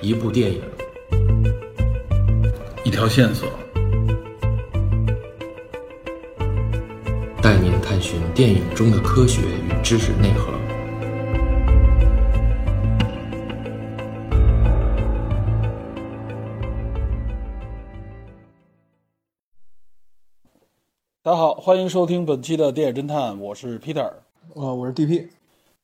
一部电影，一条线索，带您探寻电影中的科学与知识内核。大家好，欢迎收听本期的电影侦探，我是 Peter。呃，我是 DP，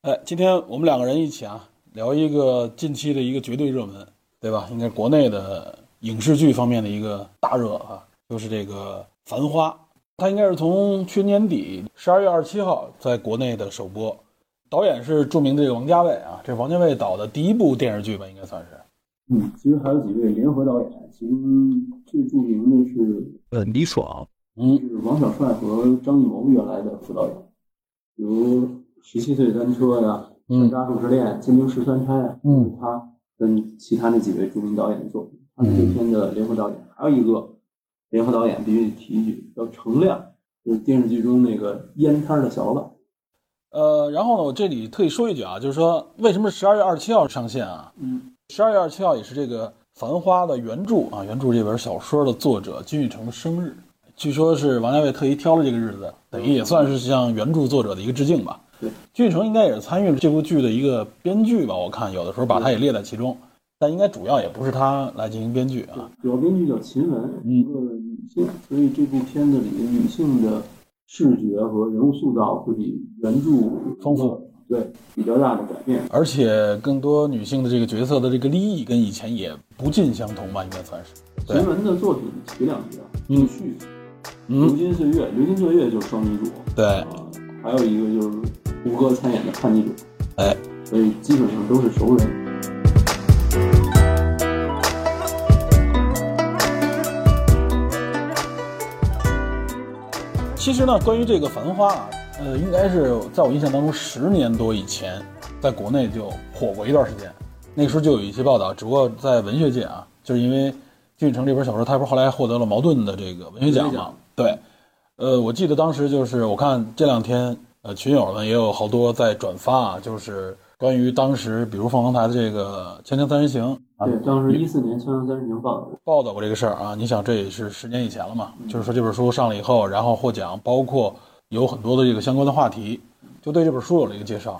哎，今天我们两个人一起啊，聊一个近期的一个绝对热门，对吧？应该国内的影视剧方面的一个大热啊，就是这个《繁花》，它应该是从去年底十二月二十七号在国内的首播，导演是著名的这个王家卫啊，这王家卫导的第一部电视剧吧，应该算是。嗯，其实还有几位联合导演，其中最著名的是呃，李爽，嗯，是王小帅和张艺谋原来的副导演，比如《十七岁单车》呀，《嗯山楂树之恋》《金陵十三钗》啊，嗯，他跟其他那几位著名导演的作品，他是这片的联合导演。还有一个联合导演必须得提一句，叫程亮，就是电视剧中那个烟摊儿的小老板。呃，然后呢，我这里特意说一句啊，就是说为什么十二月二十七号上线啊？嗯，十二月二十七号也是这个《繁花》的原著啊，原著这本小说的作者金宇澄的生日，据说是王家卫特意挑了这个日子，等于也算是向原著作者的一个致敬吧。对，金宇澄应该也是参与了这部剧的一个编剧吧，我看有的时候把他也列在其中，但应该主要也不是他来进行编剧啊。主要编剧叫秦雯，嗯一个女性，所以这部片子里女性的视觉和人物塑造会比原著丰富，对，比较大的改变。而且更多女性的这个角色的这个立意跟以前也不尽相同吧，应该算是。秦对雯的作品提两句啊，嗯《续》《流嗯，哎金岁月》《流金岁月》就是双女主，对，啊，还有一个就是胡歌参演的叛逆主，哎，所以基本上都是熟人。其实呢，关于这个《繁花》啊，呃，应该是在我印象当中十年多以前，在国内就火过一段时间。那个时候就有一些报道，只不过在文学界啊，就是因为金宇澄这本小说，他不是后来获得了茅盾的这个文学奖文学嘛奖？对，呃，我记得当时就是我看这两天，呃，群友们也有好多在转发啊，就是关于当时比如凤凰台的这个《锵锵三人行》啊，嗯对，当时一四年《锵锵三人行》放的，报道过这个事儿啊。你想，这也是十年以前了嘛？就是说这本书上了以后，然后获奖，包括有很多的这个相关的话题，就对这本书有了一个介绍。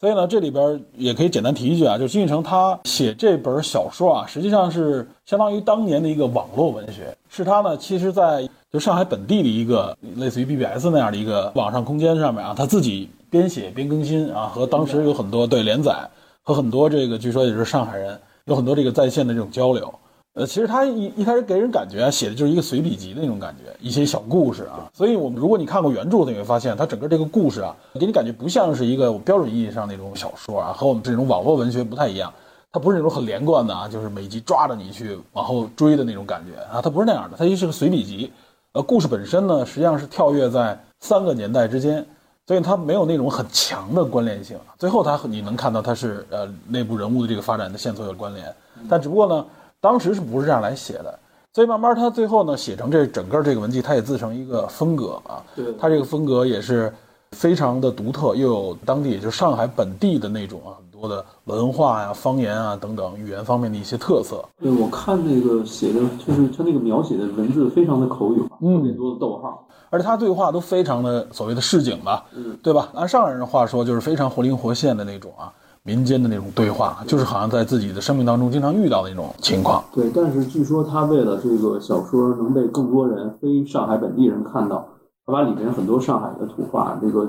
所以呢，这里边也可以简单提一句啊，就是金宇澄他写这本小说啊，实际上是相当于当年的一个网络文学，是他呢，其实在就上海本地的一个类似于 BBS 那样的一个网上空间上面啊，他自己边写边更新啊，和当时有很多对连载和很多这个据说也是上海人有很多这个在线的这种交流。呃，其实他一一开始给人感觉啊，写的就是一个随笔集的那种感觉，一些小故事啊。所以我们如果你看过原著的，你会发现它整个这个故事啊，给你感觉不像是一个标准意义上那种小说啊，和我们这种网络文学不太一样。它不是那种很连贯的啊，就是每集抓着你去往后追的那种感觉啊，它不是那样的，它也是个随笔集。呃，故事本身呢，实际上是跳跃在三个年代之间，所以它没有那种很强的关联性。最后它和你能看到它是呃内部人物的这个发展的线索有关联，但只不过呢，当时是不是这样来写的？所以慢慢他最后呢写成这整个这个文集，它也自成一个风格啊。对它这个风格也是非常的独特，又有当地也就是上海本地的那种啊很多的文化呀、方言啊等等语言方面的一些特色。对我看那个写的，就是他那个描写的文字非常的口语化，嗯特别多的逗号。而且他对话都非常的所谓的市井吧，嗯对吧？按上海人的话说，就是非常活灵活现的那种啊，民间的那种对话，就是好像在自己的生命当中经常遇到的那种情况。对，但是据说他为了这个小说能被更多人非上海本地人看到，他把里面很多上海的土话这个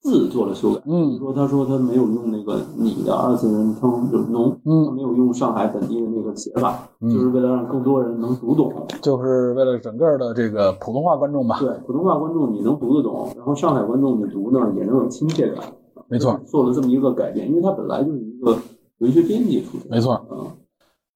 字做了修改。比嗯如说，他说他没有用那个“你”的二次元称，就是“侬”，嗯他没有用上海本地的那个写法，嗯就是为了让更多人能读懂。就是为了整个的这个普通话观众吧，对，普通话观众你能读得懂，然后上海观众你读呢也能有亲切感。没错，做了这么一个改变，因为他本来就是一个文学编辑出身。没错。嗯，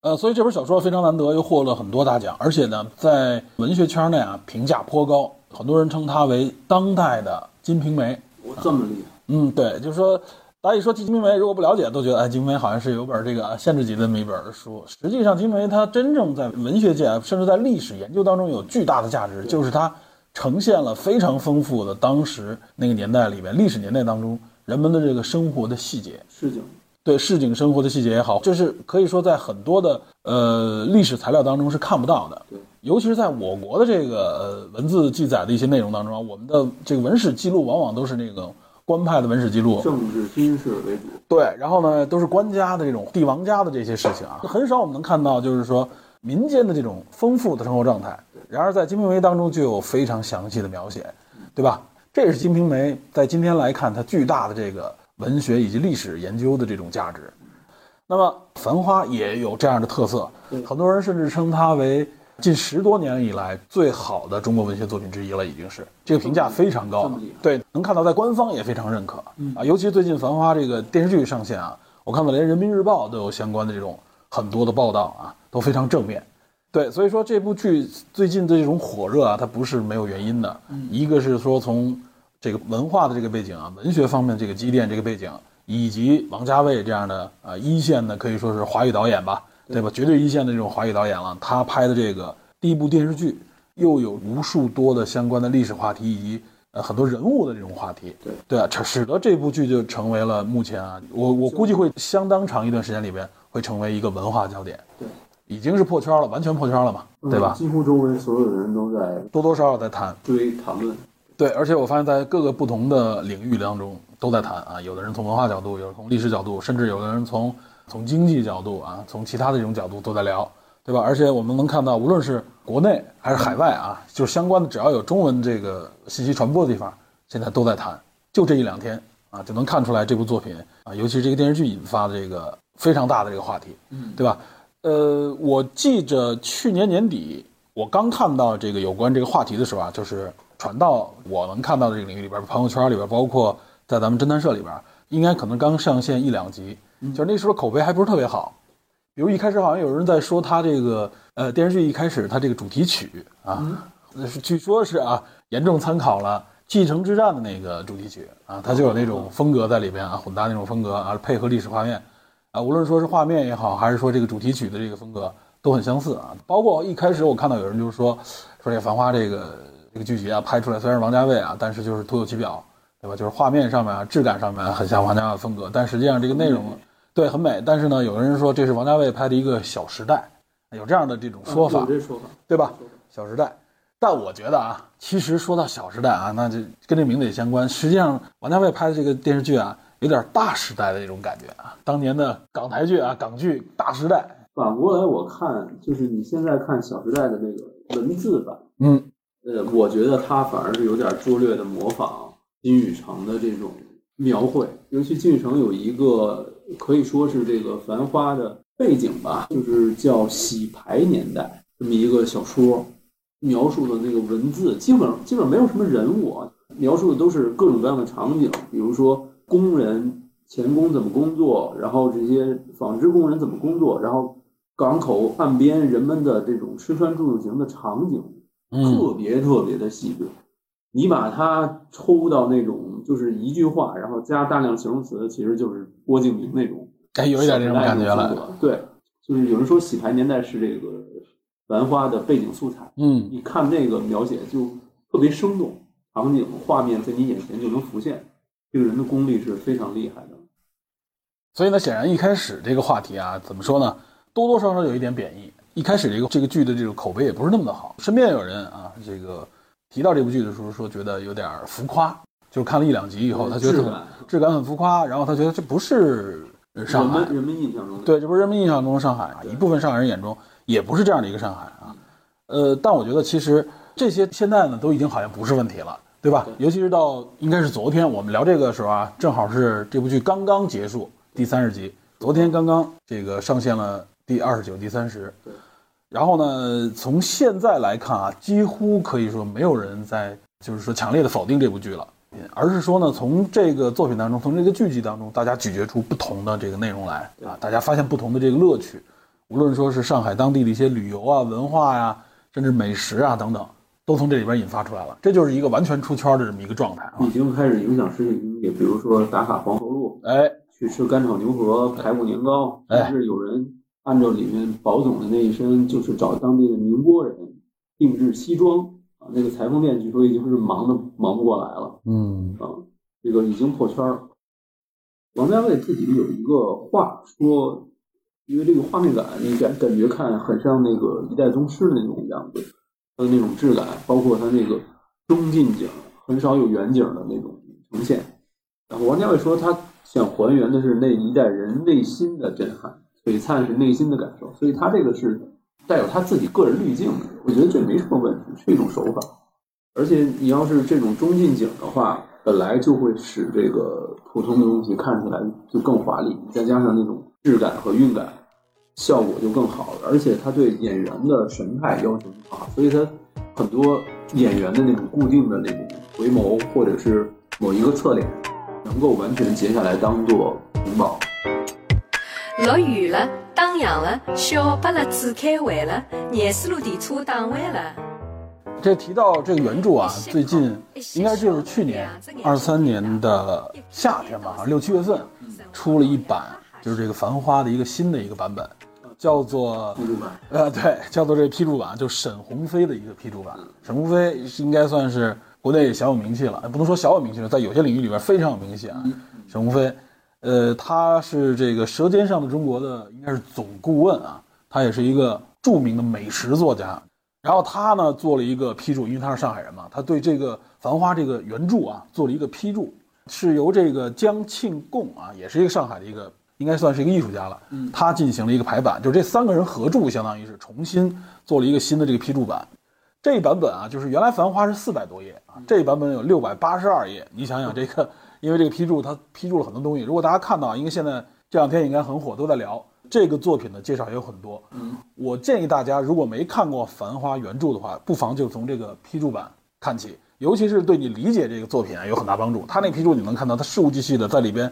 呃，所以这本小说非常难得，又获了很多大奖，而且呢，在文学圈内啊评价颇高，很多人称它为当代的《金瓶梅》。我这么厉害。嗯，对，就是说，大家一说《金瓶梅》，如果不了解，都觉得哎，《金瓶梅》好像是有本这个限制级的这么一本书。实际上，《金瓶梅》它真正在文学界，啊甚至在历史研究当中有巨大的价值，就是它呈现了非常丰富的当时那个年代里面历史年代当中人们的这个生活的细节。事情，对市井生活的细节也好，这是可以说在很多的呃历史材料当中是看不到的对。尤其是在我国的这个呃文字记载的一些内容当中啊，我们的这个文史记录往往都是那个官派的文史记录，政治军事为主，对，然后呢，都是官家的这种帝王家的这些事情啊，很少我们能看到，就是说民间的这种丰富的生活状态。然而在《金瓶梅》当中就有非常详细的描写，对吧？这也是《金瓶梅》在今天来看它巨大的这个文学以及历史研究的这种价值。那么，《繁花》也有这样的特色对，很多人甚至称它为近十多年以来最好的中国文学作品之一了，已经是这个评价非常高这么厉害。嗯对，能看到在官方也非常认可啊，尤其最近《繁花》这个电视剧上线啊，我看到连人民日报都有相关的这种很多的报道啊，都非常正面。对，所以说这部剧最近的这种火热啊，它不是没有原因的。一个是说从这个文化的这个背景啊，文学方面这个积淀这个背景，以及王家卫这样的啊、呃一线的可以说是华语导演吧，对吧？绝对一线的这种华语导演了，他拍的这个第一部电视剧，又有无数多的相关的历史话题以及呃很多人物的这种话题，对对啊，使使得这部剧就成为了目前啊，我我估计会相当长一段时间里边会成为一个文化焦点。对，已经是破圈了，完全破圈了嘛，对吧？嗯几乎周围所有的人都在多多少少在谈，追谈论，对，而且我发现在各个不同的领域当中都在谈啊，有的人从文化角度，有人从历史角度，甚至有的人从从经济角度啊，从其他的这种角度都在聊，对吧？而且我们能看到，无论是国内还是海外啊，就是相关的只要有中文这个信息传播的地方，现在都在谈。就这一两天啊，就能看出来这部作品啊，尤其是这个电视剧引发的这个非常大的这个话题，嗯，对吧？呃，我记着去年年底我刚看到这个有关这个话题的时候啊，就是传到我能看到的这个领域里边，朋友圈里边，包括在咱们侦探社里边，应该可能刚上线一两集，就是那时候口碑还不是特别好。比如一开始好像有人在说他这个呃电视剧一开始他这个主题曲啊，那是据说是啊严重参考了《继承之战》的那个主题曲啊，它就有那种风格在里边啊，混搭那种风格啊，配合历史画面啊，无论说是画面也好，还是说这个主题曲的这个风格都很相似啊。包括一开始我看到有人就说说这《繁花》这个这个剧集啊拍出来虽然是王家卫啊，但是就是徒有其表，对吧？就是画面上面啊质感上面很像王家卫的风格，但实际上这个内容。对，很美。但是呢，有人说这是王家卫拍的一个《小时代》，有这样的这种说法，嗯有这说法，对吧？《小时代》，但我觉得啊，其实说到《小时代》啊，那就跟这名字也相关。实际上，王家卫拍的这个电视剧啊，有点大时代的那种感觉啊，当年的港台剧啊，港剧《大时代》。反过来我看，就是你现在看《小时代》的那个文字版，嗯，呃，我觉得它反而是有点拙劣的模仿金宇澄的这种描绘，尤其金宇澄有一个可以说是这个《繁花》的背景吧，就是叫《洗牌年代》这么一个小说，描述的那个文字基本上基本上没有什么人物啊，描述的都是各种各样的场景，比如说工人钳工怎么工作，然后这些纺织工人怎么工作，然后港口岸边人们的这种吃穿住行的场景。嗯，特别特别的细致。你把它抽到那种就是一句话，然后加大量形容词，其实就是郭敬明那种，哎，有一点这种感觉时代那了。种风格。对，就是有人说《洗牌年代》是这个繁花的背景素材，嗯，你看那个描写就特别生动，场景画面在你眼前就能浮现。这个人的功力是非常厉害的。所以呢，显然一开始这个话题啊，怎么说呢，多多少少有一点贬义。一开始这个这个剧的这种口碑也不是那么的好，身边有人啊，这个提到这部剧的时候说觉得有点儿浮夸，就是看了一两集以后，他觉得质很感，质感很浮夸，然后他觉得这不是呃上人海，们人们印象中的对，这不是人们印象中的上海啊，一部分上海人眼中也不是这样的一个上海啊。呃，但我觉得其实这些现在呢都已经好像不是问题了，对吧？尤其是到应该是昨天我们聊这个的时候啊，正好是这部剧刚刚结束第三十集，昨天刚刚这个上线了第二十九、第三十。对。然后呢，从现在来看啊，几乎可以说没有人在就是说强烈的否定这部剧了。而是说呢，从这个作品当中，从这个剧集当中，大家咀嚼出不同的这个内容来啊，大家发现不同的这个乐趣，无论说是上海当地的一些旅游啊、文化呀、甚至美食啊等等，都从这里边引发出来了。这就是一个完全出圈的这么一个状态啊！已经开始影响实体经济，比如说打卡黄河路，哎，去吃干炒牛河、排骨年糕，哎甚至有人按照里面宝总的那一身，就是找当地的宁波人定制西装啊。那个裁缝店据说已经是忙的忙不过来了嗯，啊，这个已经破圈儿了。王家卫自己有一个话说，因为这个画面感，你感感觉看很像那个《一代宗师》的那种样子，它的那种质感，包括它那个中近景，很少有远景的那种呈现。然后王家卫说，他想还原的是那一代人内心的震撼，璀璨是内心的感受，所以他这个是带有他自己个人滤镜的。我觉得这没什么问题，是一种手法。而且你要是这种中近景的话，本来就会使这个普通的东西看起来就更华丽，再加上那种质感和韵感，效果就更好了。而且他对演员的神态要求很好，所以他很多演员的那种固定的那种回眸或者是某一个侧脸，能够完全截下来当做屏保。落雨了，打烊了，小巴拉子开会了，廿四路电车打完了。这提到这个原著啊，最近应该就是去年二三年的夏天吧，好像六七月份出了一版，就是这个《繁花》的一个新的一个版本，叫做记住吧，呃，对，叫做这批注版，就沈鸿飞的一个批注版。沈鸿飞是应该算是国内小有名气了，呃不能说小有名气了，在有些领域里边非常有名气啊。沈鸿飞，呃，他是这个《舌尖上的中国》的应该是总顾问啊，他也是一个著名的美食作家。然后他呢做了一个批注，因为他是上海人嘛，他对这个《繁花》这个原著啊做了一个批注，是由这个江庆贡啊，也是一个上海的一个，应该算是一个艺术家了，嗯，他进行了一个排版，就是这三个人合著，相当于是重新做了一个新的这个批注版。这一版本啊，就是原来《繁花》是四百多页啊，这一版本有六百八十二页。你想想这个，因为这个批注它批注了很多东西。如果大家看到啊，因为现在这两天应该很火，都在聊这个作品的介绍也有很多。我建议大家，如果没看过《繁花》原著的话，不妨就从这个批注版看起，尤其是对你理解这个作品啊有很大帮助。它那批注你能看到，它事无巨细的在里边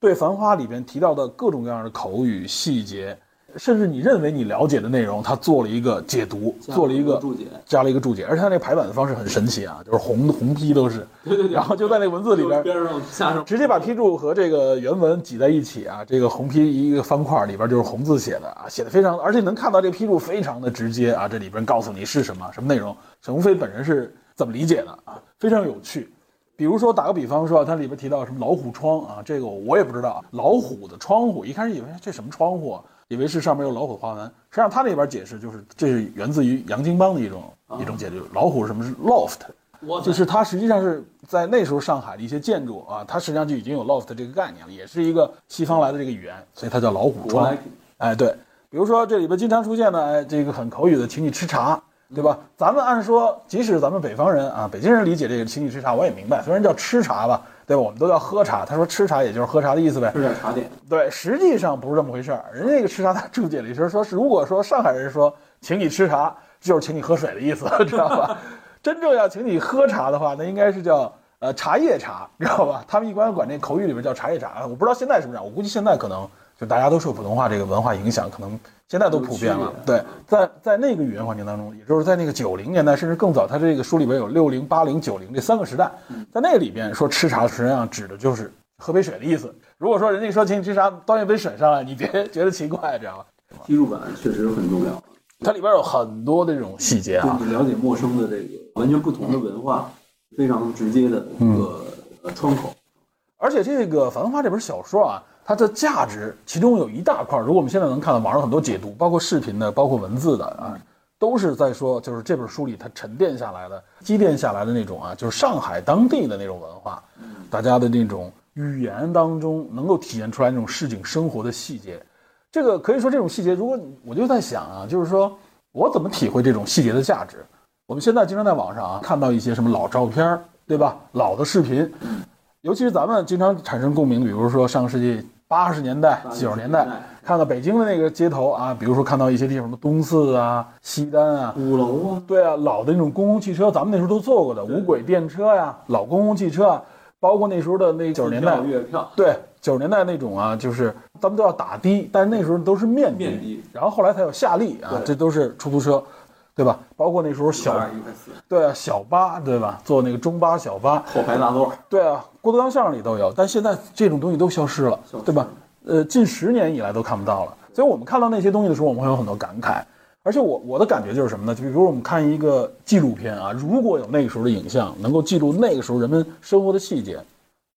对《繁花》里边提到的各种各样的口语细节，甚至你认为你了解的内容，它做了一个解读，做了一个注解，加了一个注解，而且它那排版的方式很神奇啊，就是红红批都是，对对对然后就在那文字里边边上下上直接把批注和这个原文挤在一起啊，这个红批一个方块里边就是红字写的啊，写的非常，而且能看到这个批注非常的直接啊，这里边告诉你是什么什么内容，沈鸿飞本人是怎么理解的啊，非常有趣。比如说打个比方说啊，它里边提到什么老虎窗啊，这个我也不知道啊，老虎的窗户，一开始以为这什么窗户啊，以为是上面有老虎的花纹，实际上他那边解释就是这是源自于杨金邦的一种一种解读，老虎是什么是 loft，我就是它实际上是在那时候上海的一些建筑啊，它实际上就已经有 loft 这个概念了，也是一个西方来的这个语言，所以它叫老虎国窗来。品哎，对，比如说这里边经常出现的，哎，这个很口语的，请你吃茶，对吧？咱们按说，即使咱们北方人啊，北京人理解这个请你吃茶，我也明白，虽然叫吃茶吧，对吧？我们都叫喝茶，他说吃茶也就是喝茶的意思呗。吃点茶点，对，实际上不是这么回事儿。人家那个吃茶，他注解了一声，说是如果说上海人说请你吃茶，就是请你喝水的意思， 知道吧？真正要请你喝茶的话，那应该是叫呃茶叶茶，知道吧？ 他们一般管那口语里边叫茶叶茶，我不知道现在是不是这样。我估计现在可能就大家都受普通话这个文化影响，可能现在都普遍了有区。别对，在在那个语言环境当中，也就是在那个九零年代，甚至更早，它这个书里边有六零、八零、九零这三个时代，在那里边说吃茶，实际上指的就是喝杯水的意思。如果说人家说请你吃茶，端一杯水上来，你别 觉得奇怪，知道吧？批注版确实很重要。它里边有很多的这种细节啊对。你了解陌生的这个完全不同的文化，非常直接的一个呃窗口。而且这个《繁花》这本小说啊，它的价值其中有一大块儿，如果我们现在能看到网上很多解读，包括视频的，包括文字的啊，都是在说就是这本书里它沉淀下来的、积淀下来的那种啊，就是上海当地的那种文化，大家的那种语言当中能够体现出来那种市井生活的细节。这个可以说这种细节，如果你我就在想啊，就是说我怎么体会这种细节的价值？我们现在经常在网上啊看到一些什么老照片儿，对吧？老的视频，尤其是咱们经常产生共鸣，比如说上世纪八十年代、九十年代80年代，看到北京的那个街头啊，比如说看到一些地方什么东四啊、西单啊，鼓楼啊，对啊，老的那种公共汽车，咱们那时候都坐过的无轨电车呀、老公共汽车啊，包括那时候的那九十年代机票月票，对，九十年代那种啊，就是咱们都要打的，但是那时候都是面的面的然后后来才有夏利啊，对这都是出租车，对吧？包括那时候小二一块四，对啊小巴对吧？坐那个中巴小巴，后排大座，对啊，郭德纲相声里都有，但现在这种东西都消失了消失，了对吧？呃，近十年以来都看不到了，所以我们看到那些东西的时候，我们会有很多感慨。而且我我的感觉就是什么呢？就比如我们看一个纪录片啊，如果有那个时候的影像，能够记录那个时候人们生活的细节，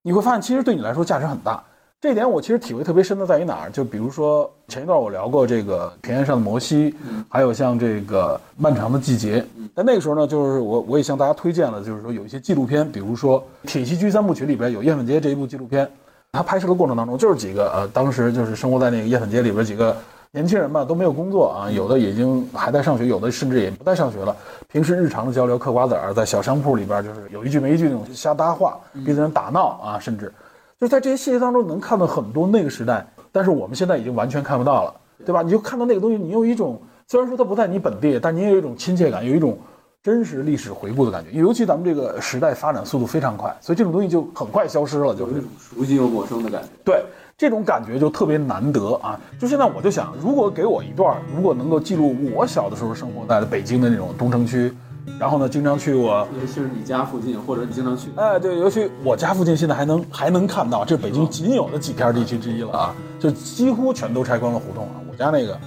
你会发现其实对你来说价值很大。这点我其实体会特别深的在于哪儿？就比如说前一段我聊过这个《平原上的摩西》，还有像这个《漫长的季节》。但那个时候呢，就是我我也向大家推荐了，就是说有一些纪录片，比如说《铁西居三部曲》里边有燕粉街这一部纪录片，它拍摄的过程当中就是几个呃，当时就是生活在那个燕粉街里边几个年轻人吧，都没有工作啊，有的已经还在上学，有的甚至也不在上学了。平时日常的交流，嗑瓜子儿，在小商铺里边就是有一句没一句那种瞎搭话，跟人打闹啊，甚至。就是在这些细节当中能看到很多那个时代，但是我们现在已经完全看不到了，对吧？你就看到那个东西，你有一种虽然说它不在你本地，但你也有一种亲切感，有一种真实历史回顾的感觉。尤其咱们这个时代发展速度非常快，所以这种东西就很快消失了，就有一是种熟悉又陌生的感觉。对这种感觉就特别难得啊！就现在我就想，如果给我一段，如果能够记录我小的时候生活在北京的那种东城区，然后呢，经常去我。尤其是你家附近，或者你经常去，哎，对，尤其我家附近现在还能还能看到，这北京仅有的几片地区之一了啊，就几乎全都拆光了胡同啊。我家那个，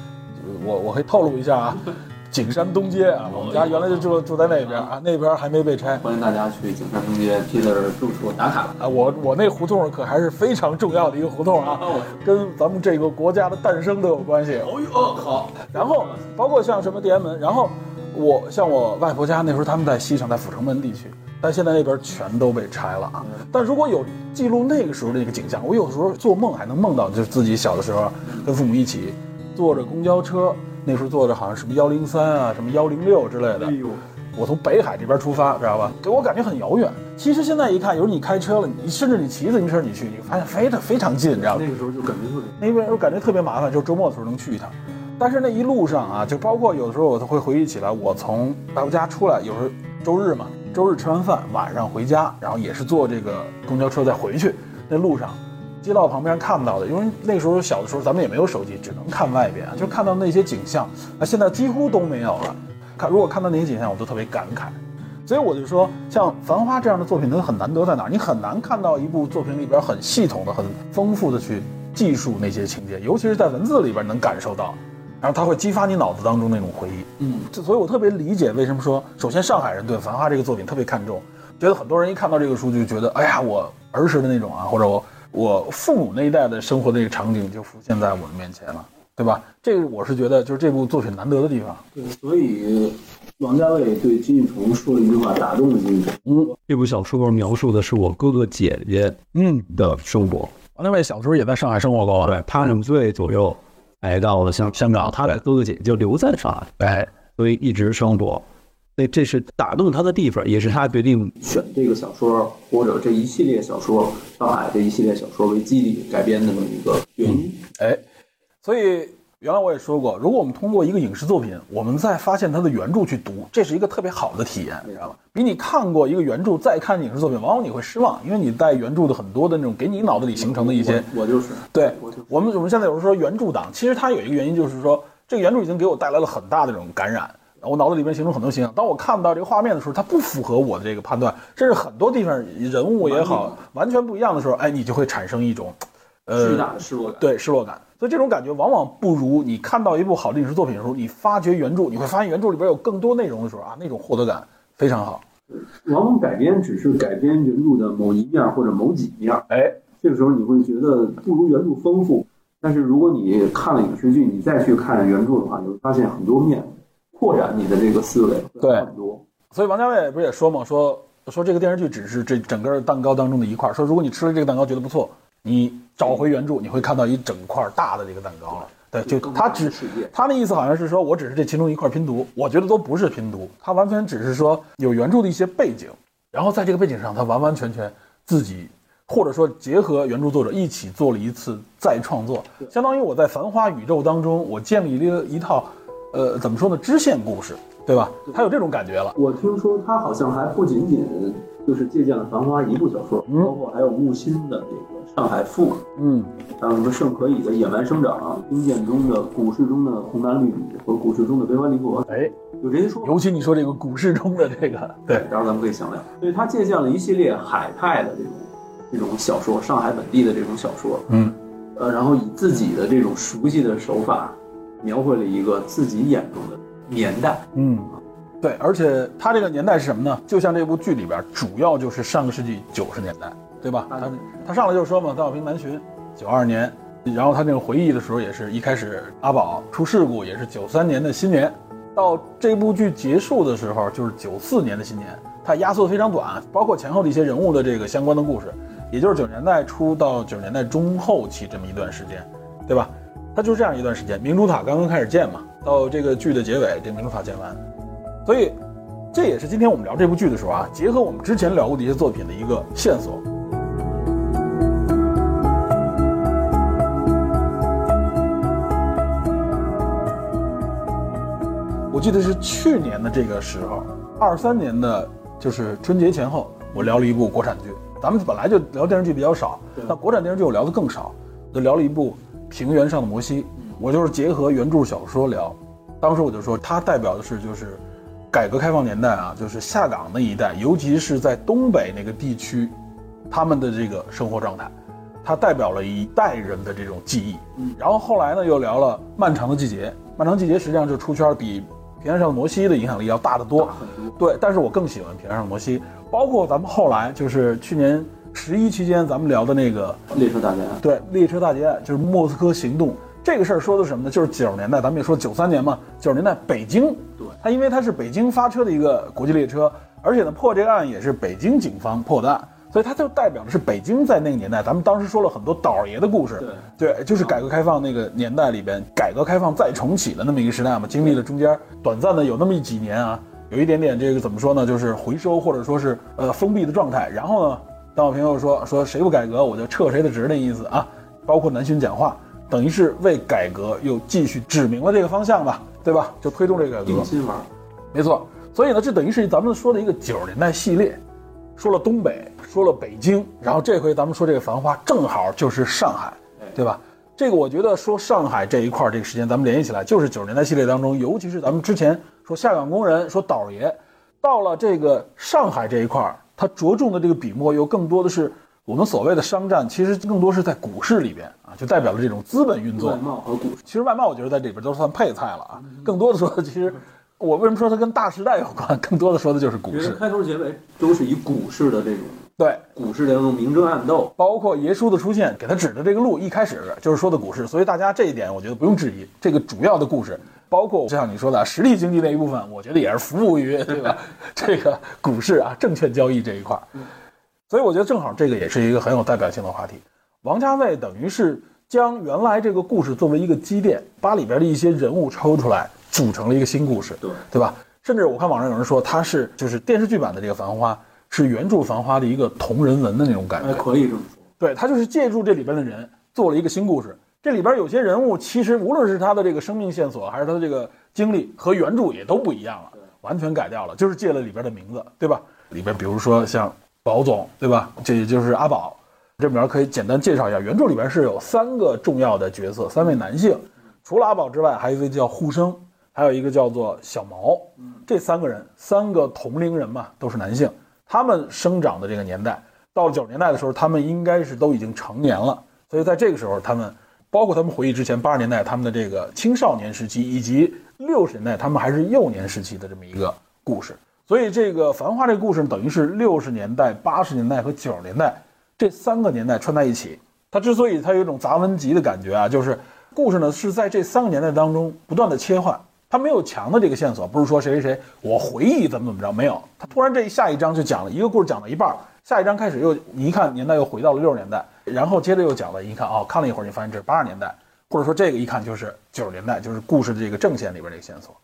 我我可以透露一下啊，景山东街啊，我们家原来就住住在那边啊，那边还没被拆。欢迎大家去景山中街 Peter 住处打卡。啊，我我那胡同可还是非常重要的一个胡同啊，跟咱们这个国家的诞生都有关系。哦哟，好，然后包括像什么天安门，然后我像我外婆家那时候他们在西城，在阜成门地区，但现在那边全都被拆了啊。嗯但如果有记录那个时候的那个景象，我有时候做梦还能梦到，就是自己小的时候跟父母一起坐着公交车，那时候坐着好像什么幺零三啊，什么幺零六之类的哎。呦，我从北海这边出发，知道吧？给我感觉很遥远。其实现在一看，有时候你开车了，你甚至你骑自行车你去，你发现非常非常近，你知道吗？那个时候就感觉特别那边我感觉特别麻烦，就周末的时候能去一趟。但是那一路上啊，就包括有的时候我都会回忆起来，我从大伯家出来，有时候周日嘛，周日吃完饭晚上回家，然后也是坐这个公交车再回去。那路上，街道旁边看不到的，因为那时候小的时候咱们也没有手机，只能看外边，啊就看到那些景象啊，现在几乎都没有了。看如果看到那些景象，我都特别感慨。所以我就说，像《繁花》这样的作品，它很难得在哪儿？你很难看到一部作品里边很系统的、很丰富的去记述那些情节，尤其是在文字里边能感受到，然后它会激发你脑子当中那种回忆。嗯，这所以我特别理解为什么说，首先上海人对《繁花》这个作品特别看重，觉得很多人一看到这个书就觉得，哎呀，我儿时的那种啊，或者我我父母那一代的生活的这个场景就浮现在我的面前了，对吧？这个我是觉得就是这部作品难得的地方。对，所以王家卫对金宇澄说了一句话，打动了金宇澄。嗯这部小说描述的是我哥哥姐姐嗯，的生活，王家卫小时候也在上海生活过吧？啊对，他两岁左右来到了香香港，他的哥哥姐姐就留在上海，哎，所以一直生活。所以这是打动他的地方，也是他决定选这个小说或者这一系列小说，上海这一系列小说为基底改编的这么一个原因。哎，所以原来我也说过，如果我们通过一个影视作品，我们再发现它的原著去读，这是一个特别好的体验，你知道吧？比你看过一个原著再看影视作品，往往你会失望，因为你在原著的很多的那种给你脑子里形成的一些我我就是对我就，我们我们现在有时候说原著党，其实它有一个原因就是说，这个原著已经给我带来了很大的这种感染。我脑子里面形成很多形象，当我看到这个画面的时候，它不符合我的这个判断，甚至很多地方人物也好，完全不一样的时候，哎，你就会产生一种，呃，巨大的失落感。对失落感。所以这种感觉往往不如你看到一部好的影视作品的时候，你发掘原著，你会发现原著里边有更多内容的时候啊，那种获得感非常好。往往改编只是改编原著的某一面或者某几面，哎，这个时候你会觉得不如原著丰富。但是如果你看了影视剧，你再去看原著的话，你会发现很多面，扩展你的这个思维会对很多。所以王家卫不是也说嘛，说说这个电视剧只是这整个蛋糕当中的一块儿。说如果你吃了这个蛋糕觉得不错，你找回原著，你会看到一整块大的这个蛋糕了。对，就更他大的只世界他的意思好像是说我只是这其中一块拼图，我觉得都不是拼图，他完全只是说有原著的一些背景，然后在这个背景上，他完完全全自己或者说结合原著作者一起做了一次再创作，相当于我在繁花宇宙当中，我建立了一套，呃，怎么说呢，支线故事，对吧？他有这种感觉了。我听说他好像还不仅仅就是借鉴了《繁花》一部小说，包括还有木心的这个《上海赋》，嗯，还有什么盛可以的《野蛮生长》，丁建中的《股市中的红男绿女》和《股市中的悲欢离合》，哎，有这些说法。尤其你说这个股市中的这个，对，待会儿咱们可以详聊。所以他借鉴了一系列海派的这种这种小说，上海本地的这种小说，嗯，呃，然后以自己的这种熟悉的手法，描绘了一个自己眼中的年代。嗯，对，而且它这个年代是什么呢？就像这部剧啊里边，主要就是上个世纪九十年代，对吧？ 80他他上来就说嘛，邓小平南巡，九二年。然后他那个回忆的时候，也是一开始阿宝出事故，也是九三年的新年，到这部剧结束的时候，就是九四年的新年。它压缩得非常短，包括前后的一些人物的这个相关的故事，也就是九十年代初到九十年代中后期这么一段时间，对吧？它就是这样一段时间。明珠塔刚刚开始建嘛，到这个剧的结尾，这明珠塔建完，所以这也是今天我们聊这部剧的时候啊，结合我们之前聊过的一些作品的一个线索。我记得是去年的这个时候，二三年的，就是春节前后，我聊了一部国产剧。咱们本来就聊电视剧比较少，那国产电视剧我聊的更少，就聊了一部《平原上的摩西》。我就是结合原著小说聊，当时我就说它代表的是就是改革开放年代啊，就是下岗那一代，尤其是在东北那个地区，他们的这个生活状态，它代表了一代人的这种记忆。然后后来呢，又聊了《漫长的季节》，《漫长季节》实际上就出圈比平原上的摩西的影响力要大得多。对，但是我更喜欢平原上的摩西，包括咱们后来就是去年十一期间咱们聊的那个列车大家对列车大劫案，就是莫斯科行动这个事儿说的是什么呢？就是九十年代，咱们也说九三年嘛，九十年代北京，对它因为它是北京发车的一个国际列车，而且呢破这个案也是北京警方破的案。所以它就代表的是北京在那个年代，咱们当时说了很多倒爷的故事，对，就是改革开放那个年代里边，改革开放再重启的那么一个时代嘛，经历了中间短暂的有那么几年啊，有一点点这个怎么说呢，就是回收或者说是呃封闭的状态。然后呢，邓小平又说说谁不改革我就撤谁的职那意思啊，包括南巡讲话，等于是为改革又继续指明了这个方向吧，对吧？就推动这个改革定，心丸，没错。所以呢，这等于是咱们说的一个九十年代系列，说了东北，说了北京，然后这回咱们说这个繁花，正好就是上海，对吧？这个我觉得说上海这一块儿这个时间，咱们联系起来，就是九十年代系列当中，尤其是咱们之前说下岗工人，说倒爷，到了这个上海这一块儿，它着重的这个笔墨又更多的是我们所谓的商战，其实更多是在股市里边啊，就代表了这种资本运作。外贸和股市，其实外贸我觉得在里边都算配菜了啊。更多的说，其实我为什么说它跟大时代有关？更多的说的就是股其实市。开头结尾都是以股市的这种对，股市的那种明争暗斗，包括耶稣的出现给他指的这个路，一开始就是说的股市，所以大家这一点我觉得不用质疑。这个主要的故事，包括就像你说的实体经济那一部分，我觉得也是服务于对吧？这个股市啊，证券交易这一块儿，所以我觉得正好这个也是一个很有代表性的话题。王家卫等于是将原来这个故事作为一个积淀，把里边的一些人物抽出来，组成了一个新故事，对对吧？甚至我看网上有人说，它是就是电视剧版的这个《繁花》，是原著《繁花》的一个同人文的那种感觉哎，。可以这么说。对他就是借助这里边的人做了一个新故事。这里边有些人物，其实无论是他的这个生命线索，还是他的这个经历，和原著也都不一样了，完全改掉了，就是借了里边的名字，对吧？里边比如说像宝总，对吧？这也就是阿宝。这里边可以简单介绍一下，原著里边是有三个重要的角色，三位男性，除了阿宝之外，还有一位叫护生，还有一个叫做小毛。这三个人，三个同龄人嘛，都是男性。他们生长的这个年代，到了九十年代的时候，他们应该是都已经成年了。所以在这个时候，他们包括他们回忆之前八十年代他们的这个青少年时期，以及六十年代他们还是幼年时期的这么一个故事。所以这个《繁花》这个故事呢等于是六十年代、八十年代和九十年代这三个年代串在一起。它之所以它有一种杂文集的感觉啊，就是故事呢是在这三个年代当中不断的切换，它没有强的这个线索，不是说谁谁谁我回忆怎么怎么着，没有，它突然这一下一章就讲了一个故事讲到一半儿，下一章开始又你一看年代又回到了六十年代，然后接着又讲了，一看哦，看了一会儿你发现这是八十年代，或者说这个一看就是九十年代，就是故事的这个正线里边这个线索，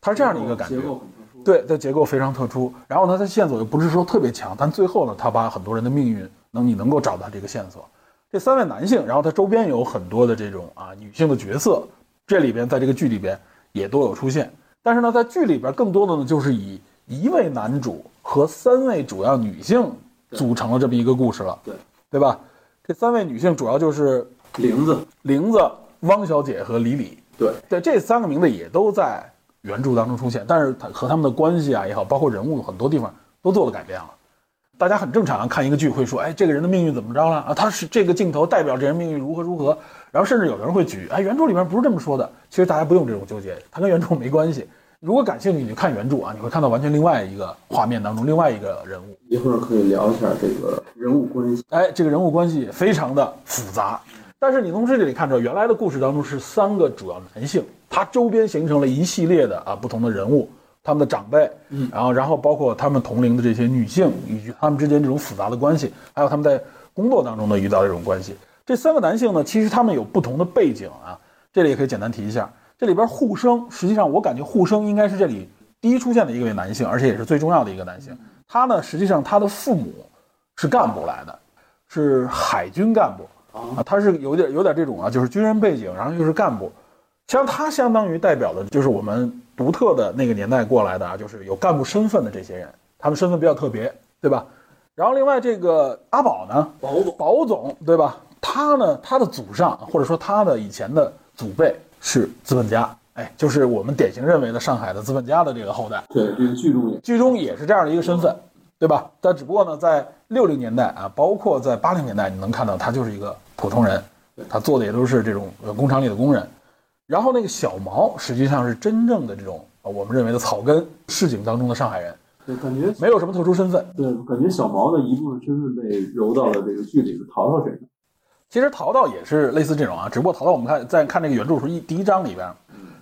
它是这样的一个感觉。结构很特殊。对，它结构非常特殊。然后呢，它线索又不是说特别强，但最后呢，他把很多人的命运能你能够找到这个线索。这三位男性，然后他周边有很多的这种啊女性的角色，这里边在这个剧里边也都有出现。但是呢，在剧里边更多的呢就是以一位男主和三位主要女性组成了这么一个故事了，对对吧？这三位女性主要就是玲子，玲子、汪小姐和李李。对，对，这三个名字也都在原著当中出现，但是它和他们的关系啊也好，包括人物很多地方都做了改变了。大家很正常啊看一个剧会说，哎，这个人的命运怎么着了啊？他是这个镜头代表这人命运如何如何，然后甚至有人会举，哎，原著里面不是这么说的。其实大家不用这种纠结，它跟原著没关系。如果感兴趣，你就看原著啊，你会看到完全另外一个画面当中另外一个人物。一会儿可以聊一下这个人物关系。哎，这个人物关系非常的复杂。但是你从这里看出来，原来的故事当中是三个主要男性，他周边形成了一系列的啊不同的人物，他们的长辈，嗯，然后然后包括他们同龄的这些女性，以及他们之间这种复杂的关系，还有他们在工作当中呢遇到这种关系。这三个男性呢，其实他们有不同的背景啊，这里也可以简单提一下。这里边互生，实际上我感觉互生应该是这里第一出现的一位男性，而且也是最重要的一个男性。他呢，实际上他的父母是干部来的，是海军干部。啊，他是有点有点这种啊，就是军人背景，然后又是干部，像他相当于代表的就是我们独特的那个年代过来的啊，就是有干部身份的这些人，他们身份比较特别，对吧？然后另外这个阿宝呢，保总保总对吧？他呢，他的祖上或者说他的以前的祖辈是资本家，哎，就是我们典型认为的上海的资本家的这个后代。对这个剧中也剧中也是这样的一个身份，对吧？但只不过呢，在六零年代啊，包括在八零年代，你能看到他就是一个普通人，他做的也都是这种呃工厂里的工人。然后那个小毛实际上是真正的这种呃我们认为的草根市井当中的上海人，对感觉没有什么特殊身份。对感觉小毛的一部分身份被揉到了这个剧里的淘淘身上。其实淘淘也是类似这种啊，只不过淘淘我们看在看这个原著的时候，一第一章里边，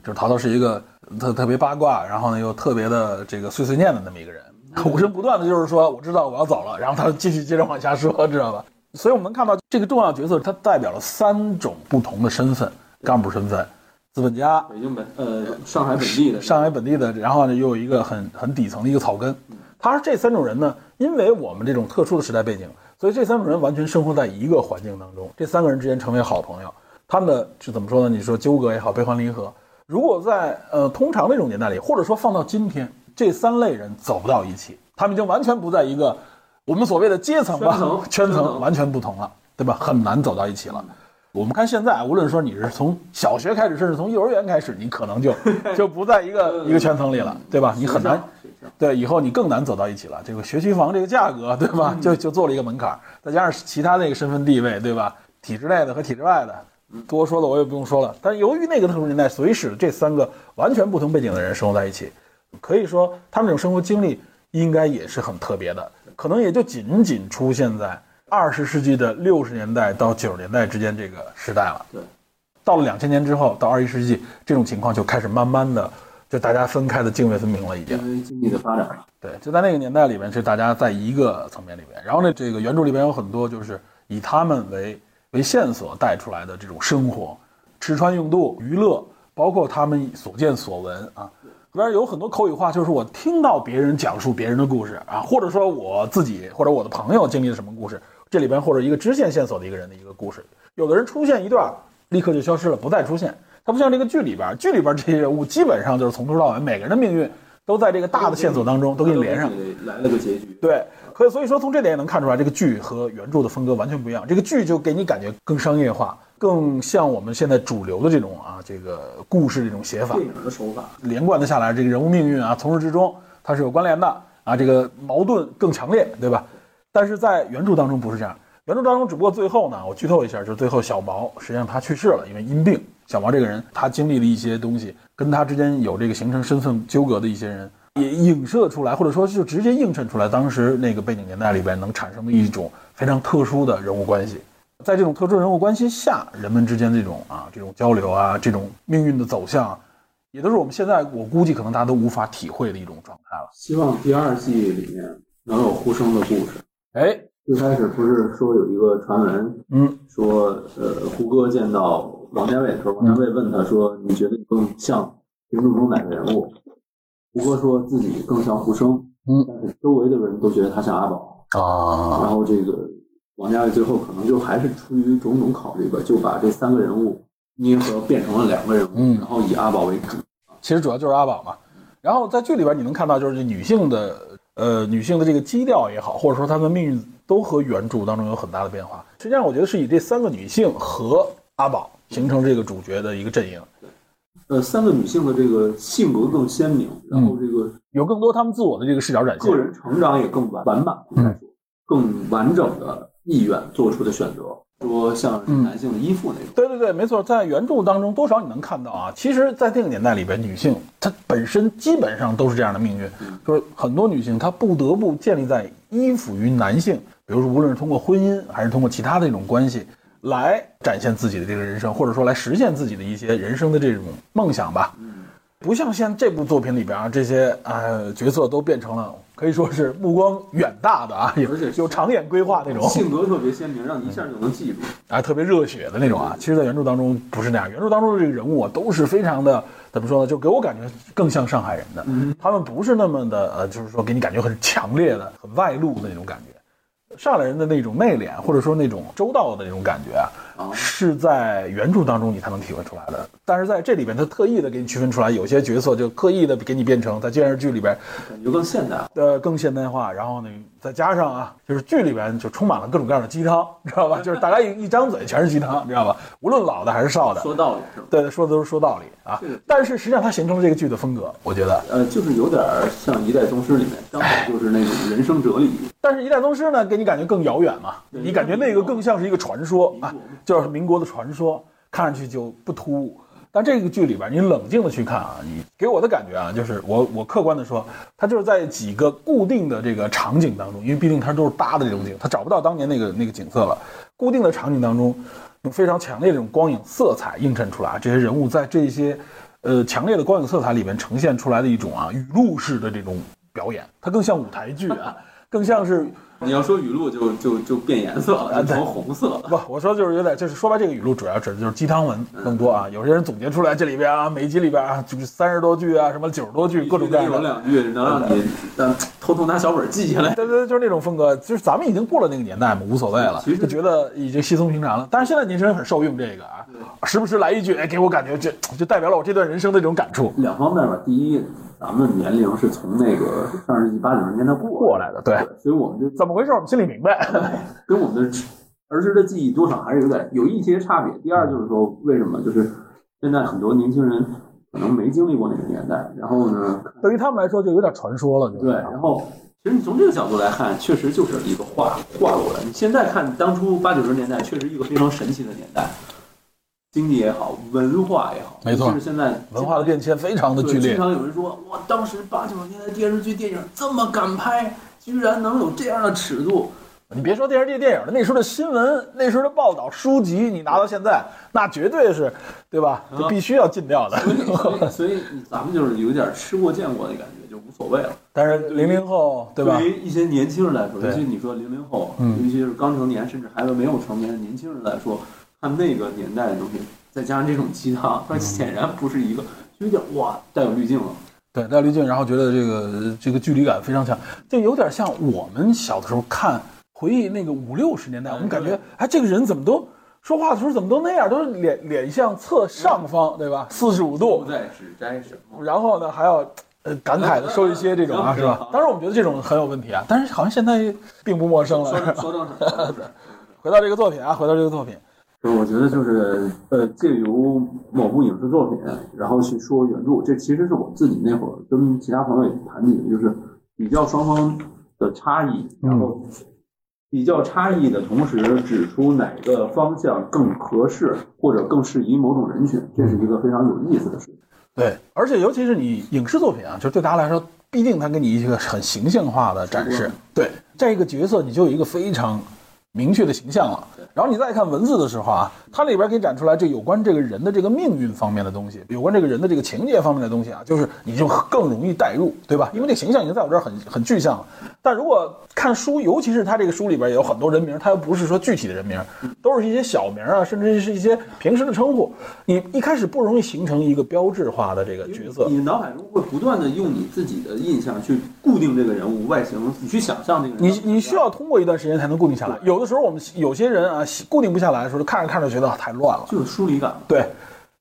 就是淘淘是一个特特别八卦，然后呢又特别的这个碎碎念的那么一个人，无声不断的就是说我知道我要走了，然后他继续接着往下说，知道吧？所以我们能看到这个重要角色，他代表了三种不同的身份：干部身份、资本家、北京本呃上海本地的上海本地的，然后呢又有一个很很底层的一个草根。嗯他是这三种人呢，因为我们这种特殊的时代背景，所以这三种人完全生活在一个环境当中。这三个人之间成为好朋友，他们的是怎么说呢？你说纠葛也好，悲欢离合，如果在呃通常那种年代里，或者说放到今天，这三类人走不到一起，他们已经完全不在一个我们所谓的阶层吧圈 层圈圈层层完全不同了，对吧？很难走到一起了。我们看现在，无论说你是从小学开始，甚至从幼儿园开始，你可能 就就不在一个一个圈层里了，对嗯吧？你很难水上对，以后你更难走到一起了。这个学区房这个价格，对吧？就就做了一个门槛儿，再加上其他那个身份地位，对吧？体制内的和体制外的，多说的我也不用说了。但由于那个特殊年代，所以使这三个完全不同背景的人生活在一起，可以说他们这种生活经历应该也是很特别的，可能也就仅仅出现在二十世纪的六十年代到九十年代之间这个时代了。对，到了两千年之后，到二十一世纪，这种情况就开始慢慢的就大家分开的泾渭分明了，已经。因为经济的发展，对，就在那个年代里面，是大家在一个层面里面。然后呢，这个原著里边有很多就是以他们为为线索带出来的这种生活、吃穿用度、娱乐，包括他们所见所闻啊。里边有很多口语化，就是我听到别人讲述别人的故事啊，或者说我自己或者我的朋友经历了什么故事，这里边或者一个支线线索的一个人的一个故事。有的人出现一段，立刻就消失了，不再出现。它不像这个剧里边，剧里边这些人物基本上就是从头到尾，每个人的命运都在这个大的线索当中都给你连上。，来了个结局。对，可以所以说从这点也能看出来，这个剧和原著的风格完全不一样。这个剧就给你感觉更商业化，更像我们现在主流的这种啊这个故事这种写法电，影的手法，连贯的下来，这个人物命运啊从始至终它是有关联的啊，这个矛盾更强烈，对吧？但是在原著当中不是这样，原著当中只不过最后呢，我剧透一下，就是最后小毛实际上他去世了，因为因病。小毛这个人，他经历了一些东西，跟他之间有这个形成身份纠葛的一些人，也影射出来，或者说就直接映衬出来当时那个背景年代里边能产生的一种非常特殊的人物关系。在这种特殊人物关系下，人们之间这种啊这种交流啊，这种命运的走向，啊也都是我们现在我估计可能大家都无法体会的一种状态了。希望第二季里面能有呼声的故事。哎，最开始不是说有一个传闻，嗯，说呃胡歌见到王家卫的时候，王家卫问他说：“你觉得你更像评论中哪个人物？”胡歌说自己更像胡生，嗯但是周围的人都觉得他像阿宝。啊，然后这个王家卫最后可能就还是出于种种考虑吧，就把这三个人物捏合变成了两个人物，嗯然后以阿宝为主。其实主要就是阿宝嘛。然后在剧里边你能看到，就是这女性的呃女性的这个基调也好，或者说她们命运都和原著当中有很大的变化。实际上，我觉得是以这三个女性和阿宝形成这个主角的一个阵营，呃，三个女性的这个性格更鲜明，然嗯后这个有更多她们自我的这个视角展现个。嗯人成长也更完完满，应该说更完整的意愿做出的选择。说像嗯是男性的依附那种。对对对，没错，在原著当中多少你能看到啊。其实，在那个年代里边，女性她本身基本上都是这样的命运，嗯就是很多女性她不得不建立在依附于男性，比如说无论是通过婚姻还是通过其他的一种关系，来展现自己的这个人生，或者说来实现自己的一些人生的这种梦想吧。嗯不像现在这部作品里边啊，这些呃角色都变成了可以说是目光远大的啊，有而且是有长远规划那种。性格特别鲜明，让你一下就能记住。啊，特别热血的那种啊。其实，在原著当中不是那样，原著当中的这个人物啊，都是非常的怎么说呢？就给我感觉更像上海人的，他们不是那么的呃，就是说给你感觉很强烈的、很外露的那种感觉。上海人的那种内敛，或者说那种周到的那种感觉啊，啊是在原著当中你才能体会出来的。但是在这里边，他特意的给你区分出来，有些角色就刻意的给你变成在电视剧里边感觉更现代化。呃更现代化，然后呢，再加上啊，就是剧里边就充满了各种各样的鸡汤，知道 吧？就是大家一一张嘴全是鸡汤，知道吧？无论老的还是少的，说道理是吧？对，说的都是说道理啊是的。但是实际上它形成了这个剧的风格，我觉得。呃，就是有点儿像《一代宗师》里面，刚好就是那种人生哲理。但是《一代宗师》呢，给你感觉更遥远嘛，对你感觉那个更像是一个传说民国啊，就是民国的传说，看上去就不突兀。但这个剧里边，你冷静的去看啊，你给我的感觉啊，就是我我客观的说，它就是在几个固定的这个场景当中，因为毕竟它都是搭的这种景，它找不到当年那个那个景色了。固定的场景当中，用非常强烈的这种光影色彩映衬出来，这些人物在这些呃强烈的光影色彩里面呈现出来的一种啊语录式的这种表演，它更像舞台剧啊，更像是你要说语录就，就就变颜色了，啊就对成红色了。不，我说就是有点，就是说白这个语录，主要指的就是鸡汤文更多啊。有些人总结出来，这里边啊，每一集里边啊，就是三十多句啊，什么九十多句，各种各样有的。两句能让你呃偷偷拿小本儿记下来。对对，对就是那种风格，就是咱们已经过了那个年代嘛，无所谓了其，实就觉得已经稀松平常了。但是现在年轻人很受用这个啊，时不时来一句，哎，给我感觉这就代表了我这段人生的这种感触。两方面吧，第一，咱们年龄是从那个上世纪八九十年代过过来来的，对，的，所以我们就 怎么回事？我们心里明白。 跟我们的儿时的记忆多少还是有点有一些差别。第二就是说，为什么就是现在很多年轻人可能没经历过那个年代，然后呢，对于他们来说，就有点传说了。就是对，然后其实你从这个角度来看，确实就是一个画画过来。你现在看当初八九十年代，确实一个非常神奇的年代，经济也好，文化也好，没错就是现在文化的变迁非常的对剧烈经。常有人说，哇，当时八九十年代电视剧、电影这么敢拍，居然能有这样的尺度，你别说电视剧、电影了，那时候的新闻、那时候的报道、书籍，你拿到现在，那绝对是，对吧？就必须要禁掉的。所以啊所以 所以咱们就是有点吃过见过的感觉，就无所谓了。 但是零零后，对吧？对于一些年轻人来说，对尤其你说零零后，嗯尤其是刚成年甚至还没有成年的年轻人来说，看那个年代的东西，再加上这种鸡汤，它显然不是一个，就有点哇带有滤镜了。对，带滤镜，然后觉得这个这个距离感非常强，就有点像我们小的时候看回忆那个五六十年代，我们感觉哎，这个人怎么都说话的时候怎么都那样，都是脸脸向侧上方，对吧？四十五度不，再只摘什么，然后呢还要。呃，感慨的说一些这种啊，是吧？当然，我们觉得这种很有问题啊，但是好像现在并不陌生了。说是吧说正事儿，说正事儿。回到这个作品啊，回到这个作品，就是我觉得就是呃，借由某部影视作品，然后去说原著，这其实是我自己那会儿跟其他朋友也谈起的，就是比较双方的差异，然后比较差异的同时指出哪个方向更合适或者更适宜某种人群，这是一个非常有意思的事情。对，而且尤其是你影视作品啊，就是对大家来说，毕竟它给你一个很形象化的展示。对这个角色，你就有一个非常明确的形象了。然后你再看文字的时候啊，它里边给你展出来这有关这个人的这个命运方面的东西，有关这个人的这个情节方面的东西啊，就是你就更容易代入，对吧？因为这形象已经在我这儿很很具象了。但如果看书，尤其是他这个书里边有很多人名，他又不是说具体的人名，都是一些小名啊，甚至是一些平时的称呼，你一开始不容易形成一个标志化的这个 角色。你脑海中会不断的用你自己的印象去固定这个人物外形，你去想象这个人。你你需要通过一段时间才能固定下来。有的时候我们有些人啊，固定不下来的时候，看着看着觉得啊太乱了。就是疏离感嘛。对，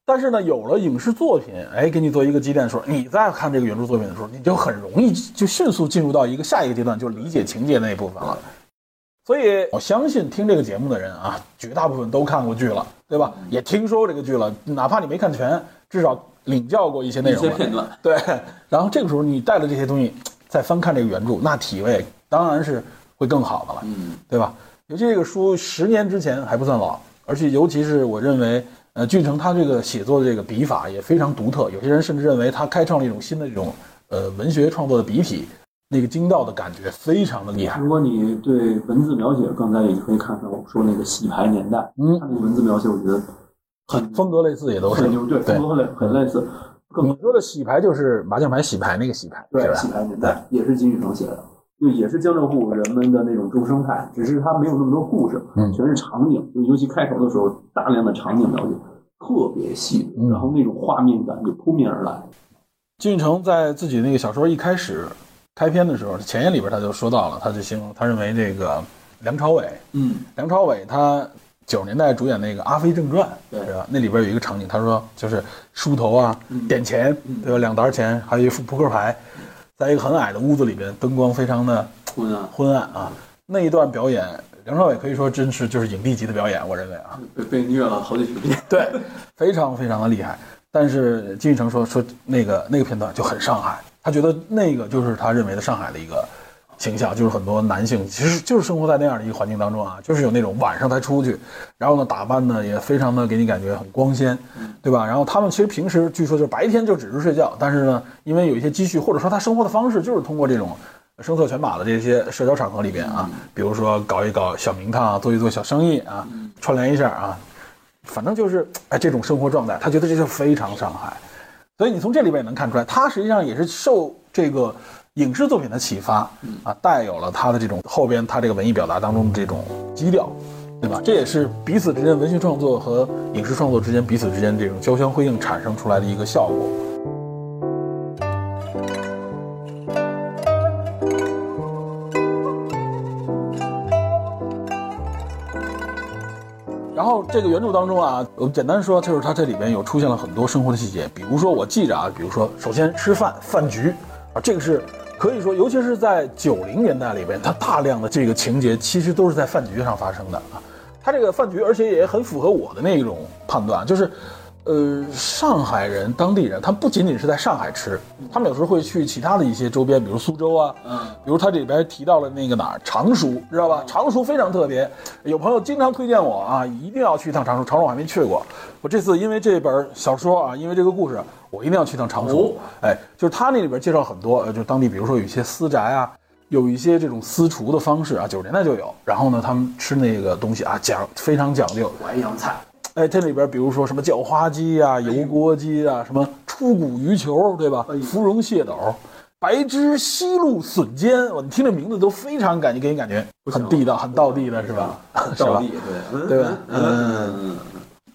但是呢，有了影视作品，哎，给你做一个积淀的时候，你在看这个原著作品的时候，你就很容易就迅速进入到一个下一个阶段，就是理解情节那一部分啊了。所以我相信听这个节目的人啊，绝大部分都看过剧了，对嗯吧？也听说过这个剧了，哪怕你没看全，至少领教过一些内一容些了。片段，对，然后这个时候你带着这些东西再翻看这个原著，那体味当然是会更好的了，嗯，对吧？尤其这个书十年之前还不算老，而且尤其是我认为，呃，俊成他这个写作的这个笔法也非常独特，有些人甚至认为他开创了一种新的这种呃文学创作的笔体，那个精到的感觉非常的厉害。如果你对文字描写，刚才也可以看看我说那个洗牌年代，嗯他那个文字描写，我觉得很风格类似也都是很。牛，对，对风格很类很类似。更你说的洗牌就是麻将牌洗牌那个洗牌，是对，吧洗？牌年代也是金宇澄写的，就也是江浙沪人们的那种众生态，只是他没有那么多故事，嗯全是场景，就尤其开头的时候，大量的场景描写，特别细，嗯然后那种画面感就扑面而来。金宇澄在自己那个小说一开始开篇的时候，前言里边他就说到了，他就形容他认为这个梁朝伟，嗯，梁朝伟他九十年代主演那个《阿飞正传》，对是吧？那里边有一个场景，他说就是梳头啊，点钱，对吧？两沓钱，还有一副扑克牌，在一个很矮的屋子里边，灯光非常的昏啊，昏暗啊。那一段表演，梁朝伟可以说真是就是影帝级的表演，我认为啊。被被虐了好几十遍。对，非常非常的厉害。但是金宇澄说说那个那个片段就很上海，他觉得那个就是他认为的上海的一个形象，就是很多男性其实就是生活在那样的一个环境当中啊，就是有那种晚上才出去，然后呢打扮呢也非常的给你感觉很光鲜，对吧？然后他们其实平时据说就是白天就只是睡觉，但是呢，因为有一些积蓄或者说他生活的方式就是通过这种。声色犬马的这些社交场合里边啊，比如说搞一搞小名堂啊，做一做小生意啊，串联一下啊，反正就是哎这种生活状态，他觉得这就非常上海。所以你从这里边也能看出来，他实际上也是受这个影视作品的启发啊，带有了他的这种后边他这个文艺表达当中的这种基调，对吧？这也是彼此之间文学创作和影视创作之间彼此之间这种交相辉映产生出来的一个效果。然后这个原著当中啊，我们简单说，就是它这里边有出现了很多生活的细节，比如说我记着啊，比如说首先吃饭饭局啊，这个是可以说，尤其是在九零年代里边，它大量的这个情节其实都是在饭局上发生的啊。它这个饭局，而且也很符合我的那种判断，就是。呃，上海人、当地人，他们不仅仅是在上海吃，他们有时候会去其他的一些周边，比如苏州啊，嗯，比如他这里边提到了那个哪儿常熟，知道吧？常熟非常特别，有朋友经常推荐我啊，一定要去一趟常熟。常熟我还没去过，我这次因为这本小说啊，因为这个故事，我一定要去趟常熟。哎，就是他那里边介绍很多，呃，就当地比如说有一些私宅啊，有一些这种私厨的方式啊，九十年代就有。然后呢，他们吃那个东西啊，讲非常讲究，淮扬菜，哎，这里边比如说什么叫花鸡啊、油锅鸡啊、什么出骨鱼球，对吧哎呦？芙蓉蟹斗、白汁西露笋尖，我听这名字都非常感觉给你感觉很地道、很道地的是吧？ 是照吧例？对对吧嗯，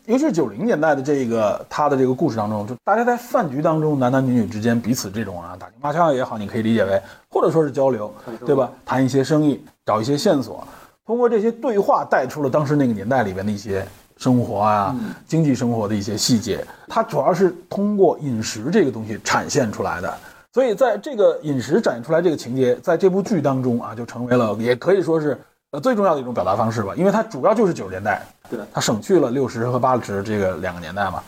尤其是九零年代的这个他的这个故事当中，就大家在饭局当中，男男女女之间彼此这种啊打情骂俏也好，你可以理解为，或者说是交流，对吧？谈一些生意，找一些线索，通过这些对话带出了当时那个年代里边的一些生活啊、经济生活的一些细节。它主要是通过饮食这个东西展现出来的。所以在这个饮食展现出来这个情节，在这部剧当中啊，就成为了也可以说是呃最重要的一种表达方式吧，因为它主要就是九十年代它省去了六十和八十这个两个年代嘛，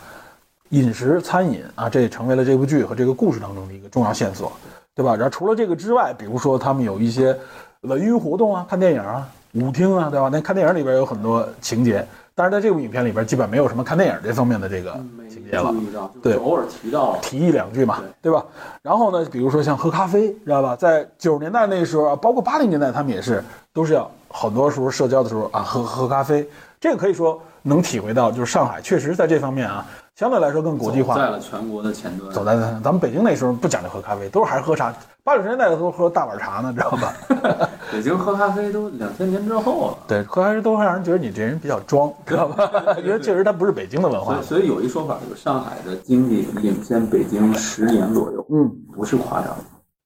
饮食餐饮啊，这也成为了这部剧和这个故事当中的一个重要线索，对吧？然后除了这个之外，比如说他们有一些文娱活动啊，看电影啊，舞厅啊，对吧？那看电影里边有很多情节，但是在这部影片里边基本没有什么看电影这方面的这个嗯没情节了注。意到，就是对偶尔提到了，提议两句嘛，对吧？然后呢，比如说像喝咖啡，知道吧？在九十年代那时候啊，包括八零年代，他们也是都是要很多时候社交的时候啊，喝喝咖啡。这个可以说能体会到，就是上海确实在这方面啊，相对来说更国际化走。在了全国的前端，走在咱们北京那时候不讲究喝咖啡，都是还是喝茶。八九十年代的时候喝大碗茶呢，知道吧？ 北京喝咖啡都两千年之后了。对，喝咖啡都会让人觉得你这人比较装，知道吧？因为确实它不是北京的文所化以，。所以有一说法，就是上海的经济领先北京十年左右，嗯，不是夸张。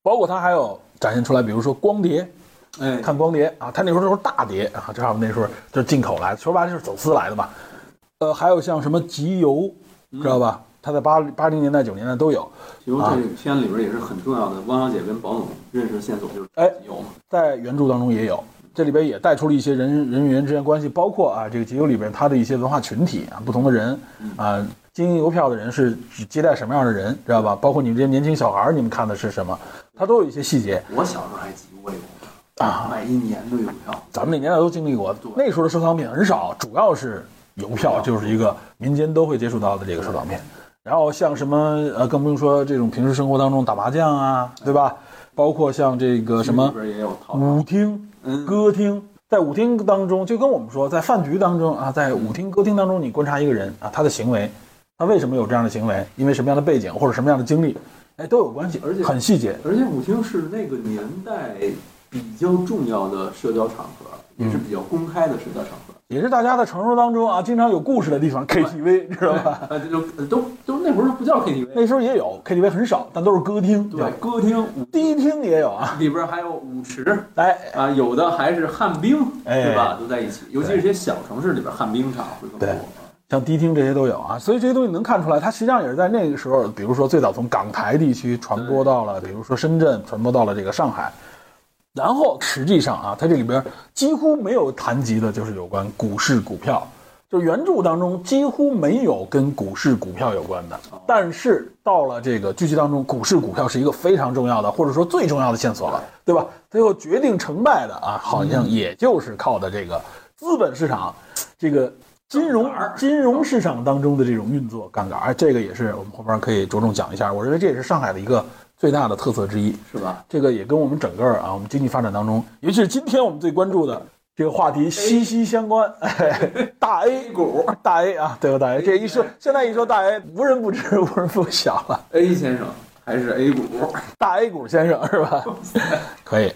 包括它还有展现出来，比如说光碟，哎，看光碟啊，他那时候都是大碟啊，正好那时候就是进口来的，说白了就是走私来的吧。呃，还有像什么集邮，知道吧？他在八八零年代、九零年代都有。其实啊这个片里边也是很重要的。汪小姐跟保总认识的线索就是哎集邮嘛，在原著当中也有，这里边也带出了一些人人与人之间关系，包括啊这个集邮里边它的一些文化群体啊，不同的人啊，经营邮票的人是指接待什么样的人，知道吧？包括你们这些年轻小孩儿，你们看的是什么，它都有一些细节。我小时候还集过邮，啊买一年的邮票。咱们那年代都经历过对，啊那时候的收藏品很少，主要是邮票，就是一个民间都会接触到的这个收藏品。然后像什么呃，更不用说这种平时生活当中打麻将啊，对吧？包括像这个什里么边也有套房，舞厅、啊嗯，歌厅，在舞厅当中，就跟我们说，在饭局当中啊，在舞厅、歌厅当中，你观察一个人啊，他的行为，他为什么有这样的行为，因为什么样的背景或者什么样的经历，哎，都有关系，而且很细节。而且舞厅是那个年代比较重要的社交场合，嗯也是比较公开的社交场 合。也是大家在传说当中啊，经常有故事的地方，KTV 知道吧？啊，这就都都那会儿都不叫 KTV，那时候也有 KTV 很少，但都是歌厅，对，歌厅舞低厅也有啊。里边还有舞池哎，啊，有的还是旱冰，哎对吧？都在一起，尤其是些小城市里边，旱冰场会更对多。像迪厅这些都有啊，所以这些东西能看出来，它实际上也是在那个时候，比如说最早从港台地区传播到了，比如说深圳，传播到了这个上海。然后实际上啊，它这里边几乎没有谈及的就是有关股市、股票，就原著当中几乎没有跟股市、股票有关的。哦但是到了这个剧集当中，股市、股票是一个非常重要的，或者说最重要的线索了，对吧？最后决定成败的啊，好像嗯也就是靠的这个资本市场，这个金融杠杆儿金融市场当中的这种运作杠杆儿，哎这个也是我们后边可以着重讲一下。我认为这也是上海的一个最大的特色之一。是吧？这个也跟我们整个儿啊，我们经济发展当中，尤其是今天我们最关注的这个话题息息相关。 哎，大 A 股，大 A 啊，对吧？大 A 这一说，现在一说大 A，无人不知，无人不晓了。 A 先生还是 A 股， 大 A 股先生是吧？可以。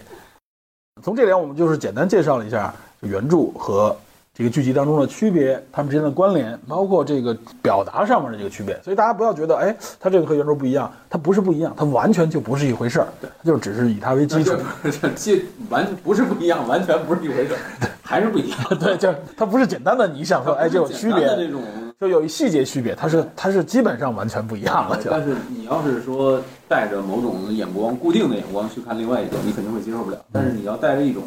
从这点，我们就是简单介绍了一下原著和这个剧集当中的区别，它们之间的关联，包括这个表达上面的这个区别。所以大家不要觉得，哎，它这个和原著不一样，它不是不一样，它完全就不是一回事儿，就只是以它为基础。这这这完全不是不一样，完全不是一回事儿， 还是不一样。对，就是它不是简单的你想说，哎，这有区简单的这别，种就有一细节区别，它是它是基本上完全不一样了，就但是你要是说带着某种眼光、固定的眼光去看另外一种，你肯定会接受不了。但是你要带着一种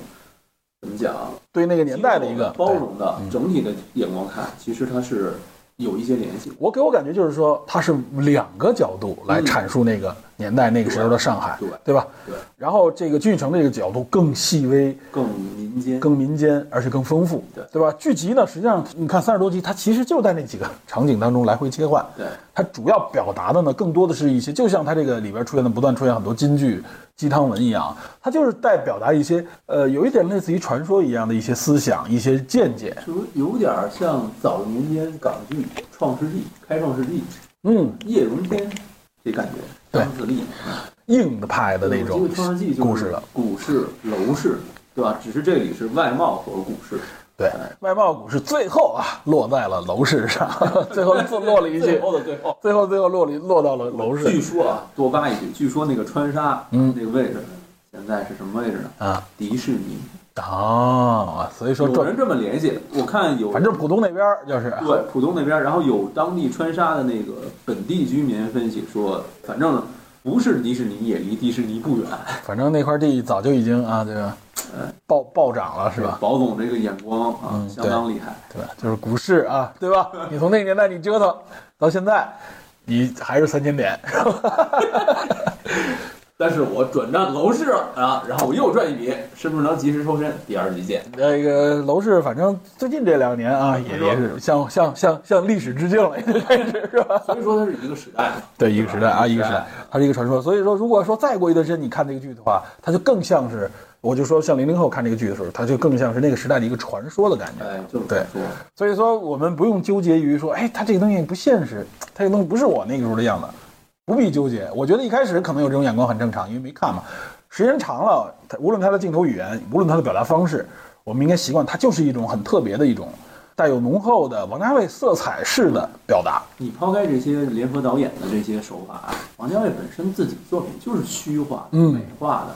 怎么讲对那个嗯年代的一个嗯包容的整体的眼光看，其实它是有一些联系的。我给我感觉就是说，它是两个角度来阐述那个年代、那个时候的上海，嗯对对吧？对然后这个金宇澄这个角度更细微、更民间，更民间，而且更丰富，对对吧？剧集呢，实际上你看三十多集，它其实就在那几个场景当中来回切换，对它主要表达的呢，更多的是一些，就像它这个里边出现的不断出现很多金句、鸡汤文一样，它就是在表达一些呃，有一点类似于传说一样的一些思想、一些见解。就有点像早年间港剧《创世纪》《开创世纪嗯，》 《叶荣添》这感觉，对张自力硬的派的那我种记得《创世纪》就是故事了。股市、楼市，对吧？只是这里是外贸和股市，对，外贸股是最后啊落在了楼市上， 最后落落了一最句，后的最后。最后最后落了一落到了楼据市说啊，多扒一句，据说那个川沙，嗯那个位置，现在是什么位置呢？啊迪士尼。哦，所以说有这人这么联系，我看有反正浦东那边儿就是对浦东那边，然后有当地川沙的那个本地居民分析说，反正不是迪士尼也离迪士尼不远，反正那块地早就已经啊这个嗯暴暴涨了是吧？保总这个眼光啊，嗯相当厉害。对吧？就是股市啊，对吧？你从那个年代你折腾到现在，你还是三千点，但是我转战楼市啊，然后我又赚一笔，是不是能及时抽身？第二季见。 那个楼市反正最近这两年啊也也是向向向向历史致敬了，已经开始是吧？所以说它是一个时代嘛。对，一个时代啊，一个时代代，它是一个传说。所以说，如果说再过一段时间你看这个剧的话，它就更像是，我就说像零零后看这个剧的时候，它就更像是那个时代的一个传说的感觉。哎，就是对说，所以说，我们不用纠结于说，哎，它这个东西不现实，它这个东西不是我那个时候的样子，不必纠结。我觉得一开始可能有这种眼光很正常，因为没看嘛。时间长了，它无论它的镜头语言，无论它的表达方式，我们应该习惯它就是一种很特别的一种带有浓厚的王家卫色彩式的表达。你抛开这些联合导演的这些手法，啊王家卫本身自己作品就是虚化的、嗯美化的、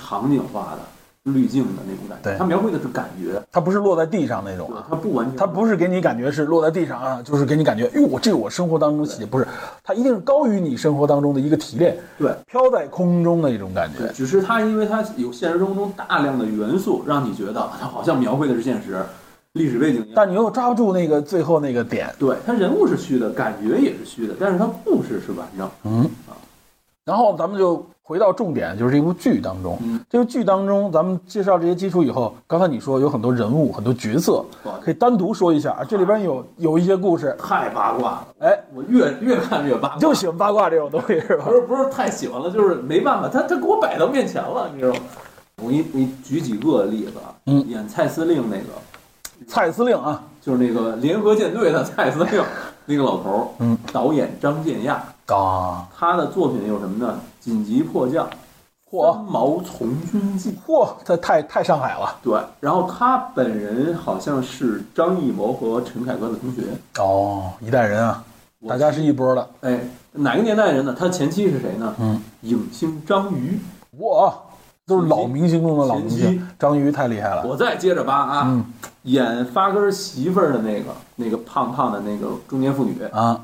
场景化的、滤镜的那种感对觉。他描绘的是感觉，它不是落在地上那种对啊，他不完全，它不是给你感觉是落在地上啊，就是给你感觉，哟，我这是我生活当中细节，不是，它一定是高于你生活当中的一个提炼，对飘在空中的一种感对，觉。只是他因为他有现实生活中大量的元素，让你觉得啊他好像描绘的是现实，历史背景一样。但你又抓不住那个最后那个点，对他人物是虚的，感觉也是虚的，但是他故事是完整。嗯，然后咱们就回到重点，就是这部剧当中。嗯这个剧当中，咱们介绍这些基础以后，刚才你说有很多人物、很多角色哇，可以单独说一下。啊这里边有有一些故事，太八卦了，哎，我越越看越八卦，你就喜欢八卦这种东西是吧不？是不是太喜欢了，就是没办法，他他给我摆到面前了，你知道吗？我给你我给你举几个例子啊，嗯演蔡司令那个蔡司令啊，就是那个联合舰队的蔡司令那个老头儿，嗯，导演张建亚，啊，他的作品有什么呢？紧急迫降、三嚯毛从军记，嚯，这太太上海了对，然后他本人好像是张艺谋和陈凯歌的同学，哦，一代人啊，我大家是一波的。哎哪个年代人呢？他前妻是谁呢？嗯，影星张瑜。哇，都是老明星中的老明前星期，张瑜太厉害了。我再接着扒啊，嗯演发根媳妇儿的那个那个胖胖的那个中年妇女啊，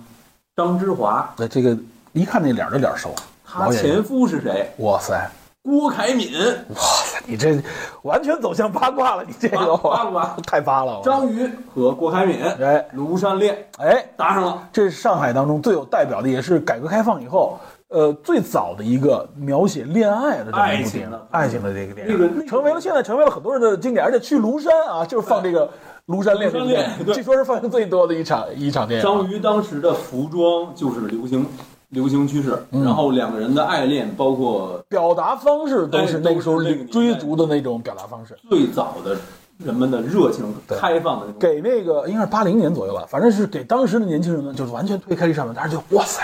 张之华，那这个一看这脸儿就脸熟。她老演员前夫是谁？哇塞，郭凯敏。哇塞， 你这完全走向八卦了，你这个八八不八太八了。我张瑜和郭凯敏，哎庐山恋哎，搭上了。这是上海当中最有代表的，也是改革开放以后，呃，最早的一个描写恋爱的这么一部电爱情影的，爱情的这个电那个那影，个成为了现在成为了很多人的经典，而且去庐山啊，就是放这个《庐山恋》这部电庐山恋影，对据说是放映最多的一场一场电影。张瑜当时的服装就是流行流行趋势，嗯然后两个人的爱恋，包括表达方式都是那个时候哎都是那个年代追逐的那种表达方式，最早的人们的热情、对开放的那种。给那个应该是八零年左右吧，反正是给当时的年轻人们就是完全推开这扇门，当时就哇塞，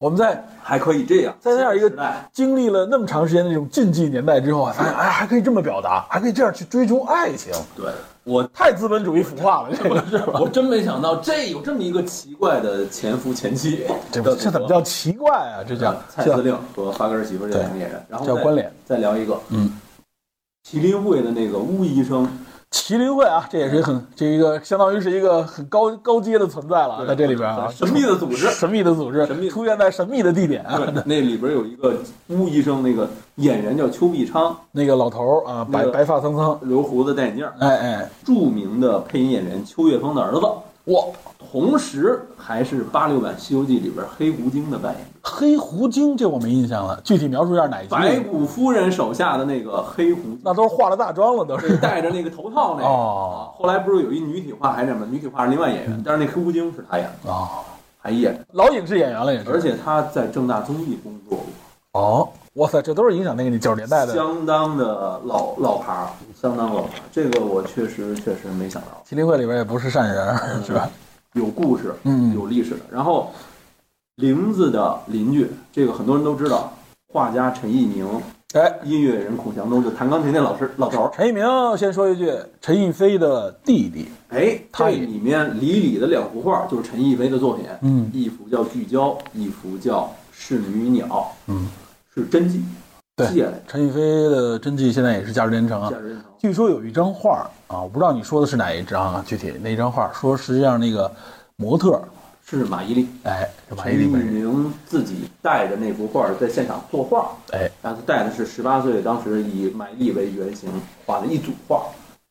我们在还可以这样，在那样一个时代，经历了那么长时间的这种禁忌年代之后啊，发现哎还可以这么表达，还可以这样去追逐爱情，对我太资本主义腐化了，这个 是吧？我真没想到这有这么一个奇怪的前夫前妻， 这不这怎么叫奇怪啊？这叫蔡叫司令和发根媳妇儿这两个演员，然后叫再关联。再聊一个，嗯，麒麟会的那个巫医生，麒麟会啊，这也是很这一个相当于是一个很高高阶的存在了，在这里边啊， 神秘的组 织。神秘的组织神秘的出现在神秘的地点啊，对，那里边有一个巫医生，那个演员叫邱必昌，那个老头儿啊，那白个白发苍苍，留胡子戴眼镜儿，哎哎，著名的配音演员邱岳峰的儿子，哇，同时还是八六版《西游记》里边黑狐精的扮演者，黑狐精这我没印象了，具体描述一下哪一白集？骨夫人手下的那个黑狐精，那都是化了大妆了，都对是。戴着那个头套那个。啊哦嗯后来不是有一女体化还是什么？女体化是另外演员，但是那黑狐精是他演的，哦，还演的，老影视演员了也是。而且他在正大综艺工作过，哦，哇塞，这都是影响那个你九十年代的相当的老老牌儿，相当老牌儿。这个我确实确实没想到，麒麟会里边也不是善人， 是吧？有故事，嗯有历史的。然后，林子的邻居，这个很多人都知道，画家陈一鸣，哎，音乐人孔祥东，就弹钢琴那老师老头儿。陈一鸣先说一句，陈逸飞的弟弟，哎，他这也里面李李的两幅画就是陈逸飞的作品，嗯一幅叫《聚焦》，一幅叫《仕女鸟》，嗯，是真迹，对借来陈逸飞的真迹现在也是价值连城啊的，。价值连城。据说有一张画儿啊，我不知道你说的是哪一张啊，具体那张画儿说实际上那个模特儿，是马伊琍，哎，是马伊陈一琍本人，鸣自己带着那幅画在现场作画，哎，然后他带的是十八岁当时以马伊琍为原型画的一组画，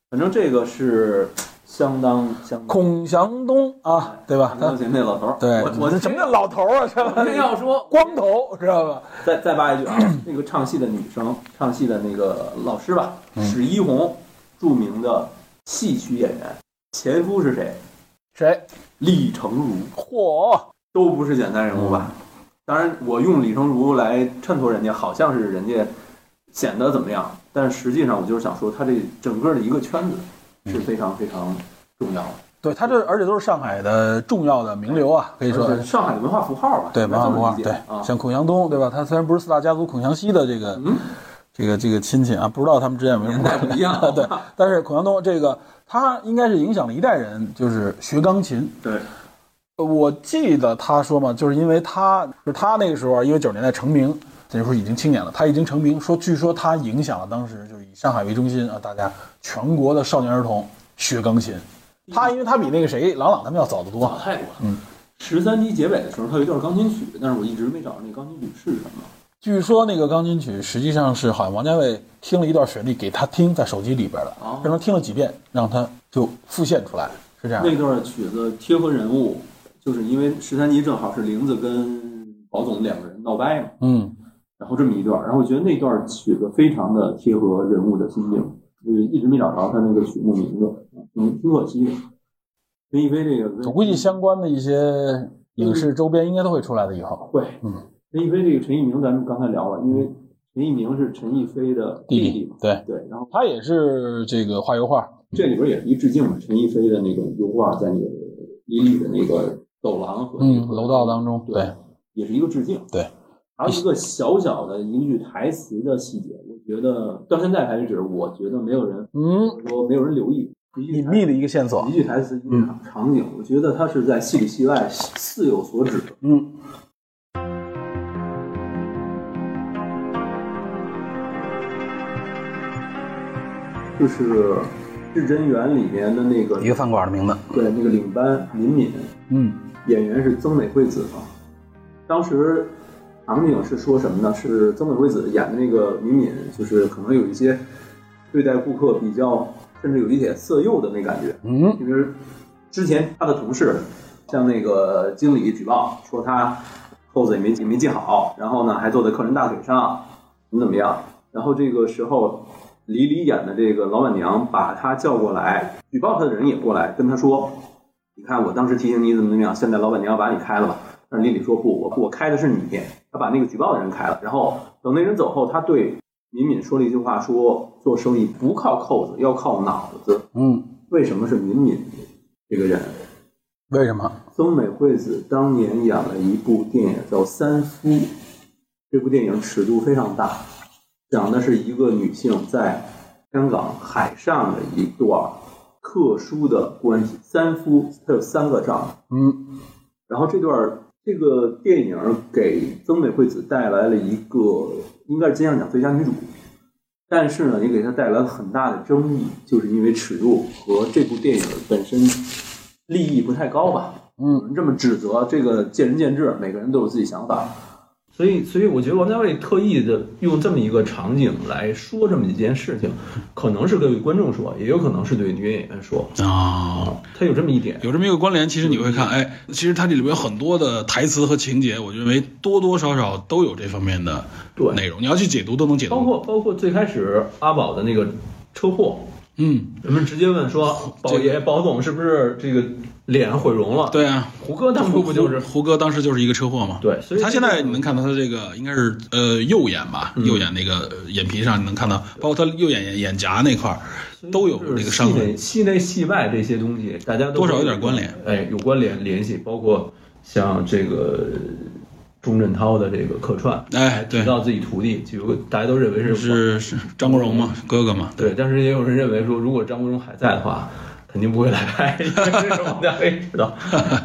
反正这个是相当相当。孔祥东啊，对吧？弹他钢琴那老头 儿，对，我我这什么叫老头儿啊？是吧？真要说光头，知道吧？再再扒一 句啊，那个唱戏的女生，唱戏的那个老师吧，嗯史一红，著名的戏曲演员，前夫是谁？谁？李成儒，嚯，都不是简单人物吧？嗯当然，我用李成儒来衬托人家，好像是人家显得怎么样，但实际上我就是想说，他这整个的一个圈子嗯是非常非常重要的，对他这，而且都是上海的重要的名流啊，可以说而且上海的文化符号吧？对应该文这化么文化理解对，啊，像孔祥东对吧？他虽然不是四大家族孔祥熙的这个嗯，这个这个亲戚啊，不知道他们之间有没有什年么代不一样 ，啊对，但是孔祥东这个他应该是影响了一代人，就是学钢琴。 对，呃我记得他说嘛，就是因为他就是他那个时候啊，因为九十年代成名，那时候已经青年了，他已经成名，说据说他影响了当时就是以上海为中心啊，大家全国的少年儿童学钢琴。他因为他比那个谁郎朗他们要早得多老，泰国。嗯，十三集结尾的时候，它有一段钢琴曲，但是我一直没找着那钢琴曲是什么。据说那个钢琴曲实际上是好像王家卫听了一段旋律给他听在手机里边的哦，让他听了几遍，让他就复现出来，是这样的。那段曲子贴合人物，就是因为十三集正好是玲子跟宝总两个人闹掰嘛，嗯然后这么一段儿，然后我觉得那段儿取的非常的贴合人物的心境，就是一直没找着他那个曲目名字，嗯，挺可惜的。林一飞这个，我估计相关的一些影视周边应该都会出来的。以后，会，嗯，陈逸飞这个陈一鸣，咱们刚才聊了，因为陈一鸣是陈逸飞的弟弟嘛，对对，然后他也是这个画油画，这里边也是一致敬嘛，陈逸飞的那个油画在那个李李的那个走廊和那嗯，个楼道当中，对对，，也是一个致敬，对。还有一个小小的一句台词的细节，我觉得到现在为止，我觉得没有人嗯，或者说没有人留意。一句隐台秘的一个线索一，句台词，一个场场景，我觉得他是在戏里戏外似有所指。嗯，就是《至真园》里面的那个一个饭馆的名字，对那个领班林敏，嗯，演员是曾美惠子嘛。当时场景是说什么呢？是曾美惠子演的那个李敏，就是可能有一些对待顾客比较，甚至有一点色诱的那感觉。嗯，因为之前他的同事向那个经理举报说他扣子也没也没系好，然后呢还坐在客人大腿上，怎么怎么样。然后这个时候，李李演的这个老板娘把他叫过来，举报他的人也过来跟他说：“你看我当时提醒你怎么怎么样，现在老板娘要把你开了吧。”但是李李说：“不，我我开的是你。”他把那个举报的人开了。然后等那人走后，他对敏敏说了一句话说：“做生意不靠扣子，要靠脑子。”嗯，为什么是敏敏这个人？为什么？曾美惠子当年演了一部电影叫《三夫》，这部电影尺度非常大，讲的是一个女性在香港海上的一段特殊的关系。三夫它有三个丈夫，嗯，然后这段儿这个电影给曾美惠子带来了一个应该是金像奖最佳女主，但是呢，也给她带来了很大的争议，就是因为尺度和这部电影本身利益不太高吧。嗯有人这么指责，这个见仁见智，每个人都有自己想法。所以，所以我觉得王家卫特意的用这么一个场景来说这么一件事情，可能是对观众说，也有可能是对女演员说，啊，他有这么一点。有这么一个关联，其实你会看，哎，其实它这里边有很多的台词和情节，我认为多多少少都有这方面的对内容，你要去解读都能解包读。括包括最开始阿宝的那个车祸，嗯，人们直接问说，宝爷宝总是不是这个脸毁容了？，对啊，胡歌当初不就是胡歌当时就是一个车祸嘛？对所以他现这在个你能看到他这个应该是呃右眼吧，嗯右眼那个呃眼皮上你能看到，包括他右眼眼眼颊那块儿都有那个伤戏痕内。戏内戏外这些东西，大家都多少有点关联，哎，有关联联系，包括像这个钟镇涛的这个客串，哎，对提，到自己徒弟，就有个大家都认为是是是张国荣嘛，哥哥嘛，嗯对，但是也有人认为说，如果张国荣还在的话，肯定不会来拍， 因为这是王家卫知 道，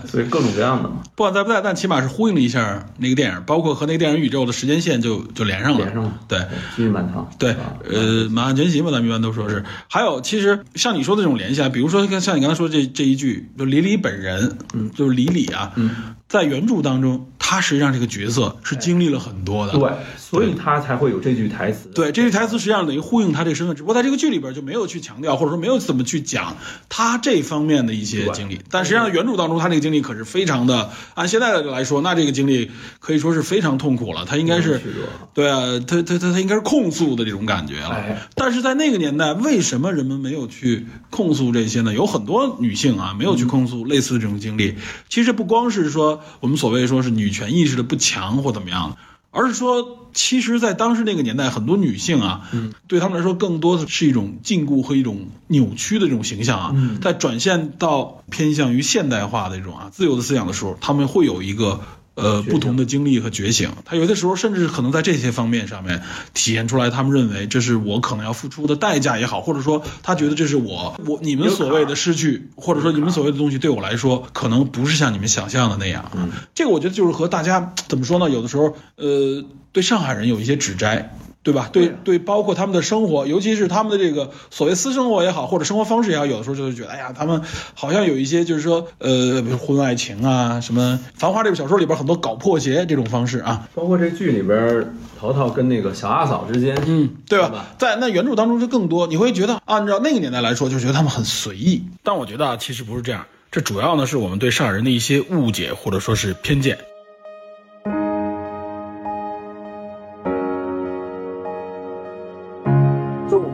所以各种各样的嘛，不管在不在，但起码是呼应了一下那个电影，包括和那个电影宇宙的时间线就就连上了。连上了对，金玉满堂，对啊，呃，满汉全席嘛，咱们一般都说是。还有，其实像你说的这种联系啊，比如说像你刚才说这这一句，就李李本人，嗯，就是李李啊，嗯，在原著当中，他实际上这个角色是经历了很多的。对，所以他才会有这句台词，对，这句台词实际上等于呼应他这个身份，只不过在这个剧里边就没有去强调，或者说没有怎么去讲他这方面的一些经历。但实际上原著当中，他这个经历可是非常的，按现在的来说，那这个经历可以说是非常痛苦了。他应该是曲折，对啊，他他他他应该是控诉的这种感觉了。哎但是在那个年代，为什么人们没有去控诉这些呢？有很多女性啊，没有去控诉类似的这种经历。其实不光是说我们所谓说是女权意识的不强或怎么样的，而是说，其实，在当时那个年代，很多女性啊，对她们来说，更多的是一种禁锢和一种扭曲的这种形象啊。在转现到偏向于现代化的这种啊自由的思想的时候，她们会有一个。呃，不同的经历和觉醒，她有的时候甚至可能在这些方面上面体现出来，她们认为这是我可能要付出的代价也好，或者说她觉得这是我我你们所谓的失去，或者说你们所谓的东西对我来说，可能不是像你们想象的那样。嗯，这个我觉得就是和大家怎么说呢？有的时候，呃，对上海人有一些指摘，对吧？对对，包括他们的生活，尤其是他们的这个所谓私生活也好，或者生活方式也好，有的时候就是觉得，哎呀，他们好像有一些就是说，呃，比如婚外情啊，什么《繁花》这部小说里边很多搞破鞋这种方式啊，包括这剧里边，淘淘跟那个小阿嫂之间，嗯，对对吧吧？在那原著当中就更多，你会觉得按照那个年代来说，就觉得他们很随意。但我觉得啊，其实不是这样，这主要呢是我们对上海人的一些误解或者说是偏见。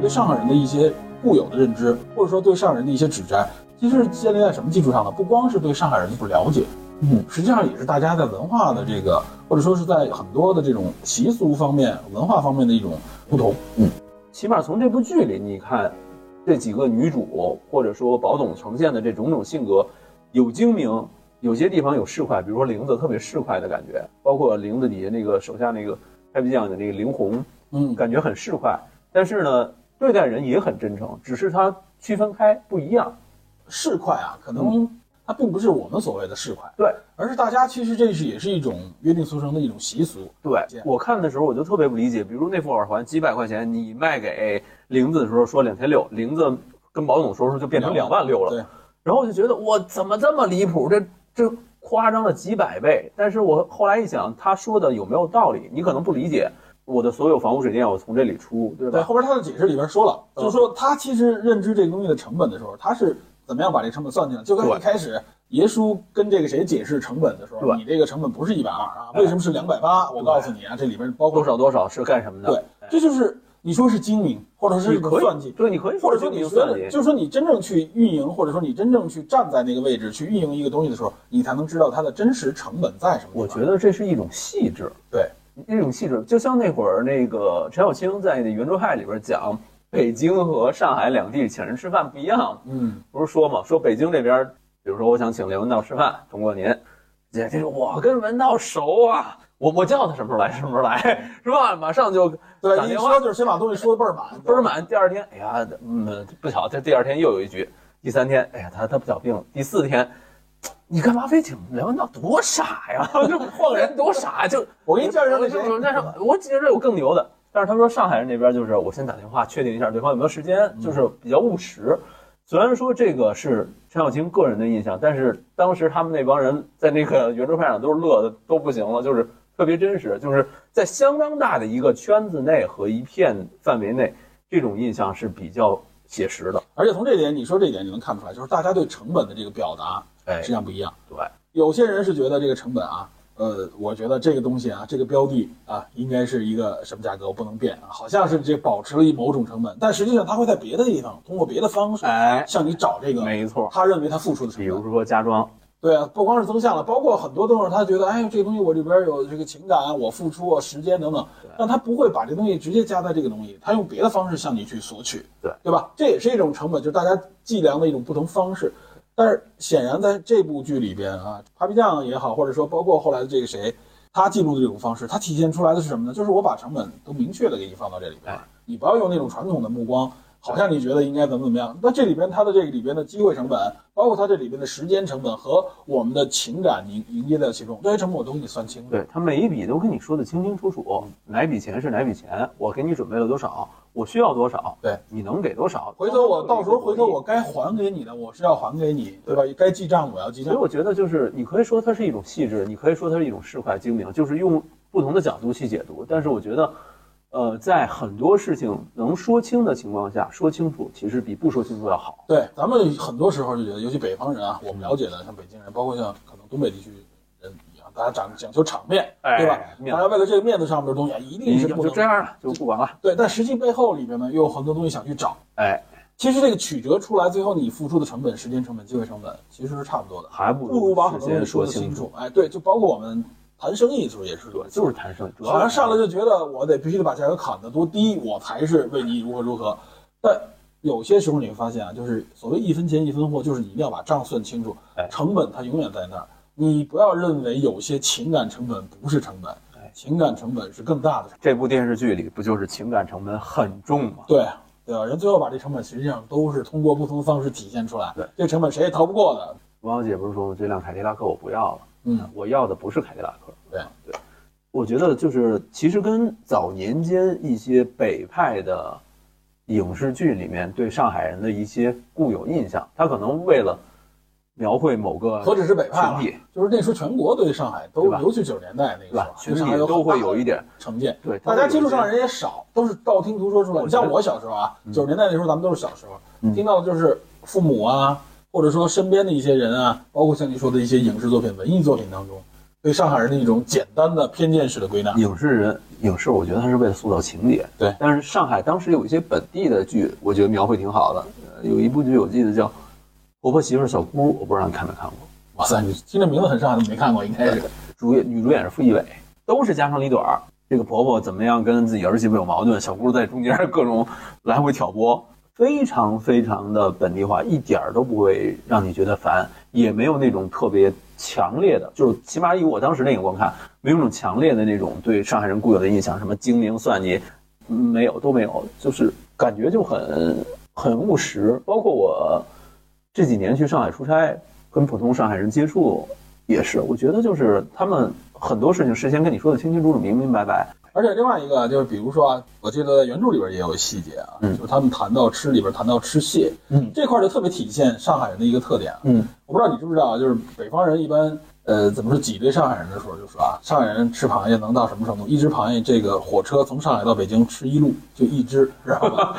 对上海人的一些固有的认知，或者说对上海人的一些指摘，其实是建立在什么基础上呢？不光是对上海人的不了解，嗯，实际上也是大家在文化的这个，或者说是在很多的这种习俗方面、文化方面的一种不同。嗯起码从这部剧里，你看这几个女主或者说宝总呈现的这种种性格，有精明，有些地方有市侩，比如说玲子特别市侩的感觉，包括玲子底下那个手下那个太平将的那个玲红，嗯，感觉很市侩，但是呢，对待人也很真诚，只是它区分开不一样。市侩啊，可能它并不是我们所谓的市侩，对，而是大家其实这是也是一种约定俗成的一种习俗。对我看的时候，我就特别不理解，比如那副耳环几百块钱，你卖给玲子的时候说两千六，玲子跟宝总说说就变成两万六了。对，然后我就觉得我怎么这么离谱？这这夸张了几百倍。但是我后来一想，他说的有没有道理？你可能不理解。我的所有房屋水电我从这里出，对对，吧？后边他的解释里边说了，嗯就是说他其实认知这个东西的成本的时候，他是怎么样把这成本算进来？就跟一对开始耶稣跟这个谁解释成本的时候，对你这个成本不是一百二啊，为什么是两百八？我告诉你啊，这里边包括多少？多少是干什么的？对，这就是你说是精明，或者是你一种可以算计。对，你可以或者说说精你明觉算得，计，就是说你真正去运营，或者说你真正去站在那个位置去运营一个东西的时候，你才能知道它的真实成本在什么地方。我觉得这是一种细致，对，一种细致，就像那会儿那个陈小青在那《圆桌派》里边讲，北京和上海两地请人吃饭不一样，嗯，不是说嘛，说北京这边，比如说我想请梁文道吃饭，通过您，姐这说我跟文道熟啊，我我叫他什么时候来什么时候来， 是吧？马上就打对，一电话说就是先把东西说的倍儿满，倍儿满，第二天，哎呀，嗯，不巧，这第二天又有一局，第三天，哎呀，他他不小病了，第四天。你干嘛非请梁文道？多傻呀！ 这换个人多傻，就我给你介绍那谁但是我觉得有更牛的。但是他说上海人那边就是我先打电话确定一下对方有没有时嗯间，就是比较务实。虽然说这个是陈小青个人的印象，但是当时他们那帮人在那个圆桌派上都是乐的都不行了，就是特别真实，就是在相当大的一个圈子内和一片范围内，这种印象是比较写实的。而且从这点，你说这点你能看出来，就是大家对成本的这个表达哎实际上不一样。对，有些人是觉得这个成本啊，呃，我觉得这个东西啊，这个标的啊，应该是一个什么价格，我不能变啊，好像是这保持了一某种成本，但实际上他会在别的地方通过别的方式哎向你找这个，没错他认为他付出的成比本如。说家装，对啊，不光是增项了，包括很多东西，他觉得，哎，这个东西我这边有这个情感，我付出啊，时间等等，但他不会把这东西直接加在这个东西，他用别的方式向你去索取，对对吧？这也是一种成本，就是大家计量的一种不同方式。但是显然在这部剧里边啊，扒皮酱也好，或者说包括后来的这个谁，他记录的这种方式，他体现出来的是什么呢？就是我把成本都明确的给你放到这里边哎儿，你不要用那种传统的目光，好像你觉得应该怎么怎么样。那这里边它的这个里边的机会成本，包括它这里边的时间成本和我们的情感迎迎接在其中，这些成本我都给你算清楚。对他每一笔都跟你说的清清楚楚，嗯哪笔钱是哪笔钱，我给你准备了多少，我需要多少，对，你能给多少。回头我到时候回头我该还给你的，我是要还给你，对吧？该记账我要记所账以。我觉得就是，你可以说它是一种细致，你可以说它是一种市侩精明，就是用不同的角度去解读。但是我觉得，呃，在很多事情能说清的情况下，说清楚其实比不说清楚要好。对，咱们很多时候就觉得，尤其北方人啊，我们了解的像北京人，包括像可能东北地区人一样，大家讲讲究场面，对吧？哎面子嗯大家为了这个面子上面的东西啊，一定是不就能这样了，就不管了。对，但实际背后里边呢，又有很多东西想去找。哎，其实这个曲折出来，最后你付出的成本、时间成本、机会成本，其实是差不多的，还不不如把很事多东西先说说的清清。楚。哎，对，就包括我们谈生意的时候也是如对，此，就是谈生意，主要好像是上来就觉得我得必须得把价格砍得多低，我才是为你如何如何。但有些时候你会发现啊，就是所谓一分钱一分货，就是你一定要把账算清楚哎，成本它永远在那儿。你不要认为有些情感成本不是成本，哎情感成本是更大的成本。这部电视剧里不就是情感成本很重吗？对啊对吧？人最后把这成本实际上都是通过不同的方式体现出来。对，这成本谁也逃不过的。王小姐不是说这辆凯迪拉克我不要了，嗯，我要的不是凯迪拉克。啊对对，我觉得就是其实跟早年间一些北派的影视剧里面对上海人的一些固有印象，他可能为了描绘某个何止是北派了群体，就是那时候全国对上海都对，吧尤其九十年代那个时对吧候，群对体上海有都会很大有的一点成见。对大家接触上上人也少，都是道听途说出来。你像我小时候啊，嗯九十年代那时候咱们都是小时候，听到的就是父母啊，或者说身边的一些人啊，包括像你说的一些影视作品、文艺作品当中，对上海人的一种简单的偏见式的归纳。影视人影视，我觉得他是为了塑造情节。对但是上海当时有一些本地的剧，我觉得描绘挺好的。呃有一部剧我记得叫《婆婆媳妇儿小姑》，我不知道你看没看过。哇塞，你听这名字很上海，你没看过应该是。主演女主演是傅艺伟，都是家长里短儿。这个婆婆怎么样跟自己儿媳妇有矛盾，小姑在中间各种来回挑拨，非常非常的本地化，一点儿都不会让你觉得烦，也没有那种特别强烈的，就是起码以我当时的眼光看，没有那种强烈的那种对上海人固有的印象，什么精明算计，嗯没有都没有，就是感觉就很很务实。包括我这几年去上海出差，跟普通上海人接触，也是，我觉得就是他们很多事情事先跟你说的清清楚楚、明明白白。而且另外一个就是，比如说啊，我记得在原著里边也有细节啊，嗯就是他们谈到吃里边谈到吃蟹，嗯这块儿就特别体现上海人的一个特点啊。嗯，我不知道你知不知道啊，就是北方人一般，呃，怎么说挤兑上海人的时候，就说啊，上海人吃螃蟹能到什么程度？一只螃蟹，这个火车从上海到北京吃一路，就一只，知道 吧？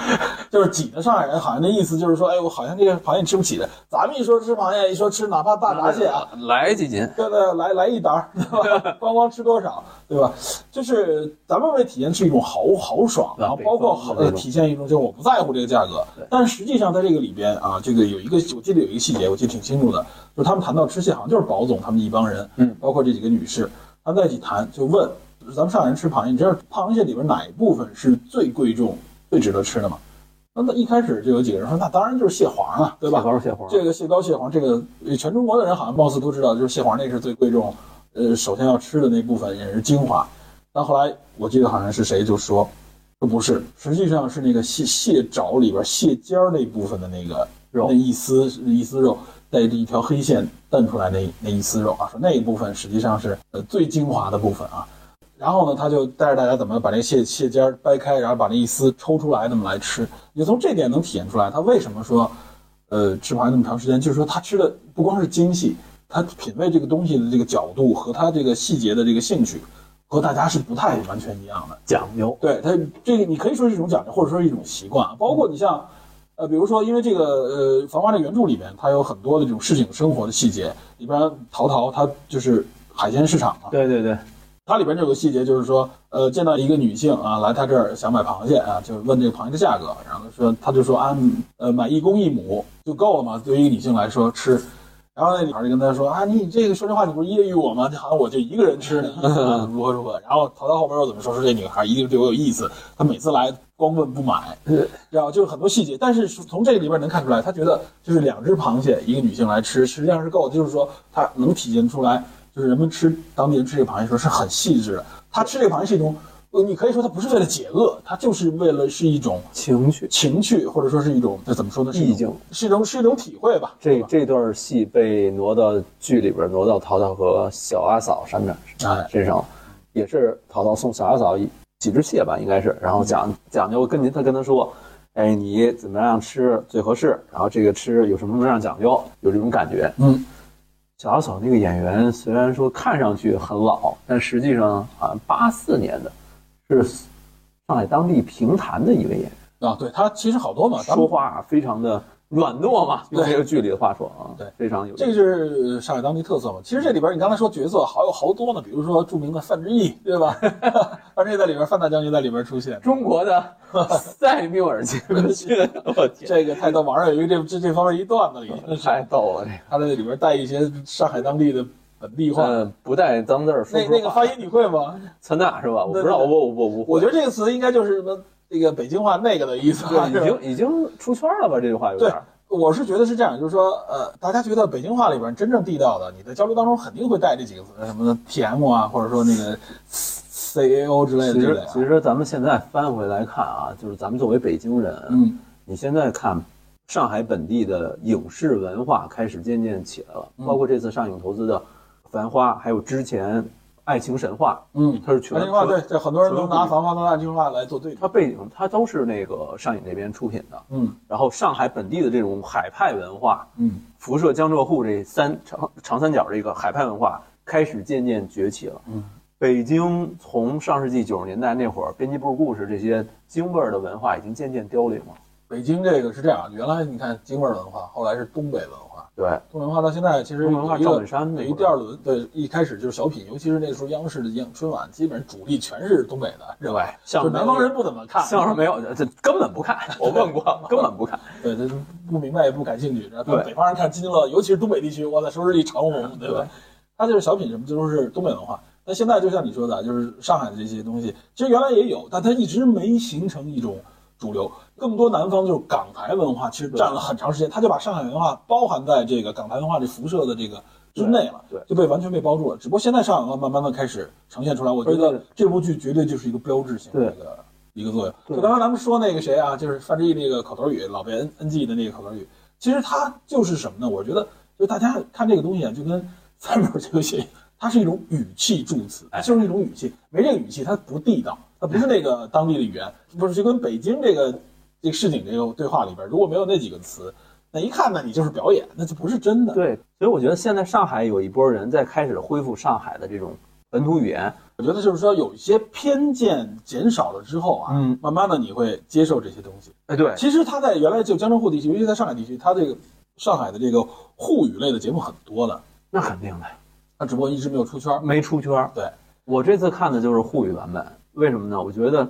就是挤的上海人，好像那意思就是说，哎，我好像这个螃蟹吃不起的。咱们一说吃螃蟹，一说吃哪怕大闸蟹啊，来几斤？对对，来来一打儿， 对吧？光光吃多少，对吧？就是咱们为体现是一种豪豪爽，啊对然后包括北好方的那呃种体现一种就是我不在乎这个价格，但实际上在这个里边啊，这个有一个我记得有一个细节，我记得挺清楚的，就是他们谈到吃蟹，好像就是保总他们一帮人，嗯，包括这几个女士，他们在一起谈，就问咱们上海人吃螃蟹，你知道螃蟹里边哪一部分是最贵重、最值得吃的吗？那那一开始就有几个人说，那当然就是蟹黄啊，对吧？蟹膏蟹黄，这个蟹膏、蟹黄，这个呃全中国的人好像貌似都知道，就是蟹黄那是最贵重，呃，首先要吃的那部分也是精华。但后来我记得好像是谁就说，说呃不是，实际上是那个蟹蟹爪里边蟹尖儿那部分的那个肉那一丝一丝肉，带着一条黑线蹬出来那那一丝肉啊，说那一部分实际上是呃最精华的部分啊。然后呢，他就带着大家怎么把那蟹蟹尖儿掰开，然后把那一丝抽出来，那么来吃。也从这点能体现出来，他为什么说，呃，吃螃蟹那么长时间，就是说他吃的不光是精细，他品味这个东西的这个角度和他这个细节的这个兴趣，和大家是不太完全一样的。讲究。对它这个你可以说是一种讲究，或者说是一种习惯啊。包括你像，呃，比如说因为这个呃《繁花》这个原著里面，它有很多的这种市井生活的细节，里边淘淘它就是海鲜市场嘛，对对对，它里边就有个细节，就是说，呃，见到一个女性啊，来他这儿想买螃蟹啊，就是问这个螃蟹的价格，然后说，他就说啊，呃，买一公一母就够了嘛，对于一个女性来说吃。然后那女孩就跟他说啊，你这个说这话你不是揶揄我吗？你好像我就一个人吃呢， 如何如何。然后淘淘后边又怎么说？说这女孩一定对我有意思，她每次来光问不买，然后就是很多细节。但是从这个里边能看出来，她觉得就是两只螃蟹，一个女性来吃，实际上是够的，就是说她能体现出来。就是人们吃当地人吃这个螃蟹的时候是很细致的。他吃这个螃蟹是一种，呃你可以说他不是为了解饿，他就是为了是一种情绪。情趣，或者说是一种这怎么说呢？是一意境种是一种是一种体会吧。这这段戏被挪到剧里边，挪到淘淘和小阿嫂身上哎身上，也是淘淘送小阿嫂一几只蟹吧，应该是，然后嗯讲讲究跟您他跟他说，哎，你怎么样吃最合适，然后这个吃有什么什么样讲究，有这种感觉。嗯，小阿嫂那个演员虽然说看上去很老，但实际上好像八四年的，是上海当地评弹的一位演员，啊，对他其实好多啊嘛，咱说们话非常的软糯嘛，用对这个剧里的话说啊，对非常有这个就是呃上海当地特色嘛。其实这里边你刚才说角色好有好多呢，比如说著名的范志毅，对吧？ 范志毅在里边，范大将军在里边出现。中国 的塞缪尔杰克逊，我天，这个太逗，网上有一个这这这方面一段子里，真是太逗了这个。他在里边带一些上海当地的本地话。嗯，不带脏字儿说那不那出个话发音你会吗？陈娜是吧？我不知道，对我对对我我我我觉得这个词应该就是什么那个北京话那个的意思啊，对是吧已经已经出圈了吧？这句话有点儿 我是觉得是这样，就是说，呃，大家觉得北京话里边真正地道的，你在交流当中肯定会带这几个词，什么 T M 啊，或者说那个 C A O 之类的其之类实的啊。其实咱们现在翻回来看啊，就是咱们作为北京人，嗯，你现在看上海本地的影视文化开始渐渐起来了，嗯包括这次上影投资的《繁花》，还有之前《爱情神话》，嗯，它是全南京话对，这很多人都拿全繁花跟南京话来做对比它。背景它都是那个上影这边出品的，嗯然后上海本地的这种海派文化，嗯，辐射江浙沪这三长长三角这个海派文化开始渐渐崛起了。嗯，北京从上世纪九十年代那会儿，编辑部故事这些京味儿的文化已经渐渐凋零了。北京这个是这样，原来你看京味儿文化，后来是东北文化，对，中文化到现在其实中文化有一赵个本山那有一一第二轮对，一开始就是小品，尤其是那时候央视的央春晚，基本主力全是东北的，认为相就是南声方人不怎么看，相声没有，这根本不看。 我问过，根本不看。对，他不明白也不感兴趣。然后对北方人看津津乐，尤其是东北地区，哇塞，收视率长虹，对吧 对？他就是小品什么，这都是东北文化。但现在就像你说的，啊就是上海的这些东西，其实原来也有，但它一直没形成一种主流。更多南方就是港台文化，其实占了很长时间，他就把上海文化包含在这个港台文化这辐射的这个之内了，对对就被完全被包住了。只不过现在上海文化慢慢的开始呈现出来，我觉而且得这部剧绝对就是一个标志性的对一个一个作用。对就刚刚咱们说那个谁啊，就是范志毅那个口头语，老被 N N G 的那个口头语，其实它就是什么呢？我觉得，就大家看这个东西啊，就跟 三本这个戏，它是一种语气助词，它就是一种语气，没这个语气它不地道，它不是那个当地的语言，不是就跟北京这个这个市井这个对话里边，如果没有那几个词，那一看呢你就是表演，那就不是真的。对，所以我觉得现在上海有一波人在开始恢复上海的这种本土语言。我觉得就是说有一些偏见减少了之后啊，嗯，慢慢的你会接受这些东西。哎，对，其实他在原来就江浙沪地区，尤其在上海地区，他这个上海的这个沪语类的节目很多的，那肯定的，那只不过一直没有出圈儿。没出圈儿。对，我这次看的就是沪语版本，为什么呢？我觉得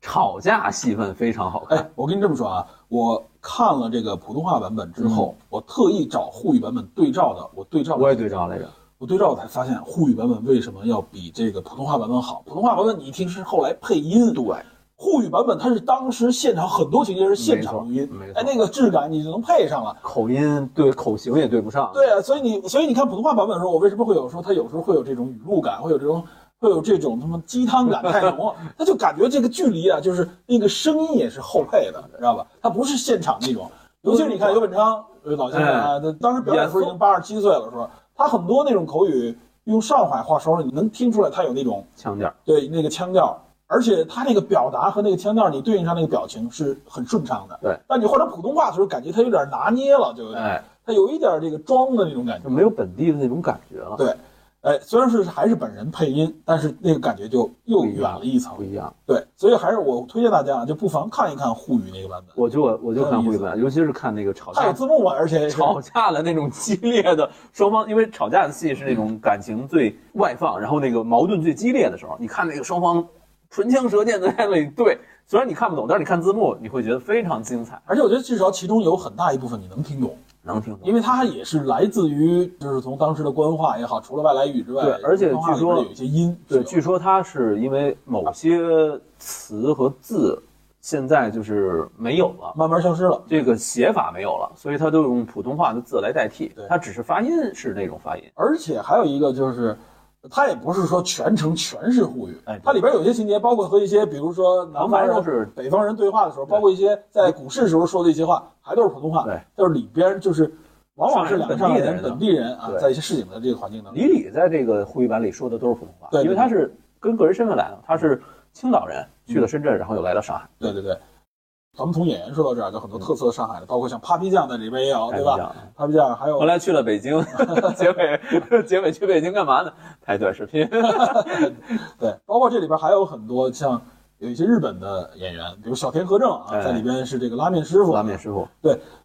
吵架戏份非常好看。哎，我跟你这么说啊，我看了这个普通话版本之后，我特意找沪语版本对照的，我对照了嗯我也对照来着，我对照才发现沪语版本为什么要比这个普通话版本好。普通话版本你一听是后来配音，对。沪语版本它是当时现场很多情节是现场录音没错没，错哎，那个质感你就能配上了。口音对口型也对不上。对啊，所以你所以你看普通话版本的时候，我为什么会有说它有时候会有这种语录感，会有这种会有这种他妈鸡汤感太浓，啊 他就感觉这个距离啊，就是那个声音也是后配的，知道吧？它不是现场那种，尤其是你看尤本昌呃老先生哎啊，他当时表演的时候已经八十七岁了，说他很多那种口语用上海话说，你能听出来他有那种腔调。对那个腔调，而且他那个表达和那个腔调，你对应上那个表情是很顺畅的。对，但你换成普通话的时候，感觉他有点拿捏了，就有点哎，他有一点这个装的那种感觉就。没有本地的那种感觉了，对哎，虽然是还是本人配音，但是那个感觉就又不一远样了一不层。一样。对，所以还是我推荐大家啊，就不妨看一看沪语那个版本，我就我我就看沪语版，尤其是看那个吵它有架字幕嘛，而且是吵架的那种激烈的双方，因为吵架的戏是那种感情最外放，然后那个矛盾最激烈的时候，你看那个双方唇枪舌剑的在那里对，虽然你看不懂，但是你看字幕，你会觉得非常精彩，而且我觉得至少其中有很大一部分你能听懂，能听懂。因为它也是来自于就是从当时的官话也好，除了外来语之外，对而且官话据说里边有一些音，对，是有据说他是因为某些词和字现在就是没有了。慢慢消失了。这个写法没有了，所以他都用普通话的字来代替对，他只是发音是那种发音。而且还有一个就是，它也不是说全程全是沪语，哎对它里边有些情节，包括和一些比如说南方南方人人都是北方人对话的时候，包括一些在股市时候说的一些话，还都是普通话，对，就是里边就是往往是两个上海人上海本本地人啊，对在一些市井的这个环境当中，李李在这个沪语版里说的都是普通话，对对嗯因为他是跟个人身份来的，他是青岛人，去了深圳，然后又来到上海，对对对。咱们从演员说到这儿，就很多特色上海的，包括像 Papi 酱在里边也有，哎嗯对你讲吧？Papi 酱还有后来去了 北京，结尾 结尾去北京干嘛呢？拍短视 频，对，包括这里边还有很多像有一些日本的演员，比如小田和正啊，哎在里边是这个拉面师傅，啊拉 面师傅，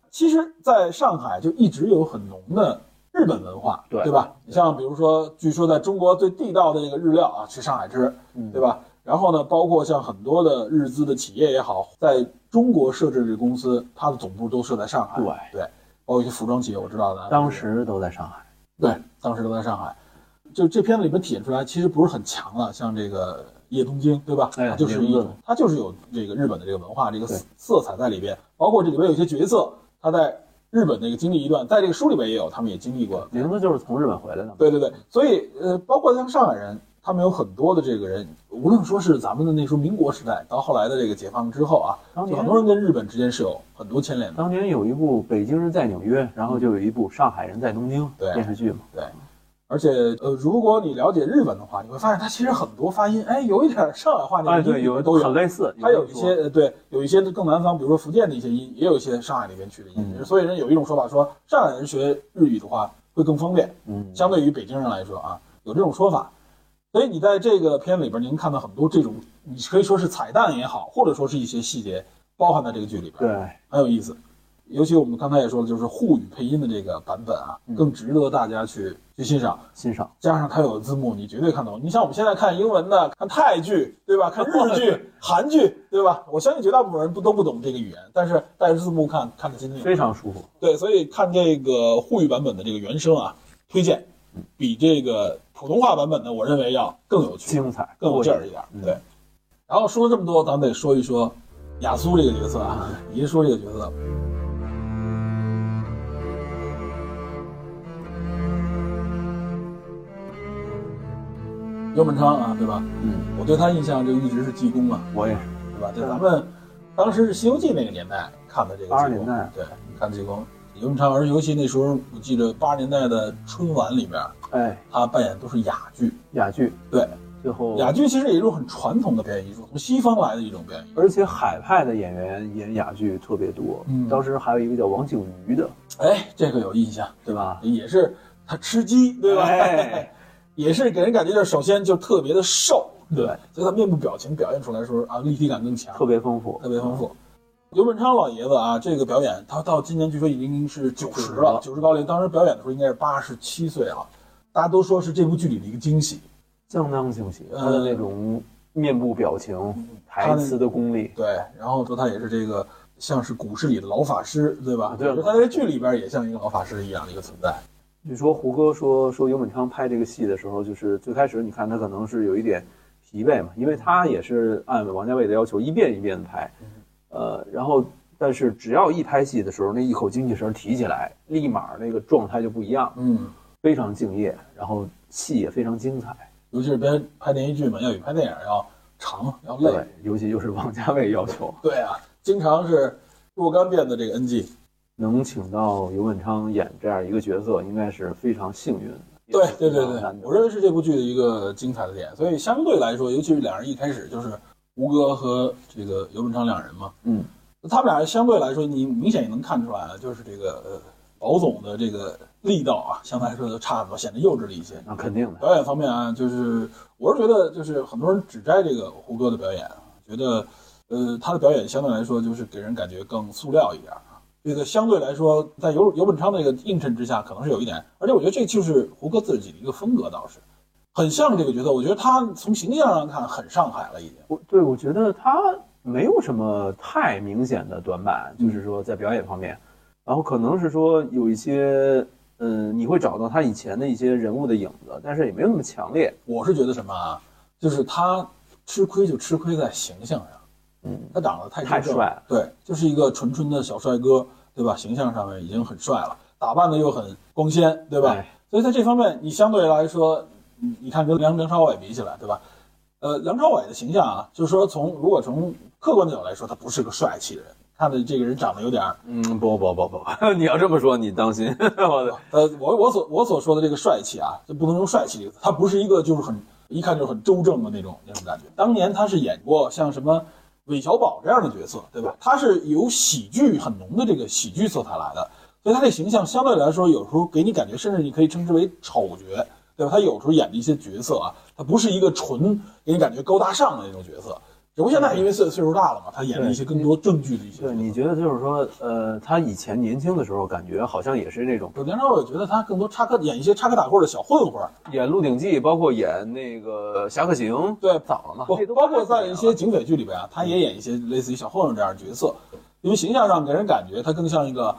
其实，在上海就一直有很浓的日本文化，对吧？你像比如说，据说在中国最地道的这个日料啊，去上海吃，嗯对吧？然后呢，包括像很多的日资的企业也好，在中国设置的公司，它的总部都设在上海，对对，包括一些服装企业，我知道的，当时都在上海，对，当时都在上海。就这片子里面体现出来，其实不是很强了，像这个夜东京，对吧？哎它就是一夜东种京，它就是有这个日本的这个文化，这个对色色彩在里边。包括这里边有些角色，他在日本那个经历一段，在这个书里边也有，他们也经历过。名字就是从日本回来的嘛。对对对，所以呃，包括像上海人，他们有很多的这个人，无论说是咱们的那时候民国时代，到后来的这个解放之后啊，当就年很多人跟日本之间是有很多牵连的。当年有一部《北京人在纽约》，然后就有一部《上海人在东京》对电视剧嘛，而且，呃，如果你了解日本的话，你会发现它其实很多发音，哎，有一点上海话那个哎，音对，里有面都有，很类似，它有一人些说呃，对，有一些更南方，比如说福建的一些音，也有一些上海那边去的音。嗯所以人有一种说法说，上海人学日语的话会更方便，嗯，相对于北京人来说啊，有这种说法。所以你在这个片子里边，您看到很多这种，你可以说是彩蛋也好，或者说是一些细节包含在这个剧里边，对。很有意思。尤其我们刚才也说了，就是沪语配音的这个版本啊，嗯更值得大家去去欣赏。欣赏。加上它有字幕，你绝对看懂。你像我们现在看英文的、看泰剧，对吧？看日剧、韩剧，对吧？我相信绝大部分人不都不懂这个语言，但是带着字幕看，看得津津有味。非常舒服，对，所以看这个沪语版本的这个原声啊，推荐比这个普通话版本的，我认为要更有趣、精彩，更有劲儿过一瘾嗯点。对。然后说了这么多，咱们得说一说雅苏这个角色啊，银叔这个角色。尤本昌啊，对吧？嗯，我对他印象就一直是济公嘛，我也是。对吧？对，咱们当时是《西游记》那个年代看的这个80济公年代对，看济公，尤文昌，而尤其那时候，我记得八十年代的春晚里边，哎，他扮演都是哑剧。哑剧对，最后，哑剧其实也是一种很传统的表演艺术，从西方来的一种表演艺术。而且海派的演员演哑剧特别多。嗯当时还有一个叫王景瑜的，哎，这个有印象，对吧？也是他吃鸡，对吧？哎也是给人感觉就是首先就特别的瘦， 对吧，所以对他面部表情表现出来的时候啊，立体感更强，特别丰富，特别丰富。尤本昌老爷子啊，这个表演他到今年据说已经是九十了，九十高龄。当时表演的时候应该是八十七岁啊，大家都说是这部剧里的一个惊喜。相当惊喜。嗯他的那种面部表情、台词的功力，对，然后说他也是这个像是股市里的老法师，对吧？对就是他在剧里边也像一个老法师一样的一个存在。据说胡歌说说尤本昌拍这个戏的时候，就是最开始你看他可能是有一点疲惫嘛，因为他也是按王家卫的要求一遍一遍的拍，嗯呃，然后但是只要一拍戏的时候，那一口精气神提起来，立马那个状态就不一样，嗯，非常敬业，然后戏也非常精彩。尤其是别拍连续剧嘛，要比拍电影要长要累。对，尤其就是王家卫要求对啊，经常是若干遍的这个 NG。能请到尤本昌演这样一个角色，应该是非常幸运的。对也是对对非对常难，得我认为是这部剧的一个精彩的点。所以相对来说，尤其是两人一开始就是吴哥和这个尤文昌两人嘛，嗯，他们俩相对来说，你明显也能看出来啊，就是这个呃保总的这个力道啊，相对来说就差很多，显得幼稚了一些。那肯定的，表演方面啊，就是我是觉得，就是很多人只摘这个胡歌的表演，觉得，呃，他的表演相对来说就是给人感觉更塑料一点啊。这个相对来说，在尤尤本昌的这个映衬之下，可能是有一点，而且我觉得这就是胡歌自己的一个风格，倒是很像这个角色。我觉得他从形象上看很上海了，已经。我对我觉得他没有什么太明显的短板，嗯就是说在表演方面，然后可能是说有一些，嗯，你会找到他以前的一些人物的影子，但是也没有那么强烈。我是觉得什么啊，就是他吃亏就吃亏在形象上，嗯，他长得太太出众帅了，对，就是一个纯纯的小帅哥，对吧？形象上面已经很帅了，打扮的又很光鲜，对吧？哎所以在这方面，你相对来说，你你看跟梁梁朝伟比起来，对吧？呃，梁朝伟的形象啊，就是说从如果从客观的角度来说，他不是个帅气的人，看着这个人长得有点儿嗯，不不不不不， 你要这么说，你当心， 我的呃，我我所我所说的这个帅气啊，这不能用帅气这个词，他不是一个就是很一看就是很周正的那种那种感觉。当年他是演过像什么韦小宝这样的角色，对吧？他是有喜剧很浓的这个喜剧色彩来的，所以他这形象相对来说有时候给你感觉，甚至你可以称之为丑角，对吧？他有时候演的一些角色啊，他不是一个纯给你感觉高大上的那种角色。只不过现在因为岁岁数大了嘛，他演了一些更多正剧的一些角对，色。你觉得就是说，呃，他以前年轻的时候，感觉好像也是那种有年少，我觉得他更多插科演一些插科打诨的小混混儿，演《鹿鼎记》，包括演那个《侠客行》，对早了嘛，不这啊都包括80在年一了些警匪剧里边啊，他也演一些类似于小混混这样的角色，因为形象上给人感觉他更像一个，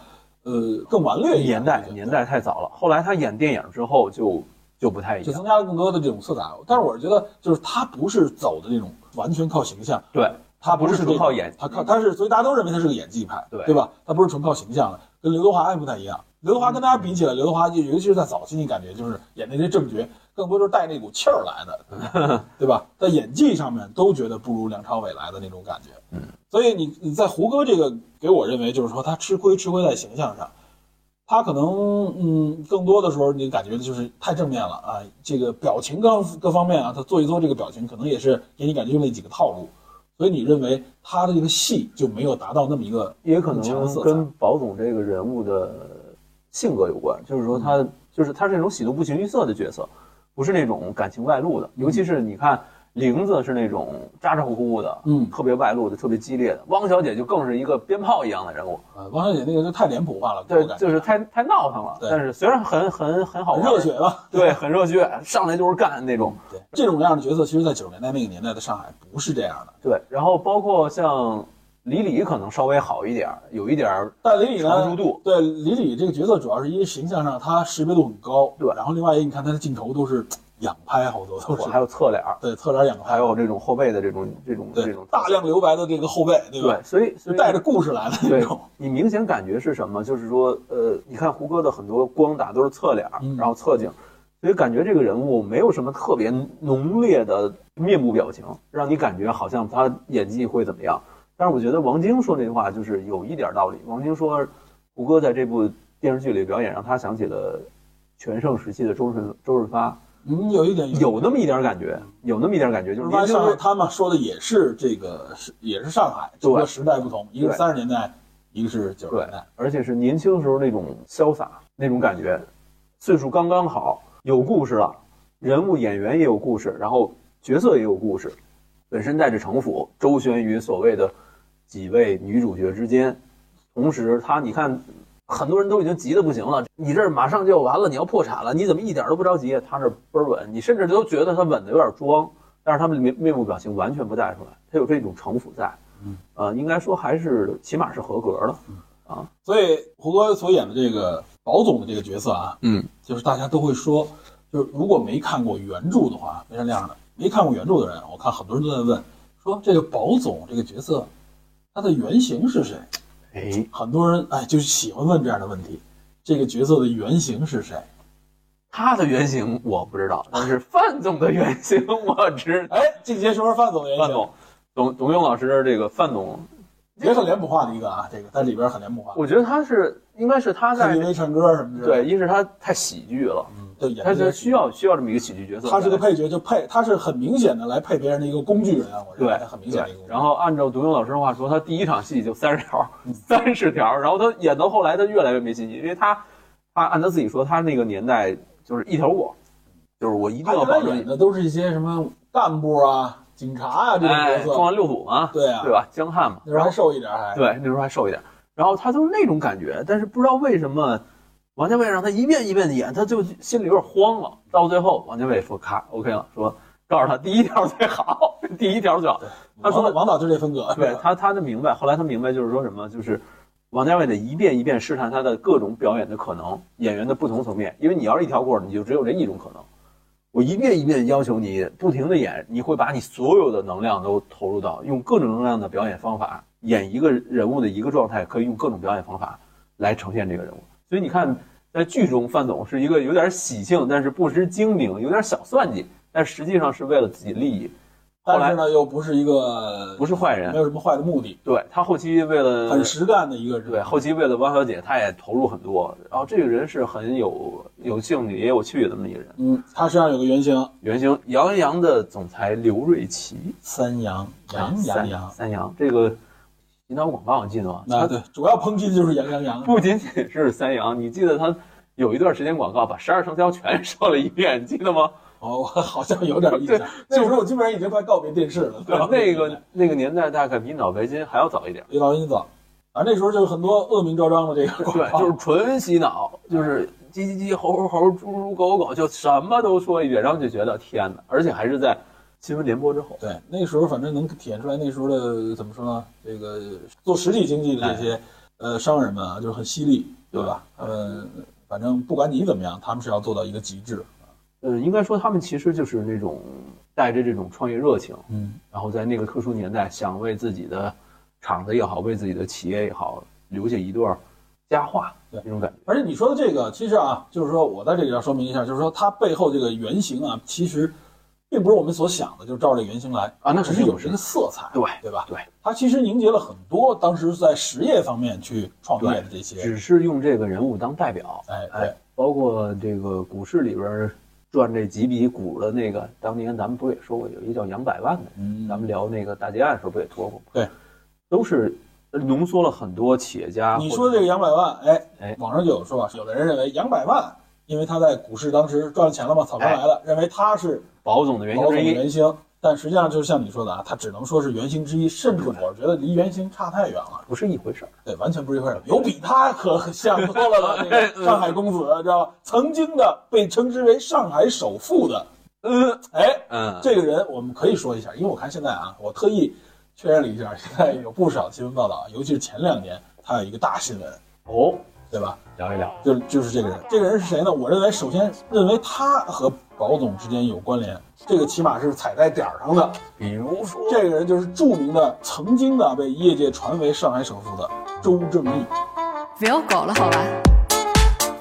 呃，更顽劣一点的年代角色年代太早了。后来他演电影之后就就不太一就样增，加了更多的这种色彩。但是我是觉得，就是他不是走的那种完全靠形象，对，他不不是这纯种靠演技他靠他是，所以大家都认为他是个演技派，对对吧？他不是纯靠形象的，跟刘德华还不太一样。刘德华跟大家嗯比起来，刘德华就尤其是在早期，你感觉就是演那些正角，更多就是带那股气儿来 的，对吧？在演技上面都觉得不如梁朝伟来的那种感觉。嗯所以你你在胡歌这个，给我认为就是说他吃亏吃亏在形象上，他可能嗯更多的时候你感觉就是太正面了啊，这个表情各各方面啊，他做一做这个表情，可能也是给你感觉用那几个套路，所以你认为他的这个戏就没有达到那么一个也可强色彩能跟宝总这个人物的性格有关，就是说嗯他、就是他是那种喜怒不形于色的角色，不是那种感情外露的。尤其是你看玲子是那种咋咋呼呼的，嗯特别外露的，特别激烈的。汪小姐就更是一个鞭炮一样的人物，呃王小姐那个就太脸谱化了，给对我，感觉就是太太闹腾了。对但是虽然很很很好很玩，热血嗯吧。对，很热血，上来就是干那种。对， 这种样的角色，其实在九十年代那个年代的上海不是这样的。对，然后包括像李李可能稍微好一点儿，有一点儿但李李呢？成熟度对李李这个角色，主要是因为形象上他识别度很高，对然后另外一个，你看他的镜头都是仰拍，好多都我是还有侧脸儿，对侧脸仰拍，还有这种后背的这种这种这对种大量留白的这个后背，对吧对，？所以所就以带着故事来的那对种。你明显感觉是什么？就是说，呃，你看胡歌的很多光打都是侧脸儿，嗯然后侧景，所以感觉这个人物没有什么特别浓烈的面部表情，让你感觉好像他演技会怎么样。但是我觉得王晶说那句话就是有一点道理。王晶说，胡歌在这部电视剧里表演，让他想起了全盛时期的周润周润发，嗯，有一点有那么一点感觉，有那么一点感觉，就是就是说您就上海是他们说的也是这个是也是上海，只不过时代不同，一个是三十年代，一个是九十对年代。，而且是年轻时候那种潇洒那种感觉，岁数刚刚好，有故事了，人物演员也有故事，然后角色也有故事，本身带着城府周旋于所谓的几位女主角之间，同时他你看。很多人都已经急得不行了，你这儿马上就要完了，你要破产了，你怎么一点都不着急？啊他这倍儿稳，你甚至都觉得他稳的有点装，但是他们面面部表情完全不带出来，他有这种城府在，呃，应该说还是起码是合格的。所以胡歌所演的这个保总的这个角色啊，嗯，就是大家都会说，就是如果没看过原著的话，没什么样的，没看过原著的人，我看很多人都在问，说这个保总这个角色，他的原型是谁？哎，很多人哎，就是喜欢问这样的问题，这个角色的原型是谁？他的原型我不知道，但是范总的原型我知道。哎，这节说说范总的原型，范总，董董永老师，这个范总，也很脸谱化的一个啊，这个在里边很脸谱化，我觉得他是应该是他在因为唱歌什么之类对，的，一是他太喜剧了，对，演他这就个需要需要这么一个喜剧角色。他是个配角，就配他是很明显的来配别人的一个工具人啊，我认为对他，很明显的一个对工。具人。然后按照董永老师的话说，他第一场戏就三十条，嗯三十条，然后他演到后来他越来越没信心，因为他他按他自己说，他那个年代就是一条我，就是我一定他要原来保证演的都是一些什么干部啊、警察啊这种哎，角中色，央六组嘛，对啊对吧？江汉嘛，那时候还瘦一点还。对，那时候还瘦一点。然后他就是那种感觉，但是不知道为什么，王家卫让他一遍一遍的演，他就心里有点慌了。到最后，王家卫说：“咔，OK 了，说告诉他第一条最好， 第一条最好。”他王说导的王导就这风格，对他，他就明白。后来他明白就是说什么，就是王家卫得一遍一遍试探他的各种表演的可能，演员的不同层面。因为你要是一条过，你就只有这一种可能。我一遍一遍要求你不停的演，你会把你所有的能量都投入到，用各种能量的表演方法演一个人物的一个状态，可以用各种表演方法来呈现这个人物。所以你看，在剧中范总是一个有点喜庆，但是不失精明，有点小算计，但实际上是为了自己利益，但是呢又不是一个不是坏人没。有什么坏的目的，对他后期为了很实干的一个人。对，后期为了汪小姐，她也投入很多。然后这个人是很有有兴趣也有趣的这么一个人。嗯，他身上有个原型，原型杨洋的总裁刘瑞琦，三羊羊三羊羊，三羊这个引导广告你记得吗？那他对，主要抨击的就是羊羊 羊。不仅仅是三羊，你记得他有一段时间广告把十二生肖全说了一遍，你记得吗？ 哦，我好像有点印象。那个时候我基本上已经快告别电视了。对吧，那个那个年代大概比脑白金还要早一点。李老英早，反正那时候就是很多恶名昭彰的这个广对，告，就是纯洗脑，就是鸡鸡鸡、猴猴猴、猪猪狗狗，就什么都说一遍，然后就觉得天哪，而且还是在新闻联播之后。对，那时候反正能体现出来那时候的怎么说呢？这个做实体经济的这些、哎呃商人们啊，就是很犀利，对吧？他们反正不管你怎么样，他们是要做到一个极致。呃，应该说他们其实就是那种带着这种创业热情，嗯，然后在那个特殊年代，想为自己的厂子也好，为自己的企业也好，留下一段佳话，对那种感觉。而且你说的这个，其实啊，就是说我在这里要说明一下，就是说它背后这个原型啊，其实并不是我们所想的，就照这原型来啊那只肯是定有不是这个色彩，对对吧？对，它其实凝结了很多当时在实业方面去创业的这些，只是用这个人物当代表，哎对哎，包括这个股市里边儿赚这几笔股的那个，当年咱们不是也说过有一个叫杨百万的，嗯咱们聊那个大劫案的时候不也说过吗？对，都是浓缩了很多企业家。你说这个杨百万，哎，哎网上就有说法，有的人认为杨百万，因为他在股市当时赚了钱了嘛，草船来了，认为他是哎保总的原老型总之的一，原型，但实际上就是像你说的啊，它只能说是原型之一，甚至我觉得离原型差太远了，不是一回事儿。对，完全不是一回事儿。有比它可像多了 的哎那嗯个上海公子，知道吧？曾经的被称之为上海首富的，嗯，哎，嗯，这个人我们可以说一下，因为我看现在啊，我特意确认了一下，现在有不少新闻报道， 尤其是前两年，他有一个大新闻哦，对吧？聊一聊。就就是这个人，这个人是谁呢？我认为首先认为他和保总之间有关联，这个起码是踩在点儿上的。比如说，这个人就是著名的，曾经的被业界传为上海首富的周正义。不要搞了，好吧？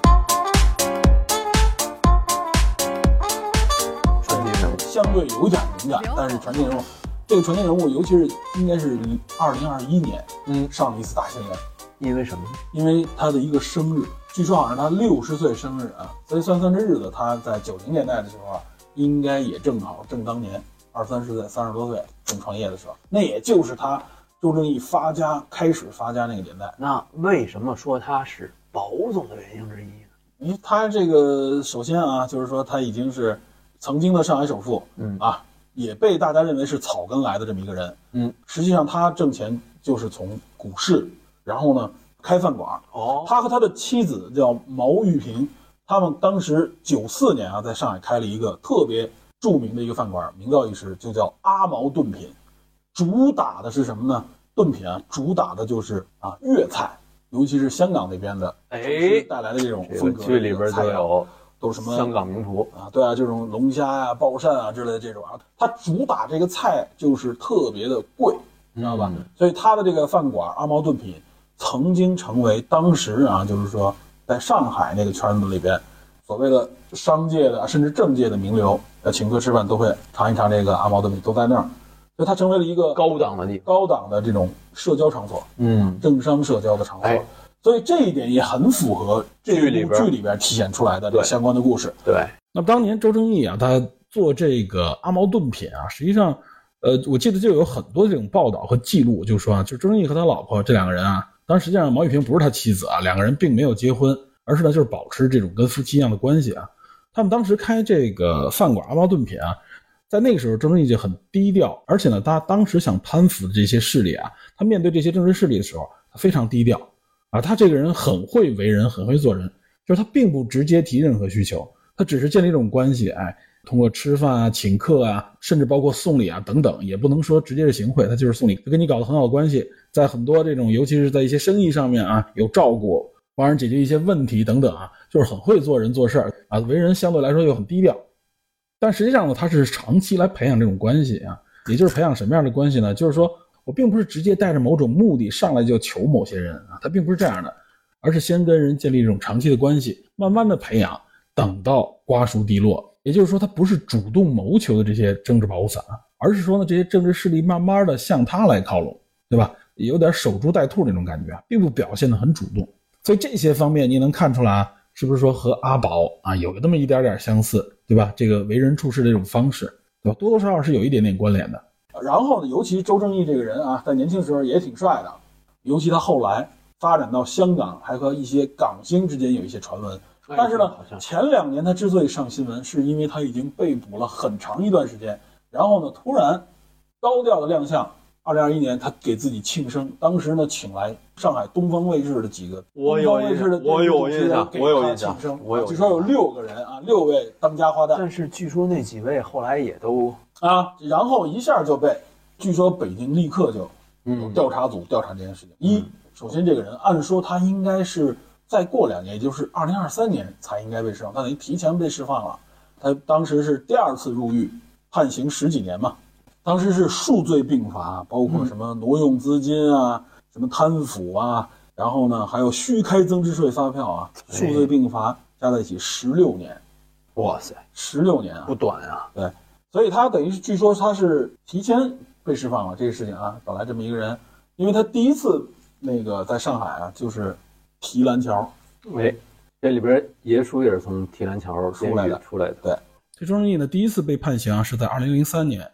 传奇人物，相对有点敏感，但是传奇人物，这个传奇人物，尤其是应该是二零二一年，嗯，上了一次大新闻，因为什么呢？因为他的一个生日，据说好像他六十岁生日啊，所以算算这日子，他在九零年代的时候啊，应该也正好正当年二三十岁、三十多岁正创业的时候，那也就是他周正义发家开始发家那个年代。那为什么说他是保总的原因之一呢？因为他这个首先啊，就是说他已经是曾经的上海首富，嗯啊，也被大家认为是草根来的这么一个人，嗯，实际上他挣钱就是从股市，然后呢开饭馆，哦，他和他的妻子叫毛玉萍，他们当时九四年啊，在上海开了一个特别著名的一个饭馆，名噪一时，就叫阿毛炖品。主打的是什么呢？炖品啊，主打的就是啊粤菜，尤其是香港那边的，哎带来的这种这风个格。剧里边菜就肴有都是什么香港名厨，啊，对啊，这种龙虾呀、鲍鳝啊之类的这种啊，它主打这个菜就是特别的贵，你知道吧？嗯所以它的这个饭馆阿毛炖品曾经成为当时啊，就是说在上海那个圈子里边，所谓的商界的啊甚至政界的名流，呃，请客吃饭都会尝一尝这个阿毛炖品，都在那儿，所以它成为了一个高档的地方。高档的这种社交场所，嗯，政商社交的场所。哎所以这一点也很符合这剧里部边剧里边体现出来的这对相关的故事。对，那么当年周正义啊，他做这个阿毛炖品啊，实际上，呃，我记得就有很多这种报道和记录，就说啊，就周正义和他老婆这两个人啊，当然实际上毛玉萍不是他妻子啊，两个人并没有结婚，而是呢就是保持这种跟夫妻一样的关系啊。他们当时开这个饭馆阿毛炖品啊，在那个时候周正义就很低调，而且呢，他当时想攀附的这些势力啊，他面对这些政治势力的时候，他非常低调啊，他这个人很会为人，很会做人，就是他并不直接提任何需求。他只是建立一种关系，哎，通过吃饭啊、请客啊，甚至包括送礼啊等等，也不能说直接是行贿，他就是送礼，就跟你搞得很好的关系，在很多这种，尤其是在一些生意上面啊，有照顾，帮人解决一些问题等等啊，就是很会做人做事儿啊，为人相对来说又很低调，但实际上呢，他是长期来培养这种关系啊，也就是培养什么样的关系呢？就是说我并不是直接带着某种目的上来就求某些人啊，他并不是这样的，而是先跟人建立一种长期的关系，慢慢的培养，等到瓜熟蒂落。也就是说，他不是主动谋求的这些政治保护伞，啊而是说呢，这些政治势力慢慢的向他来靠拢，对吧？有点守株待兔那种感觉啊，并不表现的很主动。所以这些方面你能看出来啊，是不是说和阿宝啊有那么一点点相似，对吧？这个为人处事的这种方式，对吧？多多少少是有一点点关联的。然后呢，尤其周正义这个人啊，在年轻时候也挺帅的，尤其他后来发展到香港，还和一些港星之间有一些传闻。但是呢好，像前两年他之所以上新闻，是因为他已经被捕了很长一段时间，然后呢，突然高调的亮相。二零二一年，他给自己庆生，当时呢，请来上海东方卫视的几个，我有东方卫视的印象我有电视主持人印象给我有他印象庆生我有据说有六个人啊，六位当家花旦，但是据说那几位后来也都啊，然后一下就被，据说北京立刻就有调查组调查这件事情。一，首先这个人按说他应该是再过两年，也就是二零二三年才应该被释放，他等于提前被释放了。他当时是第二次入狱，判刑十几年嘛，当时是数罪并罚，包括什么挪用资金啊、什么贪腐啊，然后呢还有虚开增值税发票啊，数罪并罚加在一起十六年，哇塞十六年啊，不短啊，所以他等于是，据说他是提前被释放了这个事情啊，找来这么一个人，因为他第一次那个在上海啊，就是提篮桥，哎，这里边爷叔也是从提篮桥嗯出来的监狱出来的，这周正义呢，第一次被判刑啊是在二零零三年，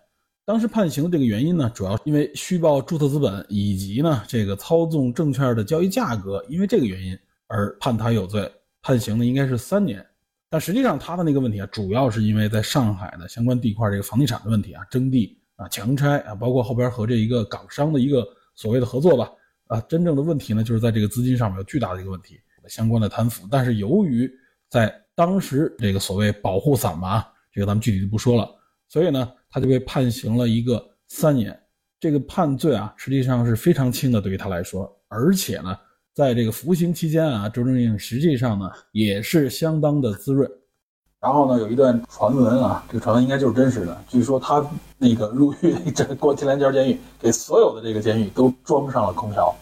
当时判刑的这个原因呢，主要是因为虚报注册资本以及呢这个操纵证券的交易价格，因为这个原因而判他有罪，判刑呢应该是三年。但实际上他的那个问题啊，主要是因为在上海的相关地块这个房地产的问题啊，征地啊、强拆啊，包括后边和这一个港商的一个所谓的合作吧，啊，真正的问题呢，就是在这个资金上面有巨大的一个问题，相关的贪腐。但是由于在当时这个所谓保护伞嘛，这个咱们具体就不说了，所以呢，他就被判刑了一个三年。这个判罪啊，实际上是非常轻的，对于他来说，而且呢，在这个服刑期间啊，周正应实际上呢也是相当的滋润。然后呢，有一段传闻啊，这个传闻应该就是真实的。据说他那个入狱的这过进兰桥监狱，给所有的这个监狱都装上了空调，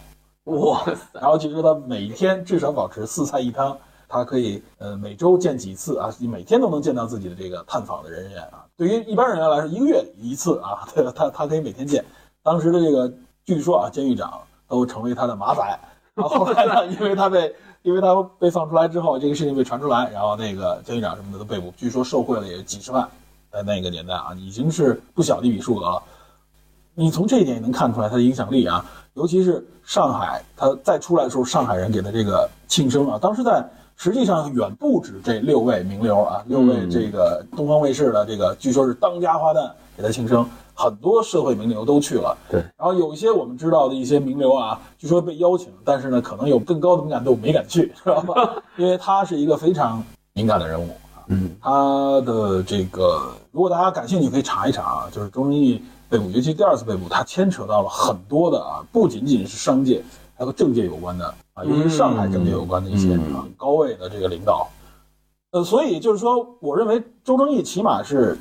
哇然后据说他每天至少保持四菜一汤，他可以呃每周见几次啊，每天都能见到自己的这个探访的人员啊。对于一般人员来说，一个月一次啊， 对吧？他他可以每天见。当时的这个据说啊，监狱长都成为他的马仔。然后后来呢， 因为他被因为他被放出来之后，这个事情被传出来，然后那个监狱长什么的都被捕，据说受贿了也几十万，在那个年代啊，已经是不小的一笔数额了。啊你从这一点也能看出来他的影响力啊，尤其是上海，他再出来的时候，上海人给的这个庆生啊，当时在实际上远不止这六位名流啊，六位这个东方卫视的这个据说是当家花旦给他庆生，很多社会名流都去了。对，然后有一些我们知道的一些名流啊，据说被邀请，但是呢，可能有更高的敏感度没敢去，知道吧？因为他是一个非常敏感的人物。啊嗯，他的这个，如果大家感兴趣，可以查一查啊，就是周正义被捕，尤其第二次被捕，他牵扯到了很多的啊，不仅仅是商界，还和政界有关的啊，尤其是上海政界有关的一些嗯很高位的这个领导。呃，所以就是说，我认为周正义起码是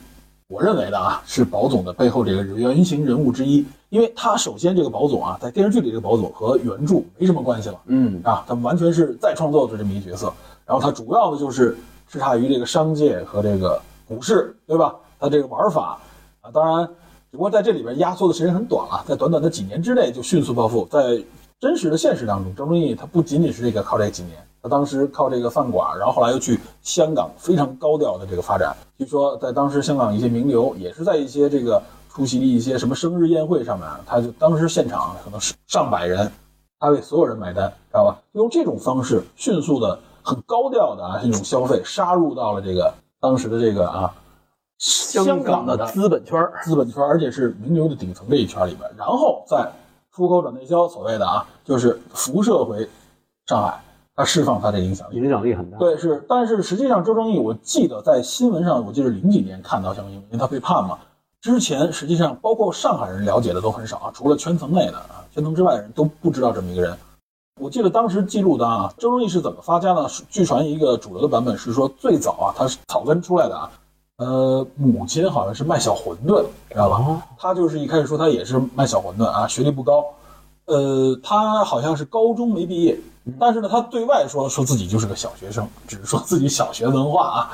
我认为的啊，是宝总的背后这个原型人物之一，因为他首先这个宝总啊，在电视剧里这个宝总和原著没什么关系了。嗯，啊，他完全是再创作的这么一角色。然后他主要的就是叱咤于这个商界和这个股市，对吧？他这个玩法啊，当然，只不过在这里边压缩的时间很短啊，在短短的几年之内就迅速暴富。在真实的现实当中，周正义他不仅仅是这个靠这几年，他当时靠这个饭馆，然后后来又去香港非常高调的这个发展。据说在当时香港一些名流也是在一些这个出席一些什么生日宴会上面啊，他就当时现场可能是上百人，他为所有人买单，知道吧？用这种方式迅速的、很高调的啊，这种消费杀入到了这个当时的这个啊香港的资本圈儿，资本圈，而且是名流的顶层这一圈里边，然后再出口转内销，所谓的啊，就是辐射回上海，它释放它这影响力。影响力很大。对，是，但是实际上周正义，我记得在新闻上，我记得零几年看到相关新闻，因为他被判嘛。之前实际上，包括上海人了解的都很少啊，除了圈层内的啊，圈层之外的人都不知道这么一个人。我记得当时记录的啊，周正义是怎么发家呢？是据传一个主流的版本是说，最早啊，他是草根出来的啊，呃，母亲好像是卖小馄饨，知道吧？他就是一开始说他也是卖小馄饨啊，学历不高，呃，他好像是高中没毕业，但是呢，他对外说说自己就是个小学生，只是说自己小学文化啊。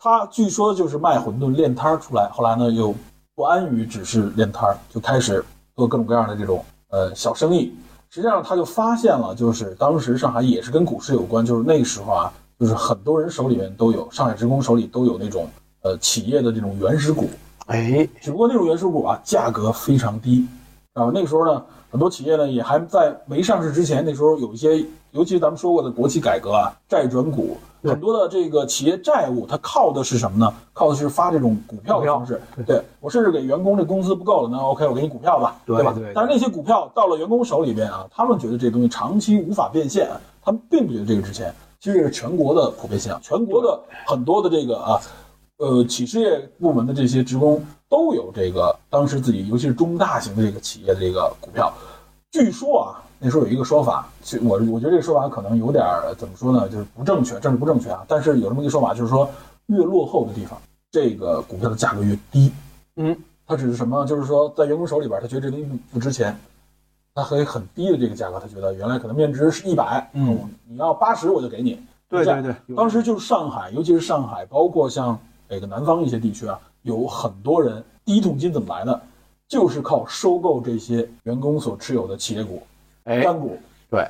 他据说就是卖馄饨练摊儿出来，后来呢又不安于只是练摊儿，就开始做各种各样的这种呃小生意。实际上，他就发现了，就是当时上海也是跟股市有关，就是那个时候啊，就是很多人手里面都有，上海职工手里都有那种呃企业的这种原始股，哎，只不过那种原始股啊，价格非常低，啊，那个时候呢，很多企业呢也还在没上市之前，那时候有一些，尤其咱们说过的国企改革啊，债转股，很多的这个企业债务，它靠的是什么呢？靠的是发这种股票的方式。对我甚至给员工这公司不够了，那 OK，我给你股票吧，对吧对对？但是那些股票到了员工手里边啊，他们觉得这东西长期无法变现，啊他们并不觉得这个值钱。其实这是全国的普遍现象，全国的很多的这个啊，呃，企事业部门的这些职工都有这个当时自己，尤其是中大型的这个企业的这个股票。据说啊，那时候有一个说法，其实我我觉得这个说法可能有点儿怎么说呢，就是不正确，政治不正确啊。但是有这么一个说法，就是说越落后的地方，这个股票的价格越低。嗯，它只是什么？就是说在员工手里边儿，他觉得这东西不值钱，他可以很低的这个价格，他觉得原来可能面值是一百，嗯，你要八十我就给你。对这样对对，有当时就是上海，尤其是上海，包括像这个南方一些地区啊，有很多人第一桶金怎么来的，就是靠收购这些员工所持有的企业股、哎干股。对，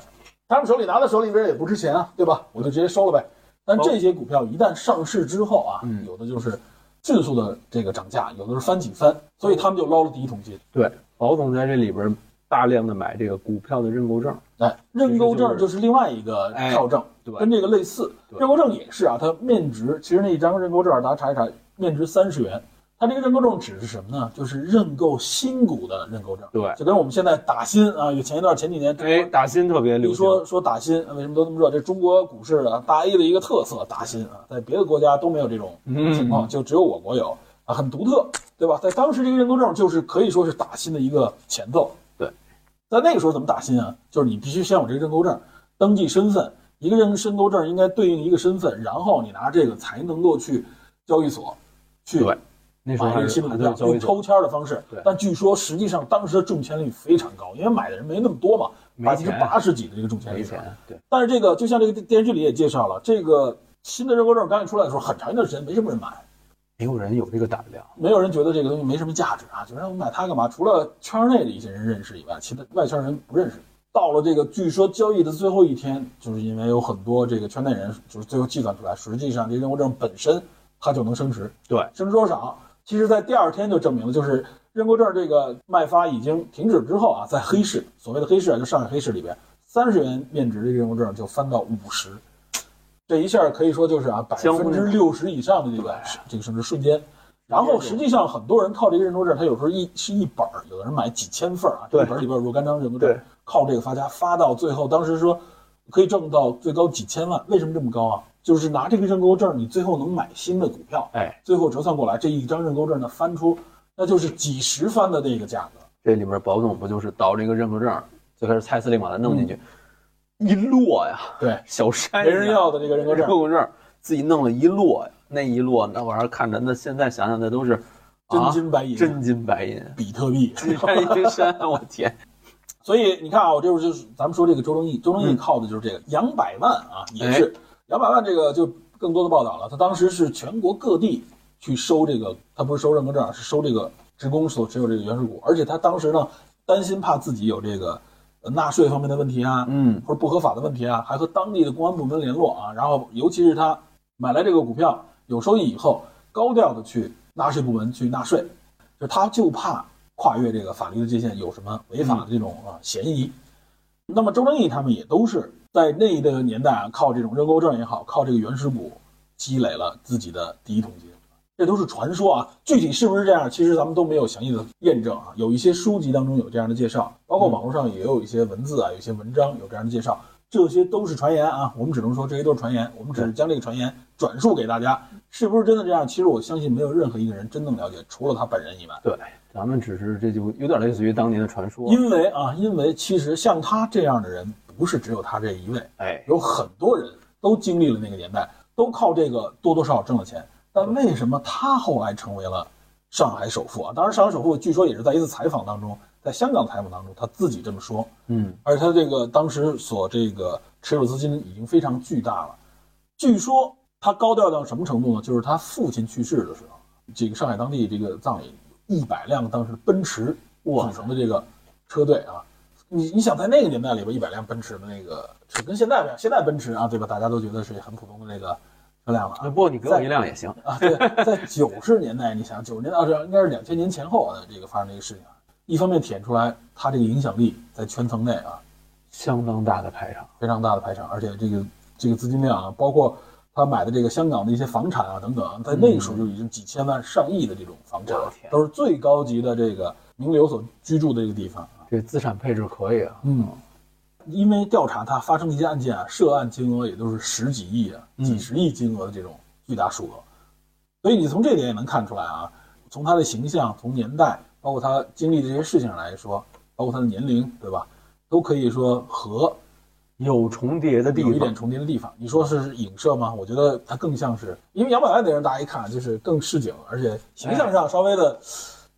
他们手里拿到手里边也不值钱啊，对吧？我就直接收了呗。但这些股票一旦上市之后啊，嗯有的就是迅速的这个涨价，有的是翻几番，所以他们就捞了第一桶金。对，宝总在这里边大量的买这个股票的认购证。哎，认购其实就证是就是另外一个哎票证，对跟这个类似。对认购证也是啊，它面值其实那一张认购证，大家查一查，面值三十元。它这个认购证指的是什么呢？就是认购新股的认购证，对就跟我们现在打新啊，有前一段前几年中国哎，打新特别流你行。说说打新，为什么都这么热？这中国股市啊，大 A 的一个特色，打新啊，在别的国家都没有这种嗯嗯情况，就只有我国有啊，很独特，对吧？在当时这个认购证就是可以说是打新的一个前奏。对，在那个时候怎么打新啊？就是你必须先有这个认购证，登记身份，一个人申购证应该对应一个身份，然后你拿这个才能够去交易所去对那时候买这还个是新股还票是，交易用所抽签儿的方式对。但据说实际上当时的中签率非常高，因为买的人没那么多嘛，没百分之钱八十几的这个中签率没是吧。钱。对，但是这个就像这个电电视剧里也介绍了，这个新的认购证刚一出来的时候，很长一段时间没什么人买，没有人有这个胆量。没有人觉得这个东西没什么价值啊，觉得我买它干嘛？除了圈内的一些人认识以外，其他外圈人不认识。到了这个据说交易的最后一天，就是因为有很多这个圈内人，就是最后计算出来，实际上这个认购证本身它就能升值，对，升值多少？其实，在第二天就证明了，就是认购证这个卖发已经停止之后啊，在黑市，所谓的黑市啊，就上海黑市里边，三十元面值的认购证就翻到五十，这一下可以说就是啊，百江湖分之六十以上的这个这个升值瞬间。然后实际上很多人靠这个认购证，他有时候一是一本儿，有的人买几千份儿啊，对一本儿里边有若干张认购证对，靠这个发家发到最后，当时说可以挣到最高几千万，为什么这么高啊？就是拿这个认购证，你最后能买新的股票，哎，最后折算过来这一张认购证呢翻出，那就是几十番的那个价格。这里边保总不就是倒这个认可证，最开始蔡司令把它弄进去，一摞哎呀，对，小山没人一样要的这个认购认证，购证自己弄了一摞呀，那一摞那玩意儿看着，那现在想想那都是真啊金白银，真金白银，比特 币。金山银山，我天，所以你看啊，我这会儿就是咱们说这个周正义，周正义嗯哎靠的就是这个杨百万啊，也是杨百万这个就更多的报道了。他当时是全国各地去收这个，他不是收认购证啊，是收这个职工所持有这个原始股，而且他当时呢担心怕自己有这个呃纳税方面的问题啊， 嗯，或者不合法的问题啊，还和当地的公安部门联络啊，然后尤其是他买来这个股票有收益以后，高调的去纳税部门去纳税，就他就怕跨越这个法律的界限有什么违法的这种啊嫌疑。那么周正义他们也都是在那个年代啊，靠这种认购证也好，靠这个原始股积累了自己的第一桶金。这都是传说啊，具体是不是这样，其实咱们都没有详细的验证啊。有一些书籍当中有这样的介绍，包括网络上也有一些文字啊，有一些文章有这样的介绍，这些都是传言啊。我们只能说这些都是传言，我们只是将这个传言转述给大家，是不是真的这样？其实我相信没有任何一个人真正了解，除了他本人以外。对，咱们只是这就有点类似于当年的传说，因为啊，因为其实像他这样的人，不是只有他这一位，哎，有很多人都经历了那个年代，都靠这个多多少少挣了钱。但为什么他后来成为了上海首富啊？当然，上海首富据说也是在一次采访当中，在香港采访当中他自己这么说。嗯，而他这个当时所这个持有资金已经非常巨大了。据说他高调到什么程度呢？就是他父亲去世的时候，这个上海当地这个葬礼，一百辆当时奔驰组成的这个车队啊，你你想在那个年代里边，一百辆奔驰的那个车跟现在不一样，现在奔驰啊，对吧？大家都觉得是很普通的这个车辆了啊那。不过你给我一辆也行，啊，对，在九十年代，你想九十年代啊，这应该是两千年前后啊，这个发生这个事情啊，一方面体现出来他这个影响力在全层内啊，相当大的排场，非常大的排场，而且这个这个资金量啊，包括他买的这个香港的一些房产啊等等啊，在那个时候就已经几千万、上亿的这种房产我的，天都是最高级的这个名流所居住的这个地方啊。这资产配置可以啊，嗯，因为调查他发生的一些案件啊，涉案金额也都是十几亿啊、几十亿金额的这种巨大数额，所以你从这点也能看出来啊，从他的形象、从年代，包括他经历的这些事情来说，包括他的年龄，对吧？都可以说和有重叠的地有一点方，重叠的地方。你说是影射吗？我觉得它更像是，因为杨百万那人大家一看就是更市井，而且形象上稍微的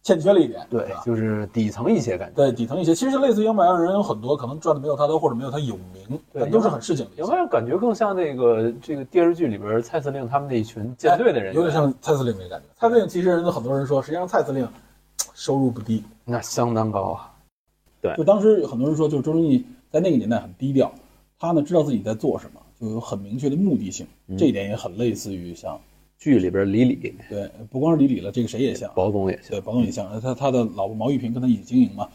欠缺了一点，对吧，就是底层一些感觉。对底层一些。其实类似于杨百万的人有很多，可能赚的没有他多，或者没有他有名，对但都是很市井的一有些没。有感觉更像那个这个电视剧里边蔡司令他们那一哎群舰队的人员？哎有点像蔡司令那感觉。蔡司令其实人家很多人说，实际上蔡司令收入不低，那相当高啊。就当时有很多人说，就是周正义在那个年代很低调，他呢知道自己在做什么，就有很明确的目的性，嗯这一点也很类似于像剧里边李李、对，不光是李李了，这个谁也像。保总也行，对，保总也像，他他的老婆毛玉萍跟他一起经营嘛。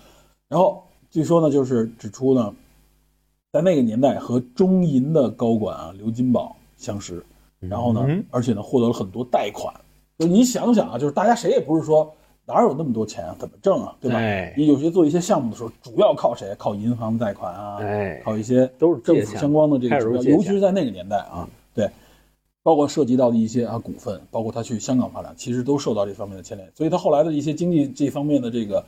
然后据说呢，就是指出呢，在那个年代和中银的高管啊刘金宝相识，嗯然后呢，而且呢获得了很多贷款。就你想想啊，就是大家谁也不是说哪有那么多钱啊，怎么挣啊，对吧？哎你有些做一些项目的时候，主要靠谁？靠银行贷款啊，哎，靠一些都是政借府钱相关的这开个始指标，都是借尤其钱是在那个年代啊，对，包括涉及到的一些啊股份，包括他去香港发展，其实都受到这方面的牵连。所以他后来的一些经济这方面的这个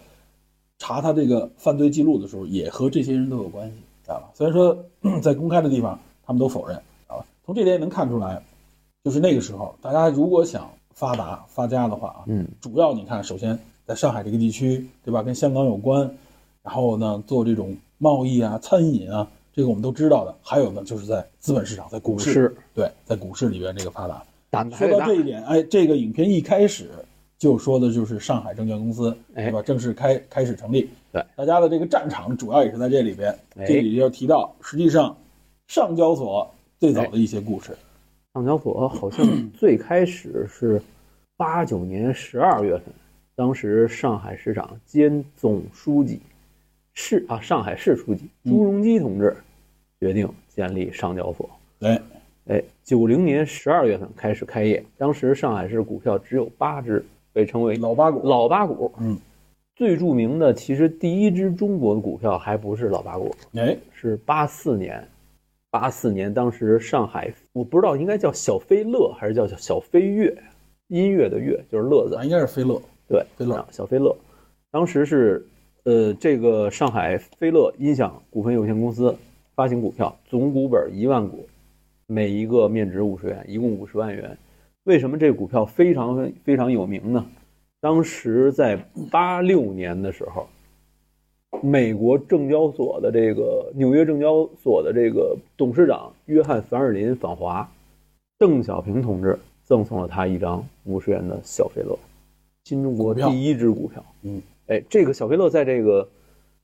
查他这个犯罪记录的时候，也和这些人都有关系，知道吧？虽然说 在公开的地方他们都否认，知道吧？从这点也能看出来，啊就是那个时候大家如果想发达发家的话啊，嗯，主要你看，首先在上海这个地区，对吧？跟香港有关，然后呢，做这种贸易啊、餐饮啊，这个我们都知道的。还有呢，就是在资本市场，在股市，是对，在股市里边这个发达。胆子还说得到大这，一点，哎，这个影片一开始就说的就是上海证券公司，哎对吧？正式开开始成立，对，大家的这个战场主要也是在这里边。哎这里就提到，实际上上交所最早的一些故事，哎上交所好像最开始是八九年十二月份，当时上海市长兼总书记市啊上海市书记嗯朱镕基同志决定建立上交所。哎，哎，九零年十二月份开始开业，当时上海市股票只有八只，被称为老八股，老八股。嗯，最著名的其实第一只中国的股票还不是老八股，哎，是八四年，八四年当时上海，我不知道应该叫小飞乐还是叫小飞跃，音乐的乐就是乐咱字，应该是飞乐，对，飞乐啊小飞乐，当时是呃这个上海飞乐音响股份有限公司发行股票，总股本一万股，每一个面值五十元，一共五十万元。为什么这股票非常非常有名呢？当时在八六年的时候，美国证交所的这个纽约证交所的这个董事长约翰·凡尔林访华，邓小平同志赠送了他一张五十元的小飞乐，新中国第一只股票。嗯，哎，这个小飞乐在这个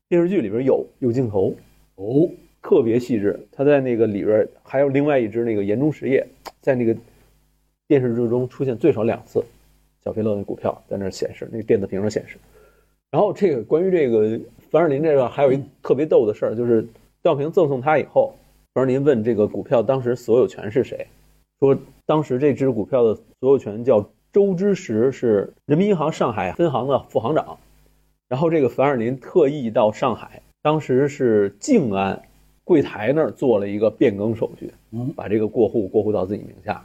电视剧里边有有镜头，哦，特别细致。他在那个里边还有另外一只那个岩中实业，在那个电视剧中出现最少两次，小飞乐那股票在那儿显示，那个电子屏上显示。然后这个关于这个凡士林这个还有一特别逗的事儿，就是邓小平赠送他以后，凡士林问这个股票当时所有权是谁，说当时这只股票的所有权叫周之时，是人民银行上海分行的副行长。然后这个凡尔林特意到上海，当时是静安柜台那儿做了一个变更手续嗯，把这个过户过户到自己名下。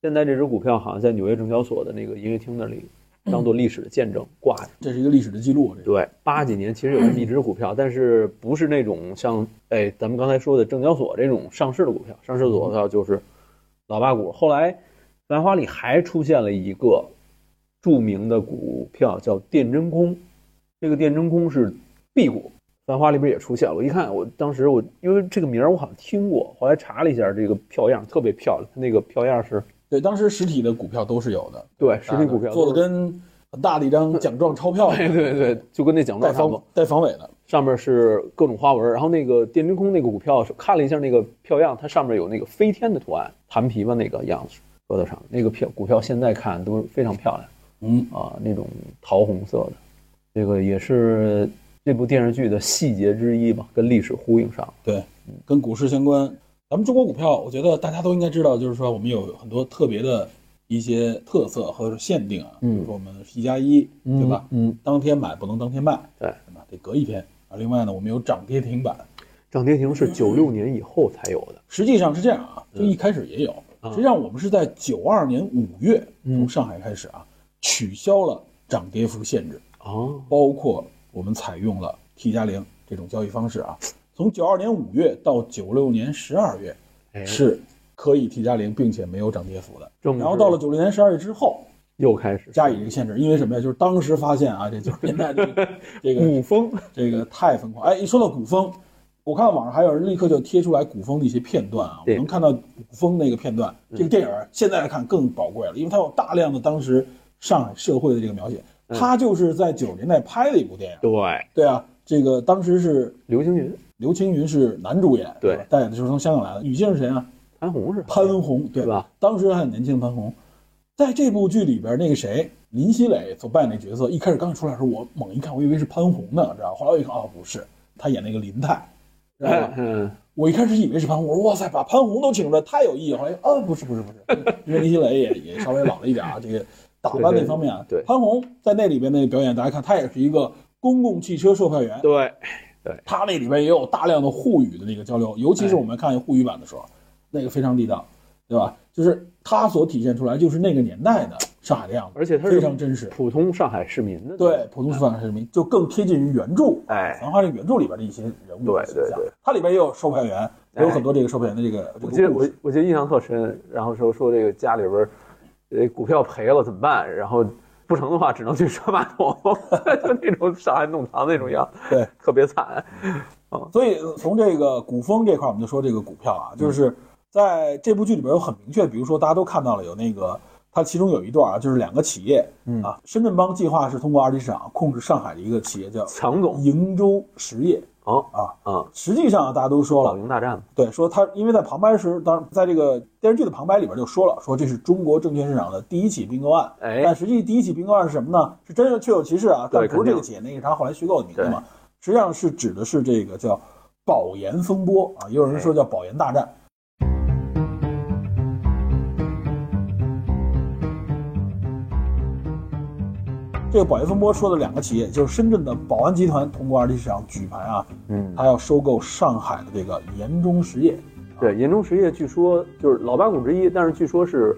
现在这只股票好像在纽约证交所的那个营业厅那里当做历史的见证挂着。这是一个历史的记录，这个对，八几年其实有这么一只股票，但是不是那种像哎咱们刚才说的证交所这种上市的股票，上市的股票就是老八股。后来繁花里还出现了一个著名的股票叫电真空，这个电真空是 B 股，繁花里边也出现了。我一看，我当时我因为这个名儿我好像听过，后来查了一下，这个票样特别漂亮，它那个票样是对，当时实体的股票都是有的，对实体股票啊做都的是跟很大的一张奖状钞 票，对哎对对，就跟那奖带状差不多防。带防伪的，上面是各种花纹，然后那个电真空那个股票是看了一下那个票样，它上面有那个飞天的图案，弹琵琶那个样子搁在上面。那个票股票现在看都是非常漂亮嗯，啊，那种桃红色的，这个也是这部电视剧的细节之一吧，跟历史呼应上了。嗯跟股市相关。咱们中国股票，我觉得大家都应该知道，就是说我们有很多特别的一些特色和限定啊，嗯比如说我们一加一，对吧？嗯，当天买不能当天卖，对对吧？得隔一天啊。另外呢，我们有涨跌停板，涨跌停是九六年以后才有的。实际上是这样啊，嗯这一开始也有。实际上我们是在九二年五月嗯从上海开始啊，取消了涨跌幅限制。哦，包括我们采用了 T 加零这种交易方式啊。从九二年五月到九六年十二月哎嗯是可以 T 加零，并且没有涨跌幅的。正然后到了是九六年十二月之后，又开始加以这个限制，因为什么呀？就是当时发现啊，这就是现在这个这个古风，这个太疯狂。哎，一说到古风，我看网上还有人立刻就贴出来古风的一些片段啊，我对嗯能看到古风那个片段。这个电影儿现在来看更宝贵了，因为它有大量的当时上海社会的这个描写。嗯它就是在九十年代拍的一部电影，对，对啊，这个当时是刘青云、刘青云是男主演，对吧，带的就是从香港来的，女性是谁啊？潘虹是潘虹，对是吧？当时还很年轻的潘虹，在这部剧里边，那个谁林熙蕾所扮演那角色，一开始刚出来的时候，我猛一看，我以为是潘虹呢，知道吧？后来我一看，哦，不是，他演那个林泰，知道哎吧？嗯，我一开始以为是潘虹，我说哇塞，把潘虹都请出来太有意义了。后来啊，不是不是不是， 因为林熙蕾也也稍微老了一点啊，这个打扮那方面啊，对对对潘虹在那里边那个表演，大家看她也是一个公共汽车售票员，对，他那里边也有大量的沪语的那个交流，尤其是我们看沪语版的时候，那个非常地道，对吧？就是他所体现出来就是那个年代的上海的样子，而且他是非常真实。普通上海市民的，对，普通上海市民就更贴近于原著，哎繁花这个原著里边的一些人物的对形对象对，哎它里边也有售票员，也有很多这个售票员的这个。这个我记得故我事我记得印象特深，然后说说这个家里边儿，呃，股票赔了怎么办？然后不成的话，只能去刷马桶， 就那种上海弄堂那种样，对，特别惨。所以呃从这个古风这块儿，我们就说这个股票啊，就是在这部剧里边有很明确，比如说大家都看到了有那个，它其中有一段啊，就是两个企业，嗯啊，深圳帮计划是通过二级市场控制上海的一个企业叫强总，瀛州实业哦啊，啊，实际上啊大家都说老了，鹰大战嘛，对，说它因为在旁白时，当然在这个电视剧的旁白里边就说了，说这是中国证券市场的第一起并购案，哎但实际第一起并购案是什么呢？是真的确有其事啊，但对不是肯这个定企业，那个是他后来虚构的名字嘛。实际上是指的是这个叫保研风波啊，也有人说叫保研大战。这个保研风波说的两个企业，就是深圳的宝安集团通过二级市场举牌啊，嗯，它要收购上海的这个研中实业。对，盐中实业据说就是老八股之一，但是据说是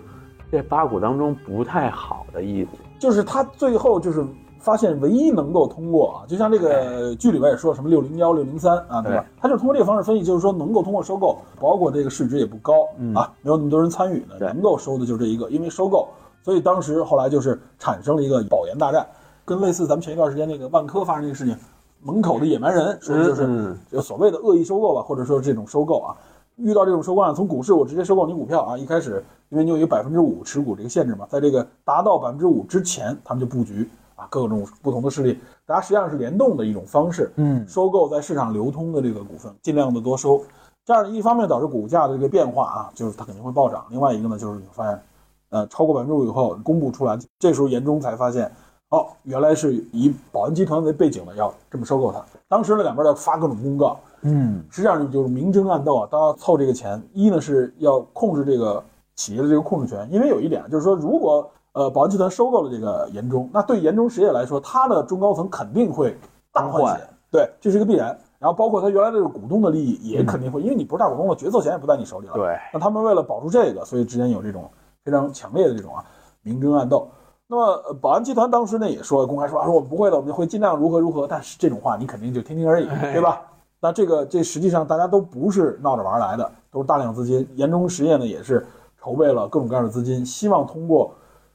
这八股当中不太好的一股，就是他最后就是发现唯一能够通过啊，就像这个剧里边也说什么六零幺、六零三啊，对吧对？他就通过这个方式分析，就是说能够通过收购，包括这个市值也不高、啊，没有那么多人参与的，对能够收的就这一个，因为收购，所以当时后来就是产生了一个保研大战，跟类似咱们前一段时间那个万科发生那个事情，门口的野蛮人说的就是。嗯，就所谓的恶意收购吧，或者说这种收购啊，遇到这种收购啊案，从股市我直接收购你股票啊，一开始因为你有一个百分之五持股这个限制嘛，在这个达到百分之五之前，他们就布局啊，各种不同的势力，大家实际上是联动的一种方式，嗯，收购在市场流通的这个股份，尽量的多收，这样一方面导致股价的这个变化啊，就是它肯定会暴涨，另外一个呢就是你发现，呃，超过百分之五以后公布出来，这时候严中才发现。哦，原来是以保安集团为背景的，要这么收购它。当时呢，两边要发各种公告，嗯，实际上就是明争暗斗啊，都要凑这个钱。一呢是要控制这个企业的这个控制权，因为有一点啊就是说，如果呃保安集团收购了这个盐中，那对盐中实业来说，它的中高层肯定会大换血，对，这是一个必然。然后包括它原来这个股东的利益也肯定会，因为你不是大股东了，决策权也不在你手里了。对，那他们为了保住这个，所以之间有这种非常强烈的这种啊明争暗斗。那么呃保安集团当时呢也说公开说啊，说我们不会的，我们会尽量如何如何。但是这种话你肯定就听听而已，对吧？那这个这实际上大家都不是闹着玩儿来的，都是大量资金。盐中实业呢也是筹备了各种各样的资金，希望通过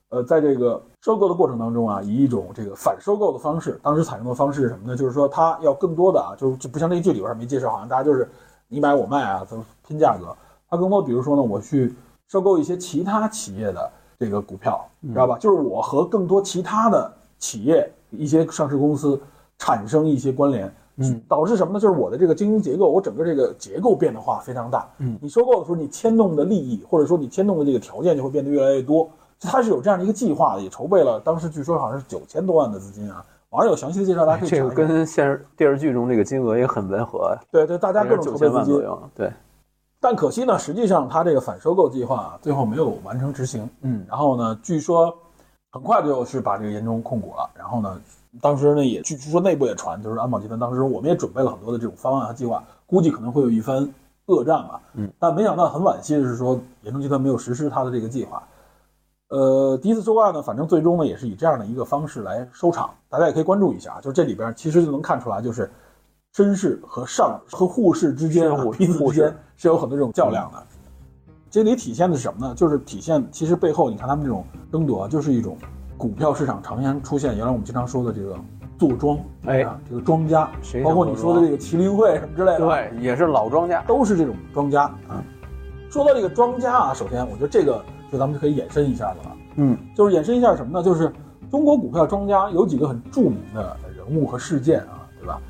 呃在这个收购的过程当中啊，以一种这个反收购的方式，当时采用的方式是什么呢？就是说它要更多的啊，就就不像这个剧里边儿没介绍，好像大家就是你买我卖啊，都拼价格。它更多，比如说呢，我去收购一些其他企业的这个股票，知道吧？嗯就是我和更多其他的企业、一些上市公司产生一些关联，嗯，导致什么呢？就是我的这个经营结构，我整个这个结构变得化非常大。嗯，你收购的时候，你牵动的利益或者说你牵动的这个条件就会变得越来越多。它是有这样的一个计划的，也筹备了，当时据说好像是九千多万的资金啊。网上有详细的介绍，大家可以查哎这个一下跟现实电视剧中这个金额也很吻合，对对，大家各种筹九备千资万金左，右，对，但可惜呢，实际上他这个反收购计划啊，最后没有完成执行。嗯然后呢，据说很快就是把这个严中控股了。然后呢，当时呢也据据说内部也传，就是安保集团当时我们也准备了很多的这种方案和计划，估计可能会有一番恶战吧。嗯，但没想到很惋惜的是说，严中集团没有实施他的这个计划。呃，第一次收案呢，反正最终呢也是以这样的一个方式来收场，大家也可以关注一下啊。就是这里边其实就能看出来，就是绅士和上和护士之间、啊是、护 彼此护之士间是有很多这种较量的。这里体现的是什么呢？就是体现其实背后你看他们这种争夺啊，就是一种股票市场常年出现，原来我们经常说的这个坐庄，哎啊，这个庄家谁，想包括你说的这个麒麟会什么之类的，，对，嗯也是老庄家，都是这种庄家啊。说到这个庄家啊，首先我觉得这个就咱们就可以延伸一下子了，嗯，就是延伸一下什么呢？就是中国股票庄家有几个很著名的人物和事件啊，对吧？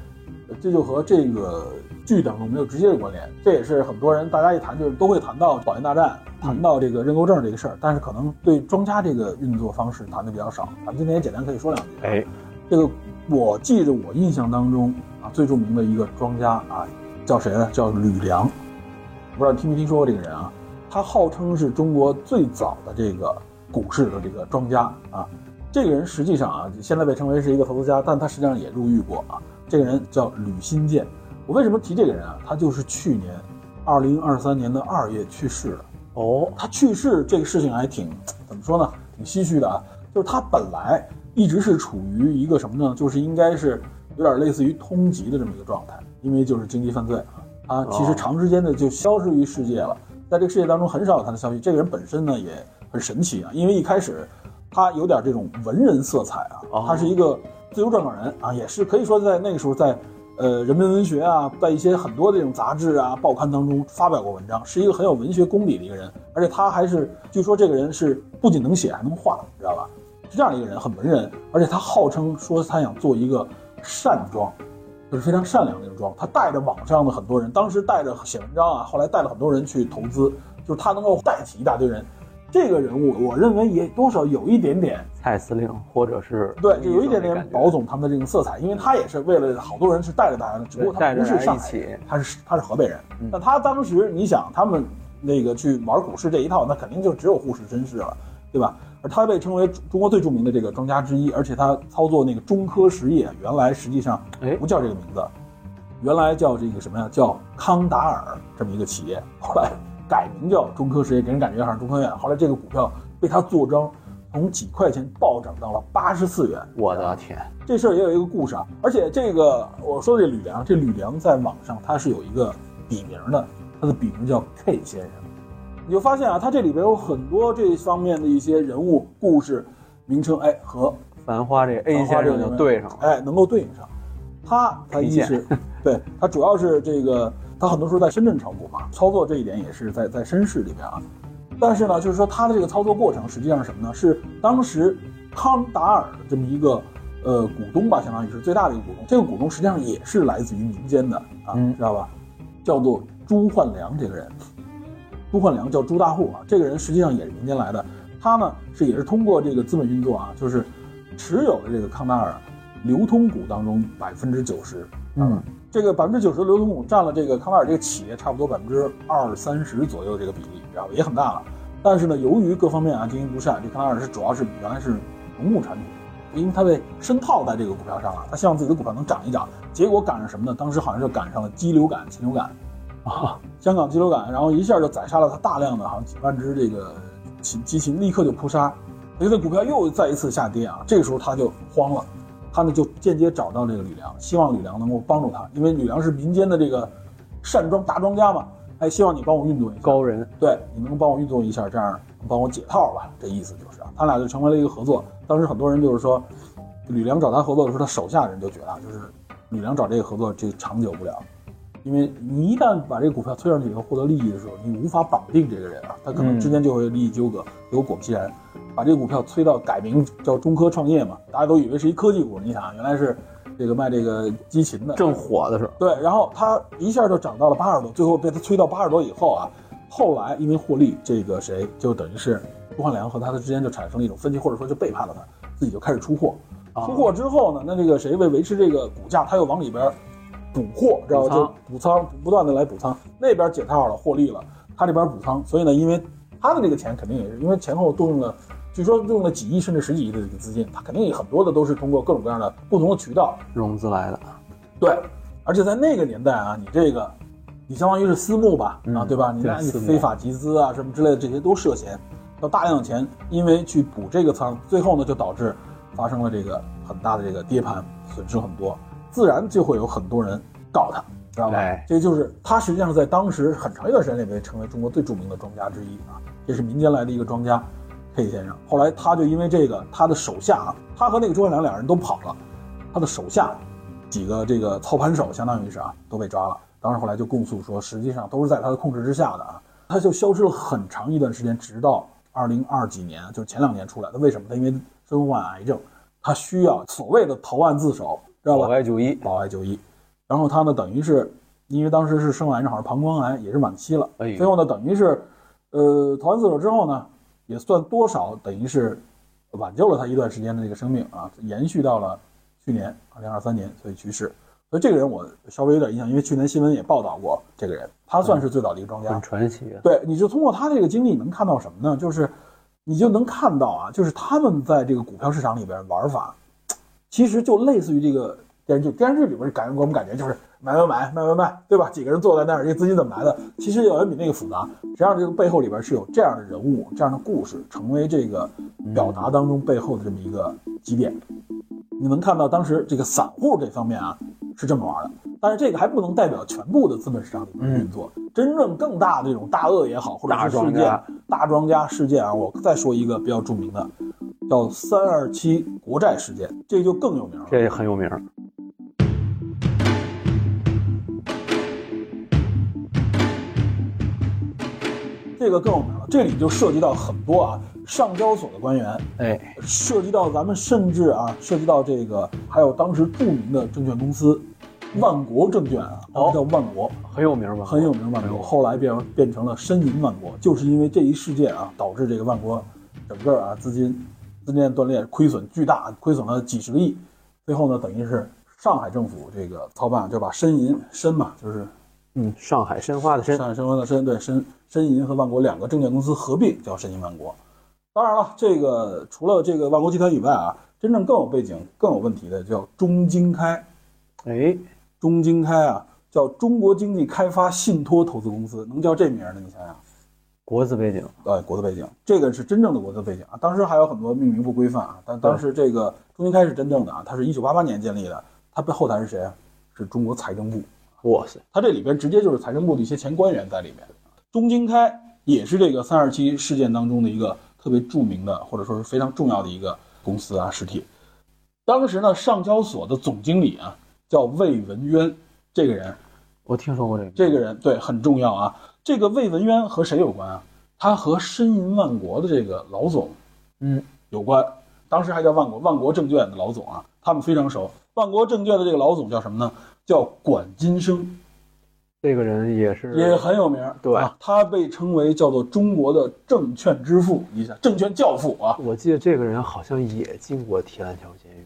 呃这就和这个剧当中没有直接的关联，这也是很多人大家一谈就是都会谈到保研大战，谈到这个认购证这个事儿，但是可能对庄家这个运作方式谈的比较少。咱们今天也简单可以说两句。哎，这个我记得我印象当中啊，啊最著名的一个庄家啊，叫谁呢？叫吕梁。不知道你听没听说过这个人啊？他号称是中国最早的这个股市的这个庄家啊。这个人实际上啊，现在被称为是一个投资家，但他实际上也入狱过啊。这个人叫吕新建。我为什么提这个人啊？他就是去年二零二三年的二月去世的。哦，他去世这个事情还挺怎么说呢？挺唏嘘的啊。就是他本来一直是处于一个什么呢？就是应该是有点类似于通缉的这么一个状态，因为就是经济犯罪啊，他其实长时间的就消失于世界了。在这个世界当中很少有他的消息。这个人本身呢也很神奇啊，因为一开始他有点这种文人色彩啊，他是一个自由撰稿人啊，也是可以说在那个时候在呃人民文学啊，在一些很多这种杂志啊、报刊当中发表过文章，是一个很有文学功底的一个人，而且他还是据说这个人是不仅能写还能画，你知道吧？是这样一个人，很文人，而且他号称说他想做一个善庄。就是非常善良的一个庄，他带着网上的很多人，当时带着写文章啊，后来带了很多人去投资，就是他能够带起一大堆人。这个人物，我认为也多少有一点点，蔡司令或者是对，就有一点那点种感觉保总他们的这种色彩，因为他也是为了好多人是带着大家的，只不过对他带不着是大家上一海起，人他是他是河北人。但他当时你想，他们那个去玩股市这一套，那肯定就只有沪市深市了，对吧？而他被称为中国最著名的这个庄家之一，而且他操作那个中科实业，原来实际上哎不叫这个名字，原来叫这个什么呀？叫康达尔这么一个企业，后来改名叫中科实业，给人感觉好像中科院。后来这个股票被他做庄，从几块钱暴涨到了八十四元，我的天，这事儿也有一个故事啊，而且这个我说的这吕梁，这吕梁在网上他是有一个笔名的，他的笔名叫 K 先生。你就发现啊，他这里边有很多这方面的一些人物故事名称，哎，和繁花这个 A 繁花先这个生就人对上了，哎，能够对应上。他他一是，对他主要是这个，他很多时候在深圳炒股嘛，操作这一点也是在在深市里边啊。但是呢，就是说他的这个操作过程实际上是什么呢？是当时康达尔的这么一个呃股东吧，相当于是最大的一个股东。这个股东实际上也是来自于民间的啊，嗯知道吧？叫做朱焕良这个人，朱焕良叫朱大户啊，这个人实际上也是民间来的。他呢是也是通过这个资本运作啊，就是持有的这个康达尔流通股当中百分之九十，啊嗯，这个百分之九十的流通股占了这个康达尔这个企业差不多百分之二三十左右这个比例，知道吧？也很大了。但是呢，由于各方面啊经营不善，这康达尔是主要是原来是农牧产品，因为他被深套在这个股票上了，他希望自己的股票能涨一涨，结果赶上什么呢？当时好像是赶上了激流感、禽流感， 啊，香港激流感，然后一下就宰杀了他大量的，好像几万只这个禽鸡禽，立刻就扑杀，所以他股票又再一次下跌啊。这个时候他就慌了，他呢就间接找到这个吕梁，希望吕梁能够帮助他，因为吕梁是民间的这个善庄大庄家嘛，哎，希望你帮我运作一下。高人对，你能帮我运作一下，这样能帮我解套吧？这意思就是啊，他俩就成为了一个合作。当时很多人就是说，吕梁找他合作的时候，他手下人就觉得啊，就是吕梁找这个合作这长久不了，因为你一旦把这个股票推上去以后获得利益的时候，你无法绑定这个人啊，他可能之间就会有利益纠葛。结果果不其然，把这个股票推到改名叫中科创业嘛，大家都以为是一科技股，你想啊原来是这个卖这个激禽的，正火的时候，对，然后它一下就涨到了八十多，最后被它推到八十多以后啊，后来因为获利，这个谁就等于是朱焕良和他的之间就产生了一种分歧，或者说就背叛了他，自己就开始出货。出啊货之后呢，那这个谁为维持这个股价，他又往里边补货，知道补吧？仓就补仓，不断的来补仓，那边解套了，获利了，他这边补仓，所以呢，因为他的这个钱肯定也是因为前后动用了。据说用了几亿甚至十几亿的这个资金，他肯定有很多的都是通过各种各样的不同的渠道融资来的，对，而且在那个年代啊，你这个，你相当于是私募吧，啊，对吧？嗯你对那你私募非法集资啊什么之类的，这些都涉嫌，要大量的钱，因为去补这个仓，最后呢就导致发生了这个很大的这个跌盘，损失很多，自然就会有很多人告他，知道吧？哎这就是他实际上在当时很长一段时间里面成为中国最著名的庄家之一啊，这是民间来的一个庄家。K 先生，后来他就因为这个，他的手下啊，他和那个朱元良两人都跑了，他的手下几个这个操盘手，相当于是啊，都被抓了。当时后来就供述说，实际上都是在他的控制之下的啊。他就消失了很长一段时间，直到二零二几年，就是前两年出来的。为什么？他因为身患癌症，他需要所谓的投案自首，知道吧？保外就医，保外就医。然后他呢，等于是因为当时是生癌症，好像膀胱癌也是晚期了，哎呦最后呢，等于是，呃，投完自首之后呢，也算多少等于是挽救了他一段时间的这个生命啊，延续到了去年二零二三年，所以去世。所以这个人我稍微有点印象，因为去年新闻也报道过这个人，他嗯算是最早的一个庄家。很传奇啊。对，你就通过他这个经历，你能看到什么呢？就是你就能看到啊，就是他们在这个股票市场里边玩法，其实就类似于这个电视剧。电视剧里边感给我们感觉就是买买买卖卖卖，对吧？几个人坐在那儿，这资金怎么来的？其实要远比那个复杂。实际上，这个背后里边是有这样的人物、这样的故事，成为这个嗯表达当中背后的这么一个基点。你能看到当时这个散户这方面啊是这么玩的，但是这个还不能代表全部的资本市场里面的运作。真正更大的这种大鳄也好，或嗯者大是事庄件家大庄家事件啊，我再说一个比较著名的，叫三二七国债事件，这个就更有名了。这很有名儿，这个更有名了，这里就涉及到很多啊，上交所的官员，哎，涉及到咱们甚至啊，涉及到这个还有当时著名的证券公司，万国证券啊，当时叫万国，很有名吧？很有名万国，后来变变成了申银万国，就是因为这一事件啊，导致这个万国整个啊资金资金链断裂，亏损巨大，亏损了几十个亿，最后呢，等于是上海政府这个操办，就把申银申嘛，就是嗯，上海申花的申上，海申花的申对申申银和万国两个证券公司合并叫申银万国。当然了，这个除了这个万国集团以外啊，真正更有背景、更有问题的叫中经开。哎，中经开啊，叫中国经济开发信托投资公司，能叫这名儿的，你想想。国字背景，对，国字背景，这个是真正的国字背景啊。当时还有很多命名不规范啊，但当时这个中金开是真正的啊，它是一九八八年建立的，它背后台是谁啊？是中国财政部，哇塞，它这里边直接就是财政部的一些前官员在里面。中金开也是这个三二七事件当中的一个特别著名的，或者说是非常重要的一个公司啊实体。当时呢，上交所的总经理啊叫魏文渊，这个人我听说过这个，这个人对很重要啊。这个魏文渊和谁有关啊？他和申银万国的这个老总，嗯，有关。当时还叫万国万国证券的老总啊，他们非常熟。万国证券的这个老总叫什么呢？叫管金生，这个人也是也很有名儿。对啊，他被称为叫做中国的证券之父，你想证券教父啊。我记得这个人好像也进过铁栏桥监狱，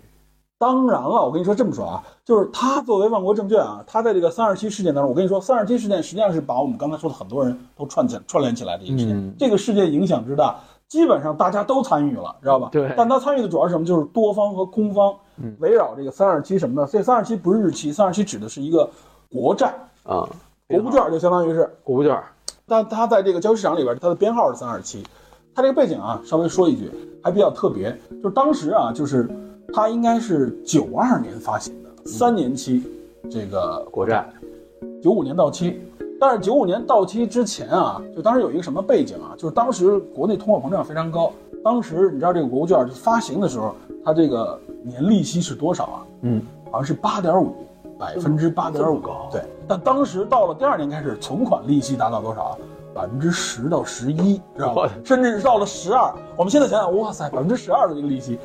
当然了，我跟你说这么说啊，就是他作为万国证券啊，他在这个三二七事件当中，我跟你说，三二七事件实际上是把我们刚才说的很多人都串起串联起来的一个事件。嗯这个事件影响之大，基本上大家都参与了，知道吧？对嗯但他参与的主要是什么？就是多方和空方围绕这个三二七什么呢？这三二七不是日期，三二七指的是一个国债，啊，国库券就相当于是国务券，但它在这个交易市场里边，它的编号是三二七。它这个背景啊，稍微说一句，还比较特别，就是当时啊，就是它应该是九二年发行的，三年期这个国债，九五年到期。但是九五年到期之前啊，就当时有一个什么背景啊，就是当时国内通货膨胀非常高，当时你知道这个国库券发行的时候，它这个年利息是多少啊？嗯，好像是八点五，百分之八点五高。对，但当时到了第二年开始，存款利息达到多少啊？百分之十到十一，知道我吧的？甚至到了十二。我们现在想想，哇塞，百分之十二的这个利息，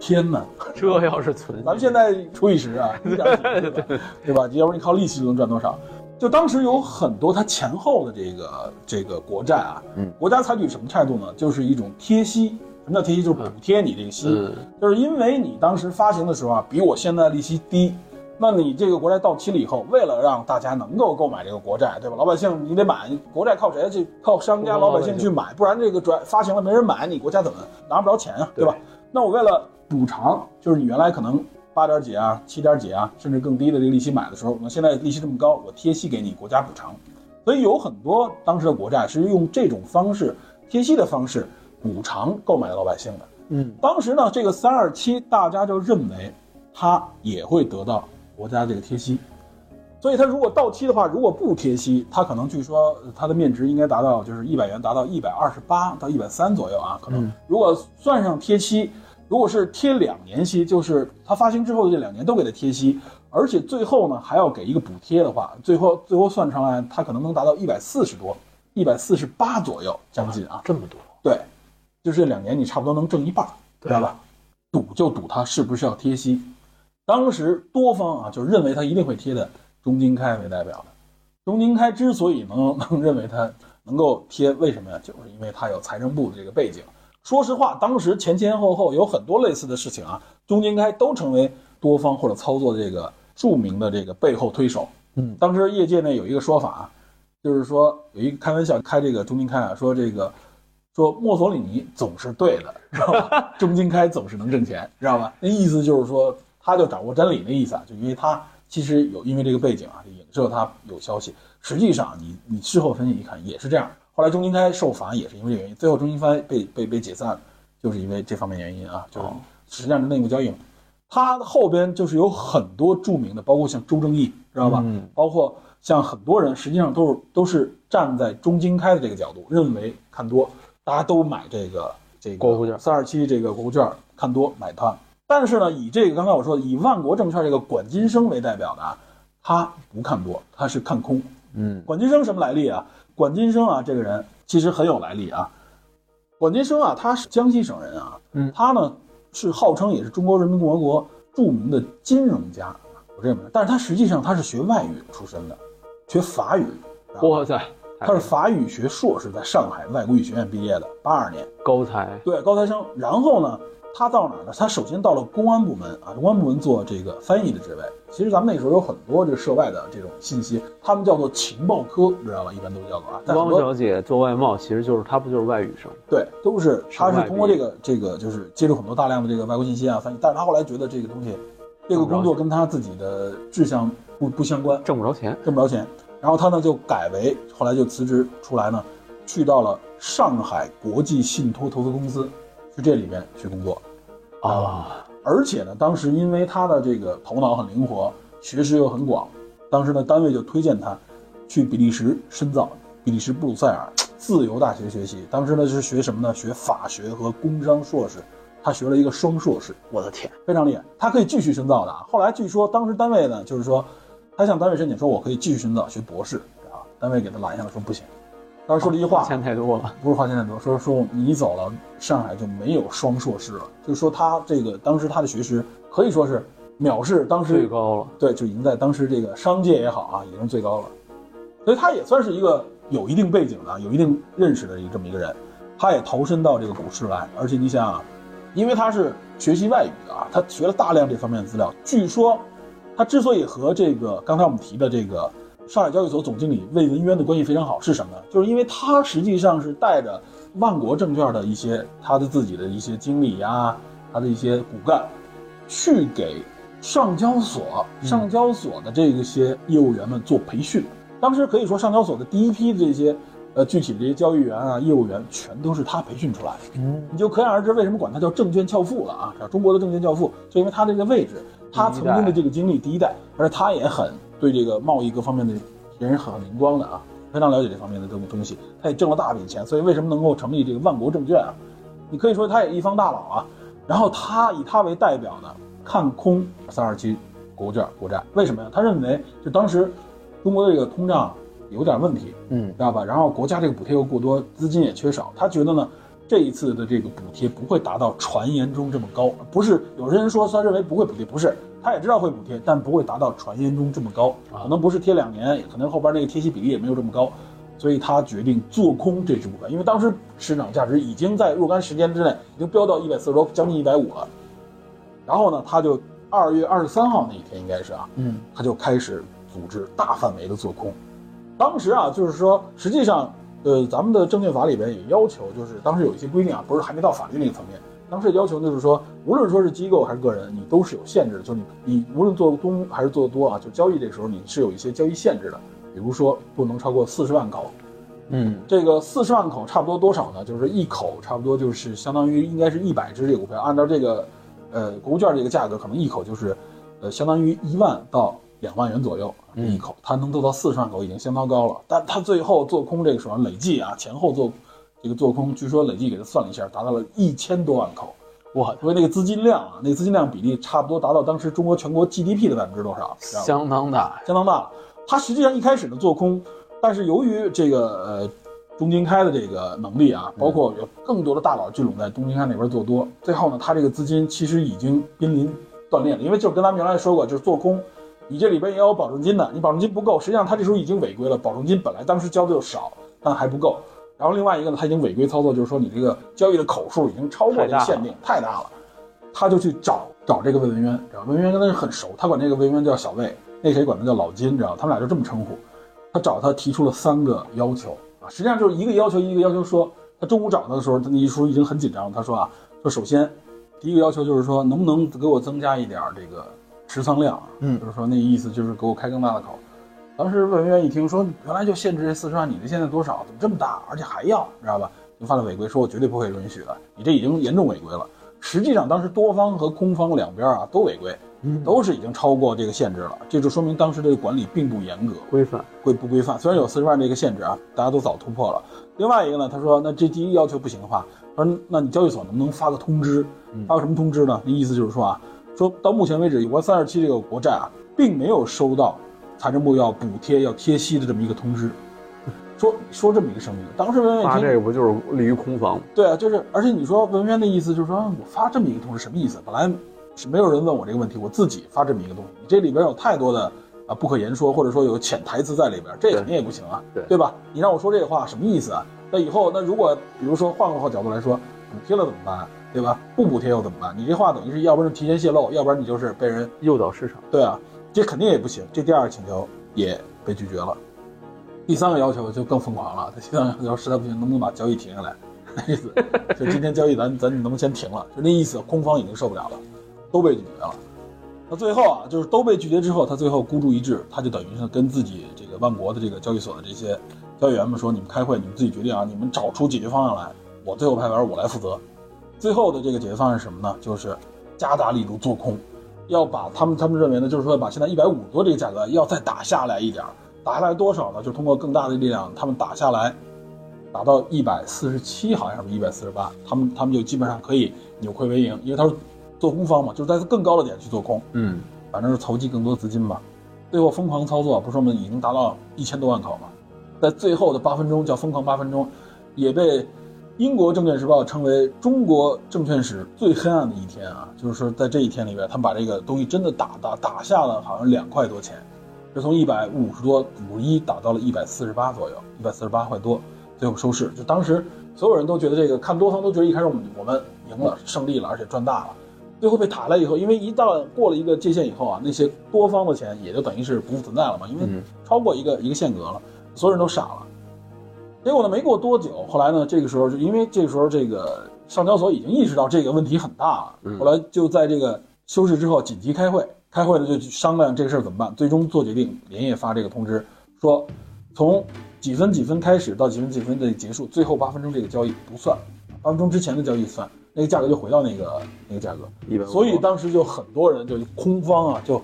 天哪！这要是存咱们现在除以十啊，一点儿几对吧？对吧？要不然你靠利息就能赚多少？就当时有很多它前后的这个这个国债啊，嗯，国家采取什么态度呢？就是一种贴息。什么叫贴息？就是补贴你这个息，嗯就是因为你当时发行的时候啊，比我现在利息低。那你这个国债到期了以后，为了让大家能够购买这个国债，对吧？老百姓你得买，国债靠谁？啊去靠商家、靠老老百百姓姓去买，不然这个转发行了没人买，你国家怎么拿不着钱啊？对吧？那我为了补偿，就是你原来可能八点几啊、七点几啊，甚至更低的这个利息买的时候，那现在利息这么高，我贴息给你，国家补偿。所以有很多当时的国债是用这种方式贴息的方式补偿购买的老百姓的。嗯，当时呢，这个三二七大家就认为它也会得到国家这个贴息，所以它如果到期的话，如果不贴息，它可能据说呃它的面值应该达到就是一百元达到一百二十八到一百三左右啊，可能如果算上贴息，如果是贴两年息，就是它发行之后的这两年都给它贴息，而且最后呢还要给一个补贴的话，最后最后算上来，它可能能达到一百四十多，一百四十八左右将近啊，这么多，对，就是这两年你差不多能挣一半儿，知道吧？赌就赌它是不是要贴息。当时多方啊就认为它一定会贴的，中金开为代表的。中金开之所以能 能认为它能够贴，为什么呀？就是因为它有财政部的这个背景。说实话，当时前前后后有很多类似的事情啊，中金开都成为多方或者操作这个著名的这个背后推手。嗯，当时业界内有一个说法，啊就是说有一个开玩笑开这个中金开啊，说这个说墨索里尼总是对的，知道吧？ 中金开总是能挣钱，知道吧？那意思就是说他就掌握真理的意思啊，就因为他其实有因为这个背景啊，影射他有消息。实际上你你事后分析一看也是这样。后来中金开受罚也是因为这个原因，最后中金开被被被解散了，就是因为这方面原因啊，就是实际上是内幕交易嘛。他后边就是有很多著名的，包括像周正义，知道吧？嗯包括像很多人，实际上都是都是站在中经开的这个角度，认为看多，大家都买这个这个国库券三二七这个国库券看多买它。但是呢，以这个刚才我说的以万国证券这个管金生为代表的啊，他不看多，他是看空。嗯，管金生什么来历啊？管金生啊，这个人其实很有来历啊。管金生啊，他是江西省人啊，嗯他呢是号称也是中国人民共和国著名的金融家，我认为，但是他实际上他是学外语出身的，学法语，哇塞，他哎是法语学硕士，在上海外国语学院毕业的，八二年。高才，对，高材生。然后呢，他到哪儿呢？他首先到了公安部门啊，公安部门做这个翻译的职位。其实咱们那时候有很多这个涉外的这种信息，他们叫做情报科，知道吧？一般都叫做啊。在很汪多小姐做外贸，其实就是她不就是外语生？对，都是他是外是通过这地个这个就是接触很多大量的这个外国信息啊翻译，但是他后来觉得这个东西，这个工作跟他自己的志向不不相关，挣不着钱，挣不着钱。然后他呢就改为后来就辞职出来呢，去到了上海国际信托投资公司，去这里边去工作啊。而且呢，当时因为他的这个头脑很灵活，学识又很广，当时呢单位就推荐他去比利时深造，比利时布鲁塞尔自由大学学习。当时呢是学什么呢？学法学和工商硕士，他学了一个双硕士。我的天，非常厉害！他可以继续深造的啊。后来据说当时单位呢，就是说他向单位申请说，我可以继续深造学博士啊。单位给他拦下了，说不行。当时说了一句话，钱太多了。不是花钱太多，说说你走了，上海就没有双硕士了。就是说他这个当时他的学识可以说是藐视当时最高了，对，就已经在当时这个商界也好啊，已经最高了。所以他也算是一个有一定背景的、有一定认识的一个这么一个人，他也投身到这个股市来。而且你想啊，因为他是学习外语的啊，他学了大量这方面的资料。据说他之所以和这个刚才我们提的这个上海交易所总经理魏文渊的关系非常好，是什么呢？就是因为他实际上是带着万国证券的一些啊他的自己的一些经啊理呀、他的一些骨干，去给上交所、上交所的这些业务员们做培训。当时可以说，上交所的第一批的这些，呃，具体的这些交易员啊、业务员，全都是他培训出来的。你就可想而知，为什么管他叫证券教父了啊？叫中国的证券教父，就因为他这个位置，他曾经的这个经历，第一代，而且他也很对这个贸易各方面的人是很灵光的啊，非常了解这方面的这种东西，他也挣了大笔钱，所以为什么能够成立这个万国证券啊？你可以说他也一方大佬啊。然后他以他为代表呢，看空三二七国债国债，为什么呀？他认为就当时中国的这个通胀有点问题，嗯，知道吧？然后国家这个补贴又过多，资金也缺少，他觉得呢，这一次的这个补贴不会达到传言中这么高，不是有些人说他认为不会补贴，不是，他也知道会补贴，但不会达到传言中这么高，可能不是贴两年，可能后边那个贴息比例也没有这么高。所以他决定做空这只股票，因为当时市场价值已经在若干时间之内已经飙到一百四十多，将近一百五了。然后呢，他就二月二十三号那一天应该是啊，嗯，他就开始组织大范围的做空。当时啊，就是说，实际上，呃，咱们的证券法里边也要求，就是当时有一些规定啊，不是还没到法律那个层面。当时的要求就是说，无论说是机构还是个人，你都是有限制的，就是你你无论做多还是做多啊，就交易这时候你是有一些交易限制的，比如说不能超过四十万口，嗯，这个四十万口差不多多少呢？就是一口差不多就是相当于应该是一百只这个股票，按照这个呃国库券这个价格，可能一口就是呃相当于一万到两万元左右一口，它能做到四十万口已经相当高了。但它最后做空这个时候累计啊前后做这个做空，据说累计给它算了一下，达到了一千多万口。哇，因为那个资金量啊，那个资金量比例差不多达到当时中国全国 GDP 的百分之多少？知道吗相当大，相当大了。他实际上一开始呢做空，但是由于这个呃中金开的这个能力啊，包括有更多的大佬聚拢在中金开那边做多，最后呢他这个资金其实已经濒临断裂了，因为就是跟咱们原来说过，就是做空。你这里边也要有保证金的，你保证金不够，实际上他这时候已经违规了。保证金本来当时交的就少，但还不够。然后另外一个呢，他已经违规操作，就是说你这个交易的口数已经超过太这大个了限定，太大了他就去找找这个魏文渊，知道魏文渊跟他是很熟，他管这个魏文渊叫小魏，那谁管他叫老金，知道他们俩就这么称呼。他找他提出了三个要求啊，实际上就是一个要求一个要求说。他中午找他的时候，他那一叔已经很紧张了，他说啊，说首先第一个要求就是说，能不能给我增加一点儿这个持仓量？啊嗯就是说那意思就是给我开更大的口。当时魏文渊一听说，原来就限制这四十万，你这现在多少？怎么这么大？而且还要，知道吧？就犯了违规，说我绝对不会允许的，你这已经严重违规了。实际上，当时多方和空方两边啊都违规，都是已经超过这个限制了。这就说明当时的管理并不严格。规范。规不规范。虽然有四十万这个限制啊，大家都早突破了。另外一个呢，他说，那这第一要求不行的话，他说，那你交易所能不能发个通知？嗯发个什么通知呢？那意思就是说啊，说到目前为止，有关三二七这个国债啊，并没有收到财政部要补贴、要贴息的这么一个通知。说说这么一个声明，当时文文一发听这个不就是利于空防吗？对啊，就是，而且你说文渊的意思就是说，啊我发这么一个通知什么意思？本来是没有人问我这个问题，我自己发这么一个东西，你这里边有太多的啊不可言说，或者说有潜台词在里边，这肯定也不行啊，对吧？你让我说这话什么意思啊？那以后那如果比如说换个角度来说，补贴了怎么办？啊对吧？不补贴又怎么办？你这话等于是要不然提前泄露，要不然你就是被人诱导市场，对啊，这肯定也不行。这第二个请求也被拒绝了。第三个要求就更疯狂了，他第三个要求实在不行，能不能把交易停下来？ 那意思就今天交易咱咱能不能先停了？就那意思，空方已经受不了了，都被拒绝了。那最后啊，就是都被拒绝之后，他最后孤注一掷，他就等于是跟自己这个万国的这个交易所的这些交易员们说：“你们开会，你们自己决定啊，你们找出解决方案来，我最后拍板，我来负责。”最后的这个解决方案是什么呢？就是加大力度做空，要把他们他们认为呢，就是说把现在一百五十多这个价格要再打下来一点儿，打下来多少呢？就是通过更大的力量，他们打下来，打到一百四十七，好像是一百四十八，他们他们就基本上可以扭亏为盈，因为他是做空方嘛，就是在更高的点去做空，嗯，反正是筹集更多资金吧。最后疯狂操作，不是我们已经达到一千多万口嘛，在最后的八分钟叫疯狂八分钟，也被英国证券时报称为中国证券史最黑暗的一天啊！就是说，在这一天里边，他们把这个东西真的打打打下了，好像两块多钱，就从一百五十多五十一打到了一百四十八左右，一百四十八块多，最后收市。就当时所有人都觉得这个看多方都觉得一开始我们我们赢了，胜利了，而且赚大了。最后被塔了以后，因为一旦过了一个界限以后啊，那些多方的钱也就等于是不复存在了嘛，因为超过一个一个限额了，所有人都傻了。结果呢，没过多久，后来呢，这个时候就因为这个时候这个上交所已经意识到这个问题很大了，后来就在这个休市之后紧急开会，开会呢就去商量这个事儿怎么办，最终做决定，连夜发这个通知说，从几分几分开始到几分几分的结束，最后八分钟这个交易不算，八分钟之前的交易算，那个价格就回到那个那个价格，一百。所以当时就很多人就空方啊就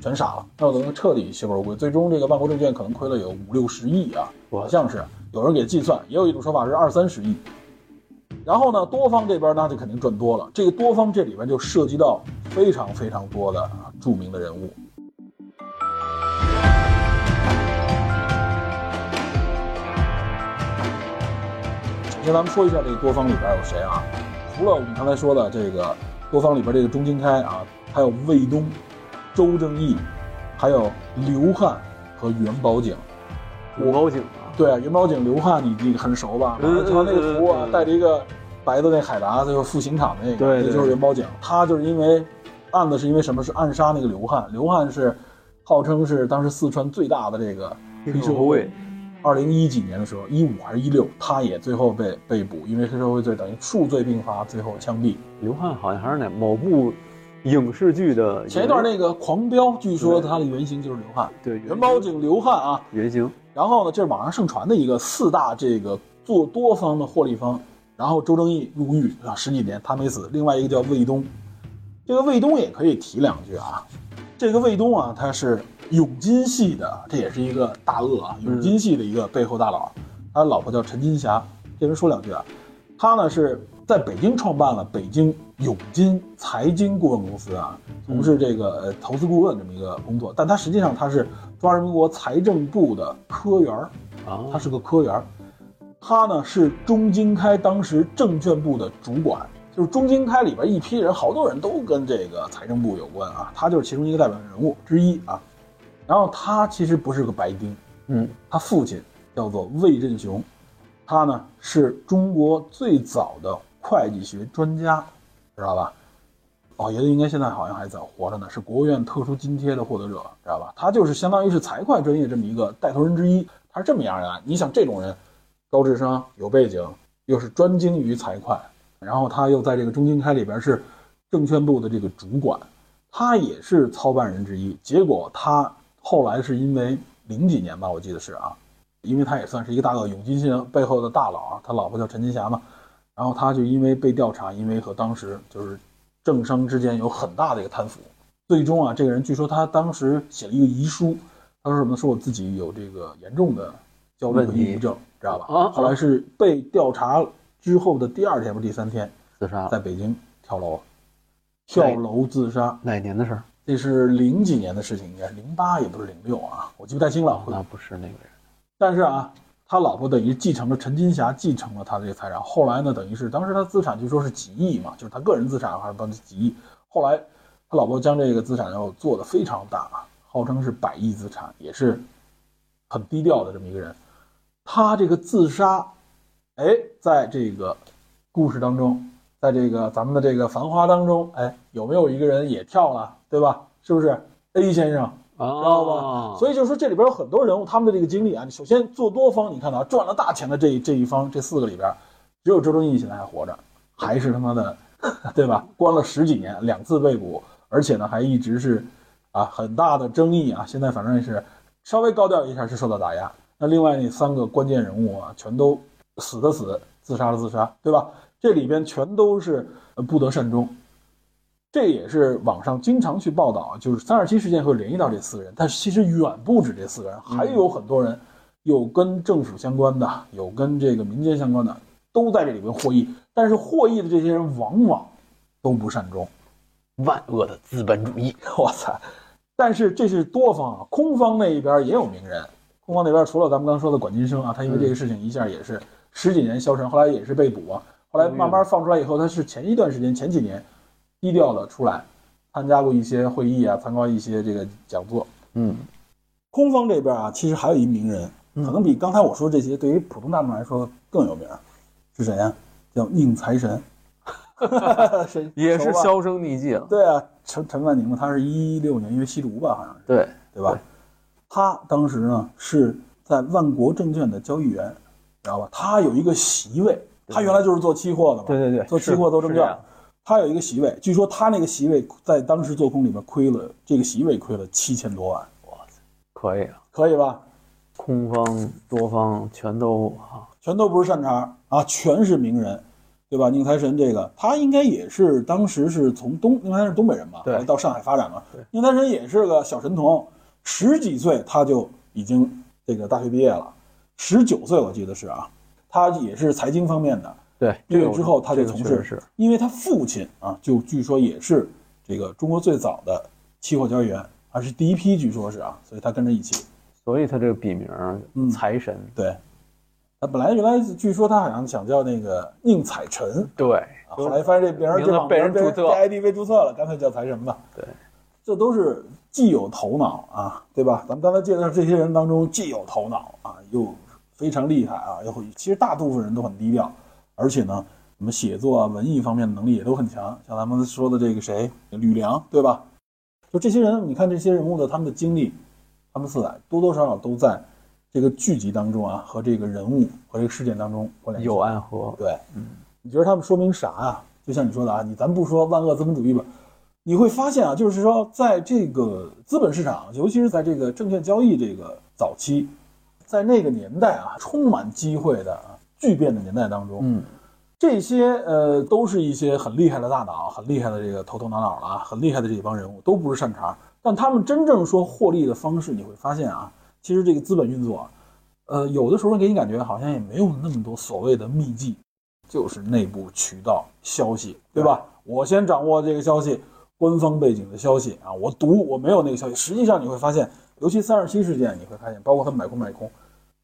全傻了，那我等于彻底血本无归。最终这个万国证券可能亏了有五六十亿啊，好像是有人给计算，也有一种说法是二三十亿。然后呢，多方这边那就肯定赚多了。这个多方这里边就涉及到非常非常多的啊著名的人物，首先，咱们说一下这个多方里边有谁啊？除了我们刚才说的这个多方里边这个钟金开啊，还有卫东、周正义，还有刘汉和袁宝景。五高警啊，对啊，元宝井刘汉你你很熟吧？嗯他那个图啊嗯嗯，嗯带着一个白的那海达，就是复刑场的那个，对对那就是元宝井。他就是因为案子是因为什么？是暗杀那个刘汉。刘汉是号称是当时四川最大的这个黑社会。二零一几年的时候，一五还是一六，他也最后被被捕，因为黑社会罪等于数罪并罚，最后枪毙。刘汉好像还是哪某部影视剧的前一段那个《狂飙》，据说他的原型就是刘汉，对原元宝井刘汉啊，原型，然后呢，这是网上盛传的一个四大这个做多方的获利方。然后周正义入狱啊十几年，他没死。另外一个叫卫东，这个卫东也可以提两句啊。这个卫东啊，他是永金系的，这也是一个大鳄啊，永金系的一个背后大佬。啊他老婆叫陈金霞，这边说两句啊。他呢是在北京创办了北京永金财经顾问公司啊，从事这个呃投资顾问这么一个工作，但他实际上他是中华人民共和国财政部的科员儿哦他是个科员儿。他呢是中金开当时证券部的主管，就是中金开里边一批人，好多人都跟这个财政部有关啊，他就是其中一个代表人物之一啊。然后他其实不是个白丁，嗯，他父亲叫做魏振雄，他呢是中国最早的会计学专家，知道吧？老爷子哦应该现在好像还在活着呢，是国务院特殊津贴的获得者，知道吧？他就是相当于是财会专业这么一个带头人之一，他是这么样的啊。你想这种人，高智商、有背景，又是专精于财会，然后他又在这个中经开里边是证券部的这个主管，他也是操办人之一。结果他后来是因为零几年吧，我记得是啊，因为他也算是一个大鳄，永金信背后的大佬啊，他老婆叫陈金霞嘛。然后他就因为被调查，因为和当时就是政商之间有很大的一个贪腐，最终啊，这个人据说他当时写了一个遗书，他说什么呢？说我自己有这个严重的焦虑和抑郁症，知道吧？啊后来是被调查之后的第二天吧，第三天，自啊杀在北京跳楼，跳楼自杀，哪年的事儿？这是零几年的事情，应该是零八，也不是零六啊，我记不太清了，回哦那不是那个人，但是啊，他老婆等于继承了陈金霞继承了他的这个财产。后来呢，等于是当时他资产据说是几亿嘛，就是他个人资产啊还是不知道几亿。后来他老婆将这个资产又做得非常大啊，号称是百亿资产，也是很低调的这么一个人。他这个自杀，哎，在这个故事当中，在这个咱们的这个《繁花》当中，哎，有没有一个人也跳了，对吧？是不是 A 先生？知哦知道哦吧？所以就是说，这里边有很多人物他们的这个经历啊。你首先做多方，你看到啊赚了大钱的这这一方，这四个里边，只有周正义现在还活着，还是他妈的， 对吧？关了十几年，两次被捕，而且呢还一直是啊很大的争议啊。现在反正是稍微高调一下是受到打压。那另外那三个关键人物啊，全都死的死，自杀的自杀，对吧？这里边全都是呃不得善终。这也是网上经常去报道，啊就是三二七事件会联系到这四个人，但是其实远不止这四个人，还有很多人有跟政府相关的，有跟这个民间相关的，都在这里边获益。但是获益的这些人往往都不善终。万恶的资本主义。 我操！但是这是多方啊，空方那一边也有名人。空方那边除了咱们刚说的管金生啊，他因为这个事情一下也是十几年消沉，后来也是被捕啊。后来慢慢放出来以后，他是前一段时间前几年低调的出来，参加过一些会议啊，参观一些这个讲座。嗯，空方这边啊，其实还有一名人，可能比刚才我说这些对于普通大众来说更有名儿，是谁啊？叫宁财神，谁也是熟吧销声匿迹了。对啊，陈陈万宁嘛，他是一六年因为吸毒吧，好像是。对，对吧？他当时呢是在万国证券的交易员，知道吧？他有一个席位，他原来就是做期货的嘛，对对对做期货做证是是这券样，他有一个席位，据说他那个席位在当时做空里面亏了，这个席位亏了七千多万，可以啊，可以吧？空方多方全都啊，全都不是善茬啊，全是名人，对吧？宁财神这个，他应该也是当时是从东，宁财神是东北人嘛，对后来到上海发展嘛。宁财神也是个小神童，十几岁他就已经这个大学毕业了，十九岁我记得是啊，他也是财经方面的。对，毕业之后他就这个从确事，实是因为他父亲啊，就据说也是这个中国最早的期货交易员，还是第一批，据说是啊，所以他跟着一起。所以他这个笔名儿嗯财神，对，他本来原来据说他好像想叫那个宁采臣，对，啊后来发现这名儿名字这网被人注册 ID 被注册了，干脆叫财神吧。对，这都是既有头脑啊，对吧？咱们刚才介绍这些人当中，既有头脑啊，又非常厉害啊，又其实大部分人都很低调，而且呢，什么写作啊、文艺方面的能力也都很强。像咱们说的这个谁，吕梁，对吧？就这些人，你看这些人物的他们的经历，他们四海多多少少都在这个剧集当中啊，和这个人物和这个事件当中关联系有啊暗合，对，嗯，你觉得他们说明啥啊？就像你说的啊，你咱不说万恶资本主义吧，你会发现啊，就是说在这个资本市场，尤其是在这个证券交易这个早期，在那个年代啊，充满机会的啊巨变的年代当中，嗯，这些呃都是一些很厉害的大脑，很厉害的这个头头脑脑了啊，很厉害的这帮人物都不是善茬，但他们真正说获利的方式，你会发现啊，其实这个资本运作啊，呃，有的时候给你感觉好像也没有那么多所谓的秘技，就是内部渠道消息，对吧？我先掌握这个消息，官方背景的消息啊，我读我没有那个消息。实际上你会发现，尤其三二七事件，你会发现，包括他们买空卖空，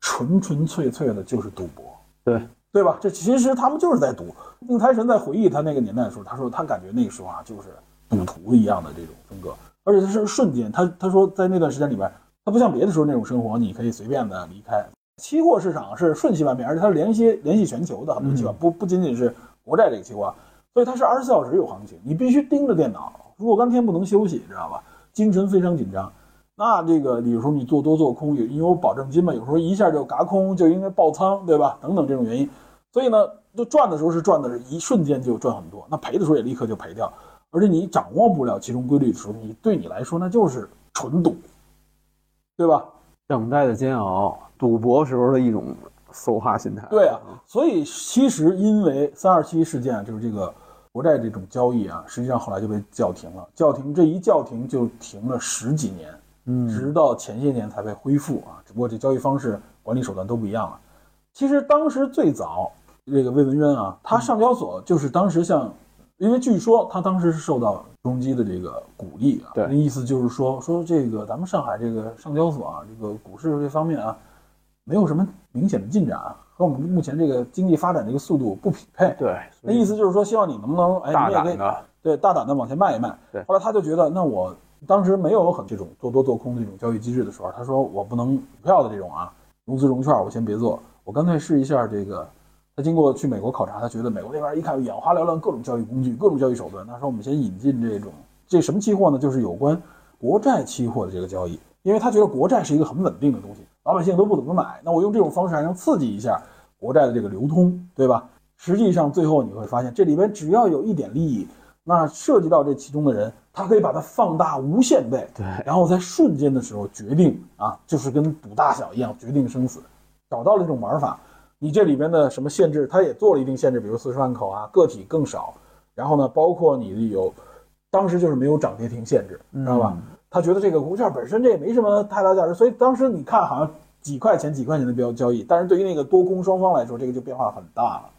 纯纯粹粹的就是赌博，对对吧？这其实他们就是在赌。宁财神在回忆他那个年代的时候，他说他感觉那个时候啊，就是赌徒一样的这种风格，而且他是瞬间，他他说在那段时间里边，他不像别的时候那种生活，你可以随便的离开。期货市场是瞬息万变，而且它是联系联系全球的很多期货，不不仅仅是国债这个期货啊，所以它是二十四小时有行情，你必须盯着电脑，若干天不能休息，知道吧？精神非常紧张。那这个有时候你做多做空，有因为有保证金嘛，有时候一下就嘎空，就应该爆仓，对吧？等等这种原因，所以呢，就赚的时候是赚的是一瞬间就赚很多，那赔的时候也立刻就赔掉，而且你掌握不了其中规律的时候，你对你来说那就是纯赌，对吧？等待的煎熬，赌博时候的一种搜哈心态。对啊，所以其实因为三二七事件啊，就是这个国债这种交易啊，实际上后来就被叫停了。叫停这一叫停就停了十几年，嗯，直到前些年才被恢复啊。只不过这交易方式、管理手段都不一样了。其实当时最早这个魏文渊嗯啊，他上交所就是当时像，因为据说他当时是受到中基的这个鼓励啊，对那意思就是说说这个咱们上海这个上交所啊，这个股市这方面啊，没有什么明显的进展，啊和我们目前这个经济发展这个速度不匹配。对，那意思就是说，希哎望你能不能哎，大你也胆可以的，对大胆的往前卖一卖。对后来他就觉得，那我当时没有很这种做多做空的这种交易机制的时候，他说我不能股票的这种啊，融资融券我先别做，我干脆试一下这个。他经过去美国考察，他觉得美国那边一看眼花缭乱，各种交易工具，各种交易手段。他说我们先引进这种这什么期货呢？就是有关国债期货的这个交易，因为他觉得国债是一个很稳定的东西，老百姓都不怎么买，那我用这种方式还能刺激一下国债的这个流通，对吧？实际上最后你会发现，这里边只要有一点利益，那涉及到这其中的人，他可以把它放大无限倍，对，然后在瞬间的时候决定啊，就是跟赌大小一样决定生死，找到了这种玩法。你这里边的什么限制，他也做了一定限制，比如四十万口啊，个体更少。然后呢，包括你有，当时就是没有涨跌停限制，知道吧？他觉得这个股票本身这也没什么太大价值，所以当时你看好像几块钱几块钱的标交易，但是对于那个多空双方来说，这个就变化很大了。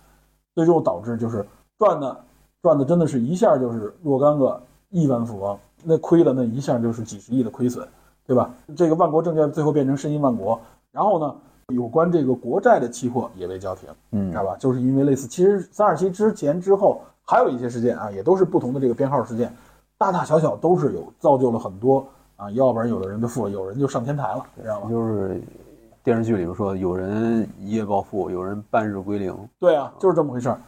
最终导致就是赚的赚的真的是一下就是若干个亿万富翁，那亏了那一下就是几十亿的亏损，对吧？这个万国证券最后变成申银万国，然后呢，有关这个国债的期货也被叫停，嗯，知道吧？就是因为类似，其实三二七之前之后还有一些事件啊，也都是不同的这个编号事件，大大小小都是有造就了很多啊，要不然有的人就富了，有人就上天台了，知道吗？就是电视剧里边说，有人一夜暴富，有人半日归零。对啊，就是这么回事儿。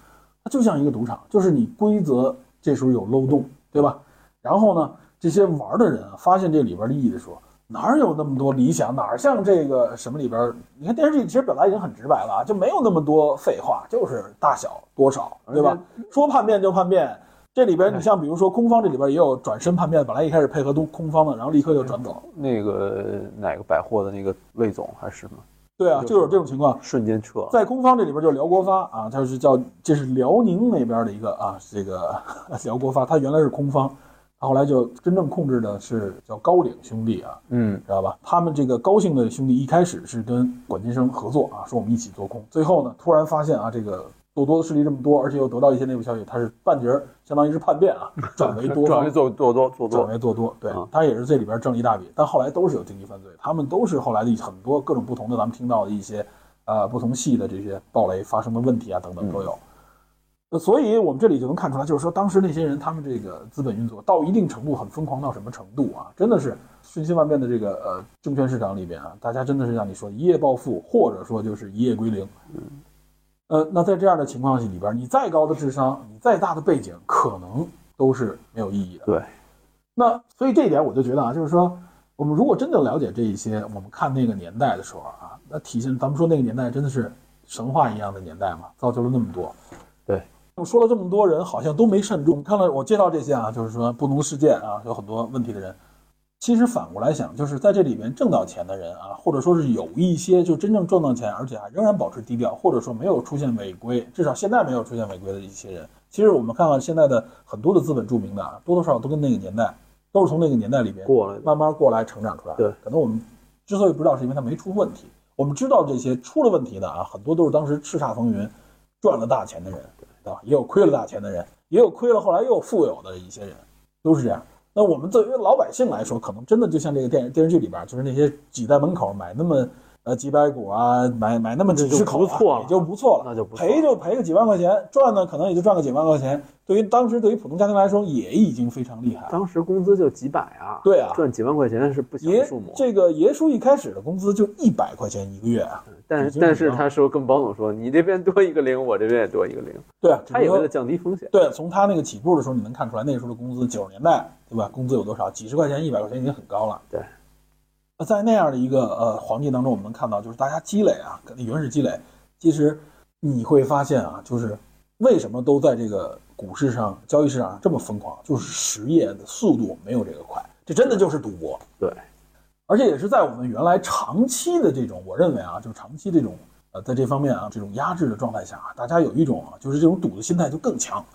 它就像一个赌场，就是你规则这时候有漏洞，对吧？然后呢，这些玩的人啊，发现这里边利益的时候，哪儿有那么多理想，哪儿像这个什么里边儿？你看电视剧其实表达已经很直白了啊，就没有那么多废话，就是大小多少，对吧？说叛变就叛变。这里边你像比如说空方这里边也有转身叛变，本来一开始配合东空方的，然后立刻就转走。那个哪个百货的那个魏总还是什么，对啊，就有这种情况。瞬间撤。在攻方这里边就辽国发啊，它是叫这是辽宁那边的一个啊，这个 辽国发，它原来是空方，它后来就真正控制的是叫高瓴兄弟啊，嗯，知道吧？他们这个高姓的兄弟一开始是跟管金生合作啊，说我们一起做空，最后呢，突然发现啊，这个做多的势力这么多，而且又得到一些内部消息，他是半截儿，相当于是叛变啊，转为多转方为。做做多做转多，啊为做多，对，他也是这里边挣了一大笔，但后来都是有经济犯罪，他们都是后来的很多各种不同的，咱们听到的一些，呃，不同系的这些暴雷发生的问题啊等等嗯都有。呃所以我们这里就能看出来，就是说当时那些人他们这个资本运作到一定程度很疯狂到什么程度啊，真的是瞬息万变的这个呃证券市场里边啊，大家真的是像你说一夜暴富，或者说就是一夜归零。嗯呃，那在这样的情况里边，你再高的智商，你再大的背景，可能都是没有意义的。对。那所以这一点我就觉得啊，就是说，我们如果真的了解这一些，我们看那个年代的时候啊，那体现咱们说那个年代真的是神话一样的年代嘛，造就了那么多。对，我说了这么多人，好像都没慎重。看了我介绍这些啊，就是说不同事件啊，有很多问题的人，其实反过来想，就是在这里面挣到钱的人啊，或者说是有一些就真正赚到钱，而且还仍然保持低调，或者说没有出现违规，至少现在没有出现违规的一些人。其实我们看看现在的很多的资本著名的啊，多多少少都跟那个年代，都是从那个年代里边过来的慢慢过来成长出来。对，可能我们之所以不知道，是因为他没出问题。我们知道这些出了问题的啊，很多都是当时叱咤风云、赚了大钱的人，对吧？啊也有亏了大钱的人，也有亏了后来又富有的一些人，都是这样。那我们作为老百姓来说，可能真的就像这个电电视剧里边，就是那些挤在门口买那么呃几百股啊，买买那么几那十就口、不错了也就不错了，那就不错了赔就赔个几万块钱，赚呢可能也就赚个几万块钱，对于当时对于普通家庭来说也已经非常厉害了。当时工资就几百啊，对啊赚几万块钱是不小的爷数目。这个爷叔一开始的工资就一百块钱一个月啊，但已经是很但是高他说跟保总说，你这边多一个零，我这边也多一个零，对啊，只他不也为过了降低风险。对从他那个起步的时候，你能看出来那时候的工资九十年代对吧？工资有多少？几十块钱、一百块钱已经很高了。对，那在那样的一个呃环境当中，我们能看到就是大家积累啊，可能原始积累，其实你会发现啊，就是为什么都在这个股市上、交易市场上这么疯狂，就是实业的速度没有这个快，这真的就是赌博。对，而且也是在我们原来长期的这种，我认为啊，就是长期这种呃，在这方面啊，这种压制的状态下啊，大家有一种啊，就是这种赌的心态就更强，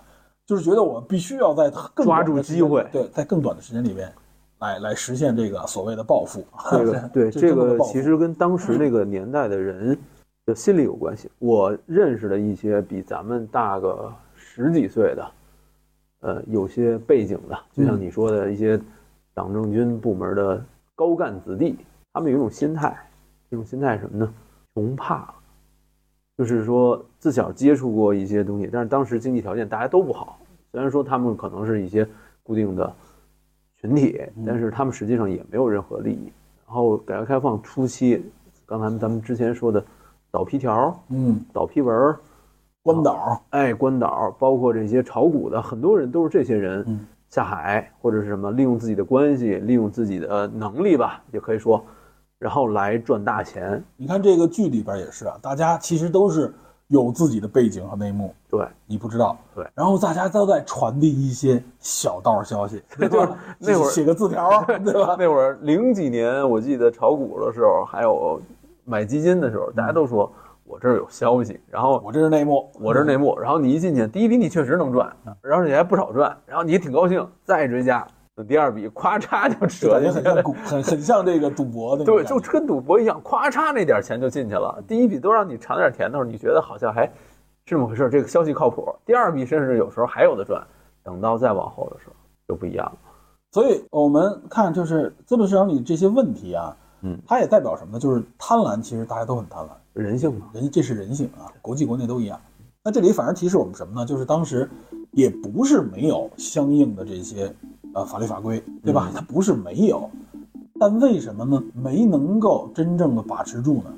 就是觉得我必须要在更抓短的住时机间会对，在更短的时间里边，来来实现这个所谓的啊暴富。 这个对这这真正的个暴富其实跟当时那个年代的人的心理有关系。我认识的一些比咱们大个十几岁的，呃，有些背景的，就嗯像你说的一些党政军部门的高干子弟，他们有一种心态，这种心态是什么呢？穷怕了，就是说自小接触过一些东西，但是当时经济条件大家都不好，虽然说他们可能是一些固定的群体，嗯但是他们实际上也没有任何利益。然后改革开放初期，刚才咱们之前说的倒批条、嗯，倒批文儿，关岛，哎，关岛，包括这些炒股的，很多人都是这些人嗯下海或者是什么，利用自己的关系，利用自己的能力吧，也可以说，然后来赚大钱。你看这个剧里边也是啊，大家其实都是有自己的背景和内幕，对，你不知道。对，然后大家都在传递一些小道消息，对吧？ 那会儿写个字条， 对吧？ 那会儿零几年，我记得炒股的时候，还有买基金的时候，大家都说我这儿有消息，然后我这是内幕，我这内幕，然后你一进去，第一笔你确实能赚，然后你还不少赚，然后你也挺高兴，再追加，等第二笔咵嚓就这折感觉进很去像了。股，很很像这个赌博的那种对，感觉。就跟赌博一样，咵嚓那点钱就进去了。第一笔都让你尝点甜头，你觉得好像还是这么回事，这个消息靠谱。第二笔甚至有时候还有的赚，等到再往后的时候就不一样了。所以我们看，就是资本市场里这些问题啊，嗯，它也代表什么呢？就是贪婪，其实大家都很贪婪，人性嘛，人这是人性啊，国际国内都一样。那这里反而提示我们什么呢？就是当时也不是没有相应的这些呃法律法规，对吧？它不是没有，但为什么呢？没能够真正的把持住呢？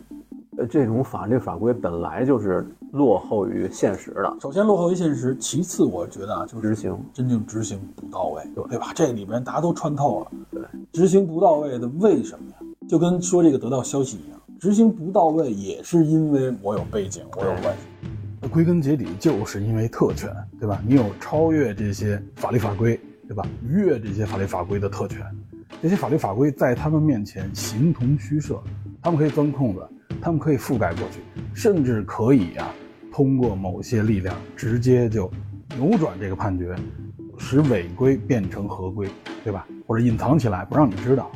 呃，这种法律法规本来就是落后于现实的，首先落后于现实，其次我觉得啊，就是执行真正执行不到位，对对吧？这里边大家都穿透了，执行不到位的为什么呀？就跟说这个得到消息一样，执行不到位也是因为我有背景，我有关系。归根结底就是因为特权，对吧？你有超越这些法律法规，对吧？逾越这些法律法规的特权，这些法律法规在他们面前形同虚设，他们可以钻空子，他们可以覆盖过去，甚至可以啊，通过某些力量直接就扭转这个判决，使违规变成合规，对吧？或者隐藏起来不让你知道，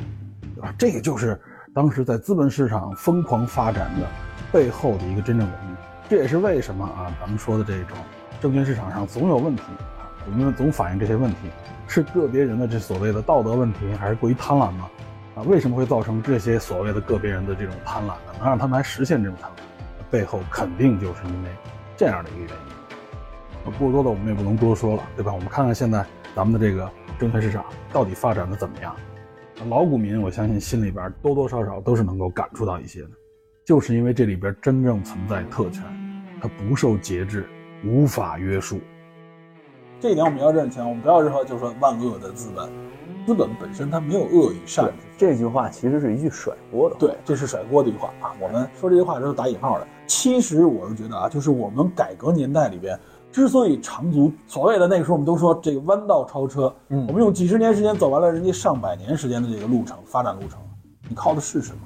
对吧？这个就是当时在资本市场疯狂发展的背后的一个真正原因。这也是为什么啊，咱们说的这种证券市场上总有问题啊，我们总反映这些问题，是个别人的这所谓的道德问题，还是过于贪婪呢？啊，为什么会造成这些所谓的个别人的这种贪婪呢？能让他们来实现这种贪婪，背后肯定就是因为这样的一个原因。呃过多的我们也不能多说了，对吧？我们看看现在咱们的这个证券市场到底发展的怎么样。啊老股民，我相信心里边多多少少都是能够感触到一些的，就是因为这里边真正存在特权，它不受节制，无法约束。这一点我们要认清，我们不要说就是说万恶的资本，资本本身它没有恶与善之分。这句话其实是一句甩锅的话。对，这是甩锅的一句话啊。我们说这句话都是打引号的。其实我是觉得啊，就是我们改革年代里边，之所以长足，所谓的那个时候我们都说这个弯道超车，嗯我们用几十年时间走完了人家上百年时间的这个路程发展路程，你靠的是什么？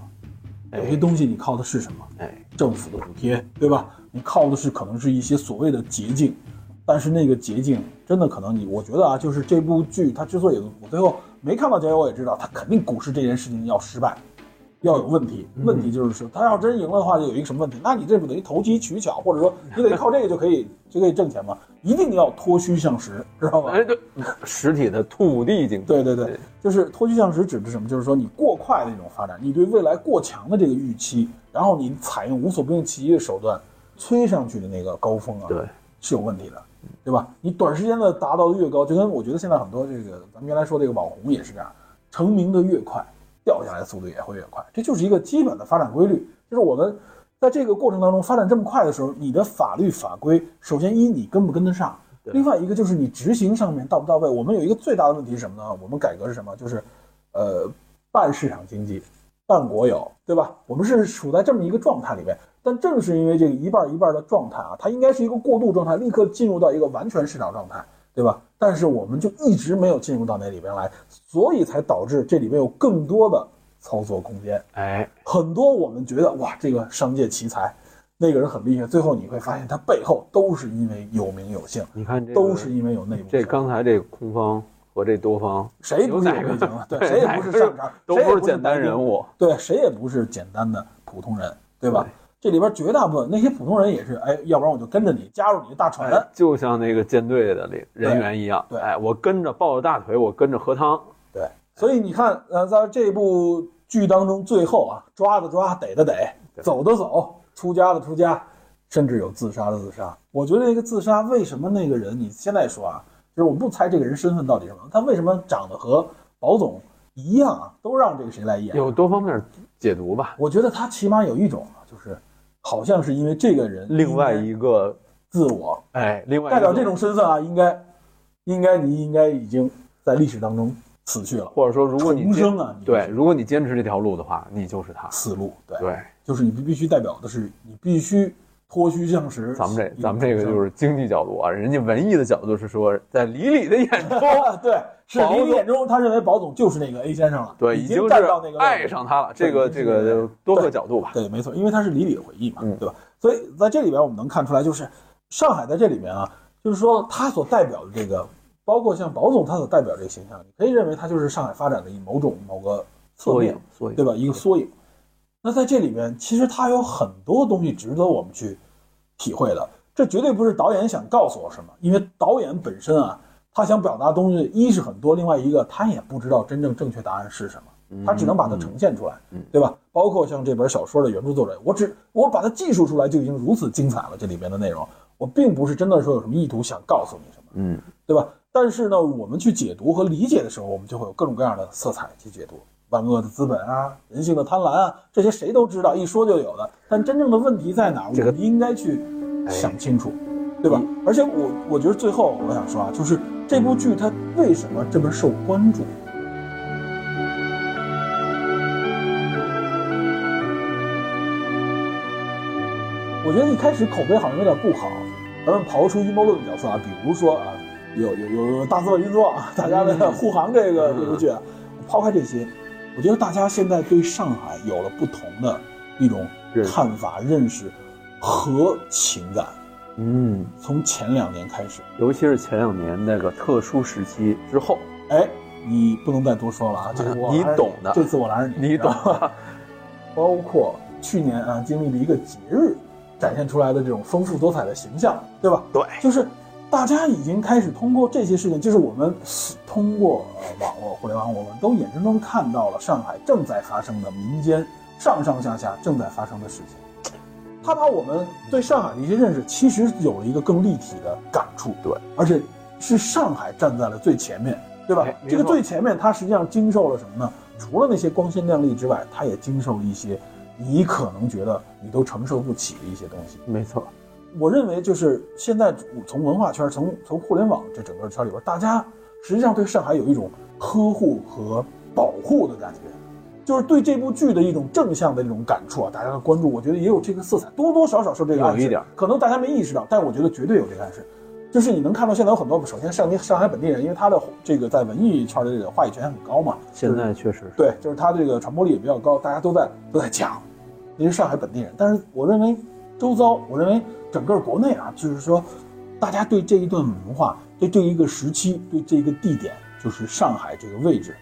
有些东西你靠的是什么？哎，政府的补贴，对吧？你靠的是可能是一些所谓的捷径，但是那个捷径真的可能你，我觉得啊，就是这部剧它之所以我最后没看到结尾，我也知道它肯定股市这件事情要失败，要有问题。问题就是说，他要真赢了的话，就有一个什么问题？那你这不等于投机取巧，或者说你得靠这个就可以就可以挣钱吗？一定要脱虚向实，知道吧？哎，对，实体的土地经济，对对对，就是脱虚向实指的是什么？就是说你过快的一种发展，你对未来过强的这个预期，然后你采用无所不用其极的手段推上去的那个高峰啊，对，是有问题的，对吧？你短时间的达到的越高，就跟我觉得现在很多这个咱们原来说这个网红也是这样，成名的越快，掉下来的速度也会越快，这就是一个基本的发展规律。就是我们在这个过程当中发展这么快的时候，你的法律法规，首先一你跟不跟得上，另外一个就是你执行上面到不到位。我们有一个最大的问题是什么呢？我们改革是什么？就是，呃，半市场经济，半国有，对吧？我们是处在这么一个状态里面。但正是因为这个一半一半的状态啊，它应该是一个过渡状态，立刻进入到一个完全市场状态，对吧？但是我们就一直没有进入到那里边来，所以才导致这里面有更多的操作空间。哎，很多我们觉得哇，这个商界奇才，那个人很厉害，最后你会发现他背后都是因为有名有姓，你看这个都是因为有内幕。这刚才这空方和这多方，谁不是有内情啊？ 对，谁也不是上场，都谁也不不是简单人物。物，对，谁也不是简单的普通人，对吧？这里边绝大部分那些普通人也是，哎，要不然我就跟着你，加入你的大船。哎，就像那个舰队的里人员一样，嗯对哎，我跟着抱着大腿，我跟着喝汤，对，所以你看，呃，在这部剧当中，最后啊，抓的抓，逮的逮，走的走，出家的出家，甚至有自杀的自杀。我觉得这个自杀，为什么那个人，你现在说啊，就是我不猜这个人身份到底是什么，他为什么长得和保总一样啊，都让这个谁来演啊？有多方面解读吧。我觉得他起码有一种啊，就是好像是因为这个人另外应该一个，自我哎，另外一代个表这，种身份啊，应该应该你应该已经在历史当中死去了，或者说，如果你重坚生啊，你就对，是如果你坚持这条路的话，你就是他。死路，对，对，就是你必必须代表的是你必须脱虚向实。咱们一这种咱们这个重生就是经济角度啊，人家文艺的角度是说，在李李的眼 中，啊，对，是保李总李眼中他认为保总就是那个 A 先生了，对，已已经站是到那个位置爱上他了。这个对这已经是个多个角度吧，对，没错，因为它是李李的回忆嘛，嗯对吧？所以在这里边我们能看出来，就是上海在这里面啊，就是说它所代表的这个，包括像保总他所代表这个形象，你可以认为它就是上海发展的一某种某个侧面，，缩对吧？一个缩影。那在这里边，其实它有很多东西值得我们去体会的。这绝对不是导演想告诉我什么，因为导演本身啊，他想表达的东西一是很多，另外一个他也不知道真正正确答案是什么，他只能嗯把它呈现出来，对吧？包括像这本小说的原著作者，我只我把它技术出来就已经如此精彩了，这里边的内容，我并不是真的说有什么意图想告诉你什么，嗯，对吧？但是呢，我们去解读和理解的时候，我们就会有各种各样的色彩去解读，万恶的资本啊，人性的贪婪啊，这些谁都知道，一说就有的。但真正的问题在哪儿？我们应该去想清楚，对嗯吧？而且我我觉得最后我想说啊，就是这部剧它为什么这么受关注？我觉得一开始口碑好像有点不好。咱们刨出阴谋论的角色啊，比如说啊，有有有有大资本运作啊，大家为嗯了护航这个这部剧啊，抛开这些，我觉得大家现在对上海有了不同的一种认识看法、认识和情感。嗯，从前两年开始，尤其是前两年那个特殊时期之后，哎，你不能再多说 了啊，这个我你拦着懂的这次我拦着你，你懂知道 吗。包括去年啊，经历了一个节日，展现出来的这种丰富多彩的形象，对吧？对就是大家已经开始通过这些事情，就是我们通过呃网络、互联网，我们都眼睁睁看到了上海正在发生的民间上上下下正在发生的事情。他把我们对上海的一些认识，其实有了一个更立体的感触。对，而且是上海站在了最前面，对吧哎？没这错个最前面，它实际上经受了什么呢？除了那些光鲜亮丽之外，它也经受了一些你可能觉得你都承受不起的一些东西。没错，我认为就是现在从文化圈、从从互联网这整个圈里边，大家实际上对上海有一种呵护和保护的感觉，就是对这部剧的一种正向的一种感触啊。大家的关注，我觉得也有这个色彩，多多少少受这个暗示。有一点儿可能大家没意识到，但我觉得绝对有这个暗示。就是你能看到现在有很多，首先上上海本地人，因为他的这个在文艺圈的这个话语权很高嘛，现在确实是对，就是他这个传播力也比较高，大家都在都在讲，因为上海本地人。但是我认为，周遭，我认为整个国内啊，就是说，大家对这一段文化、对这一个时期、对这个地点，就是上海这个位置，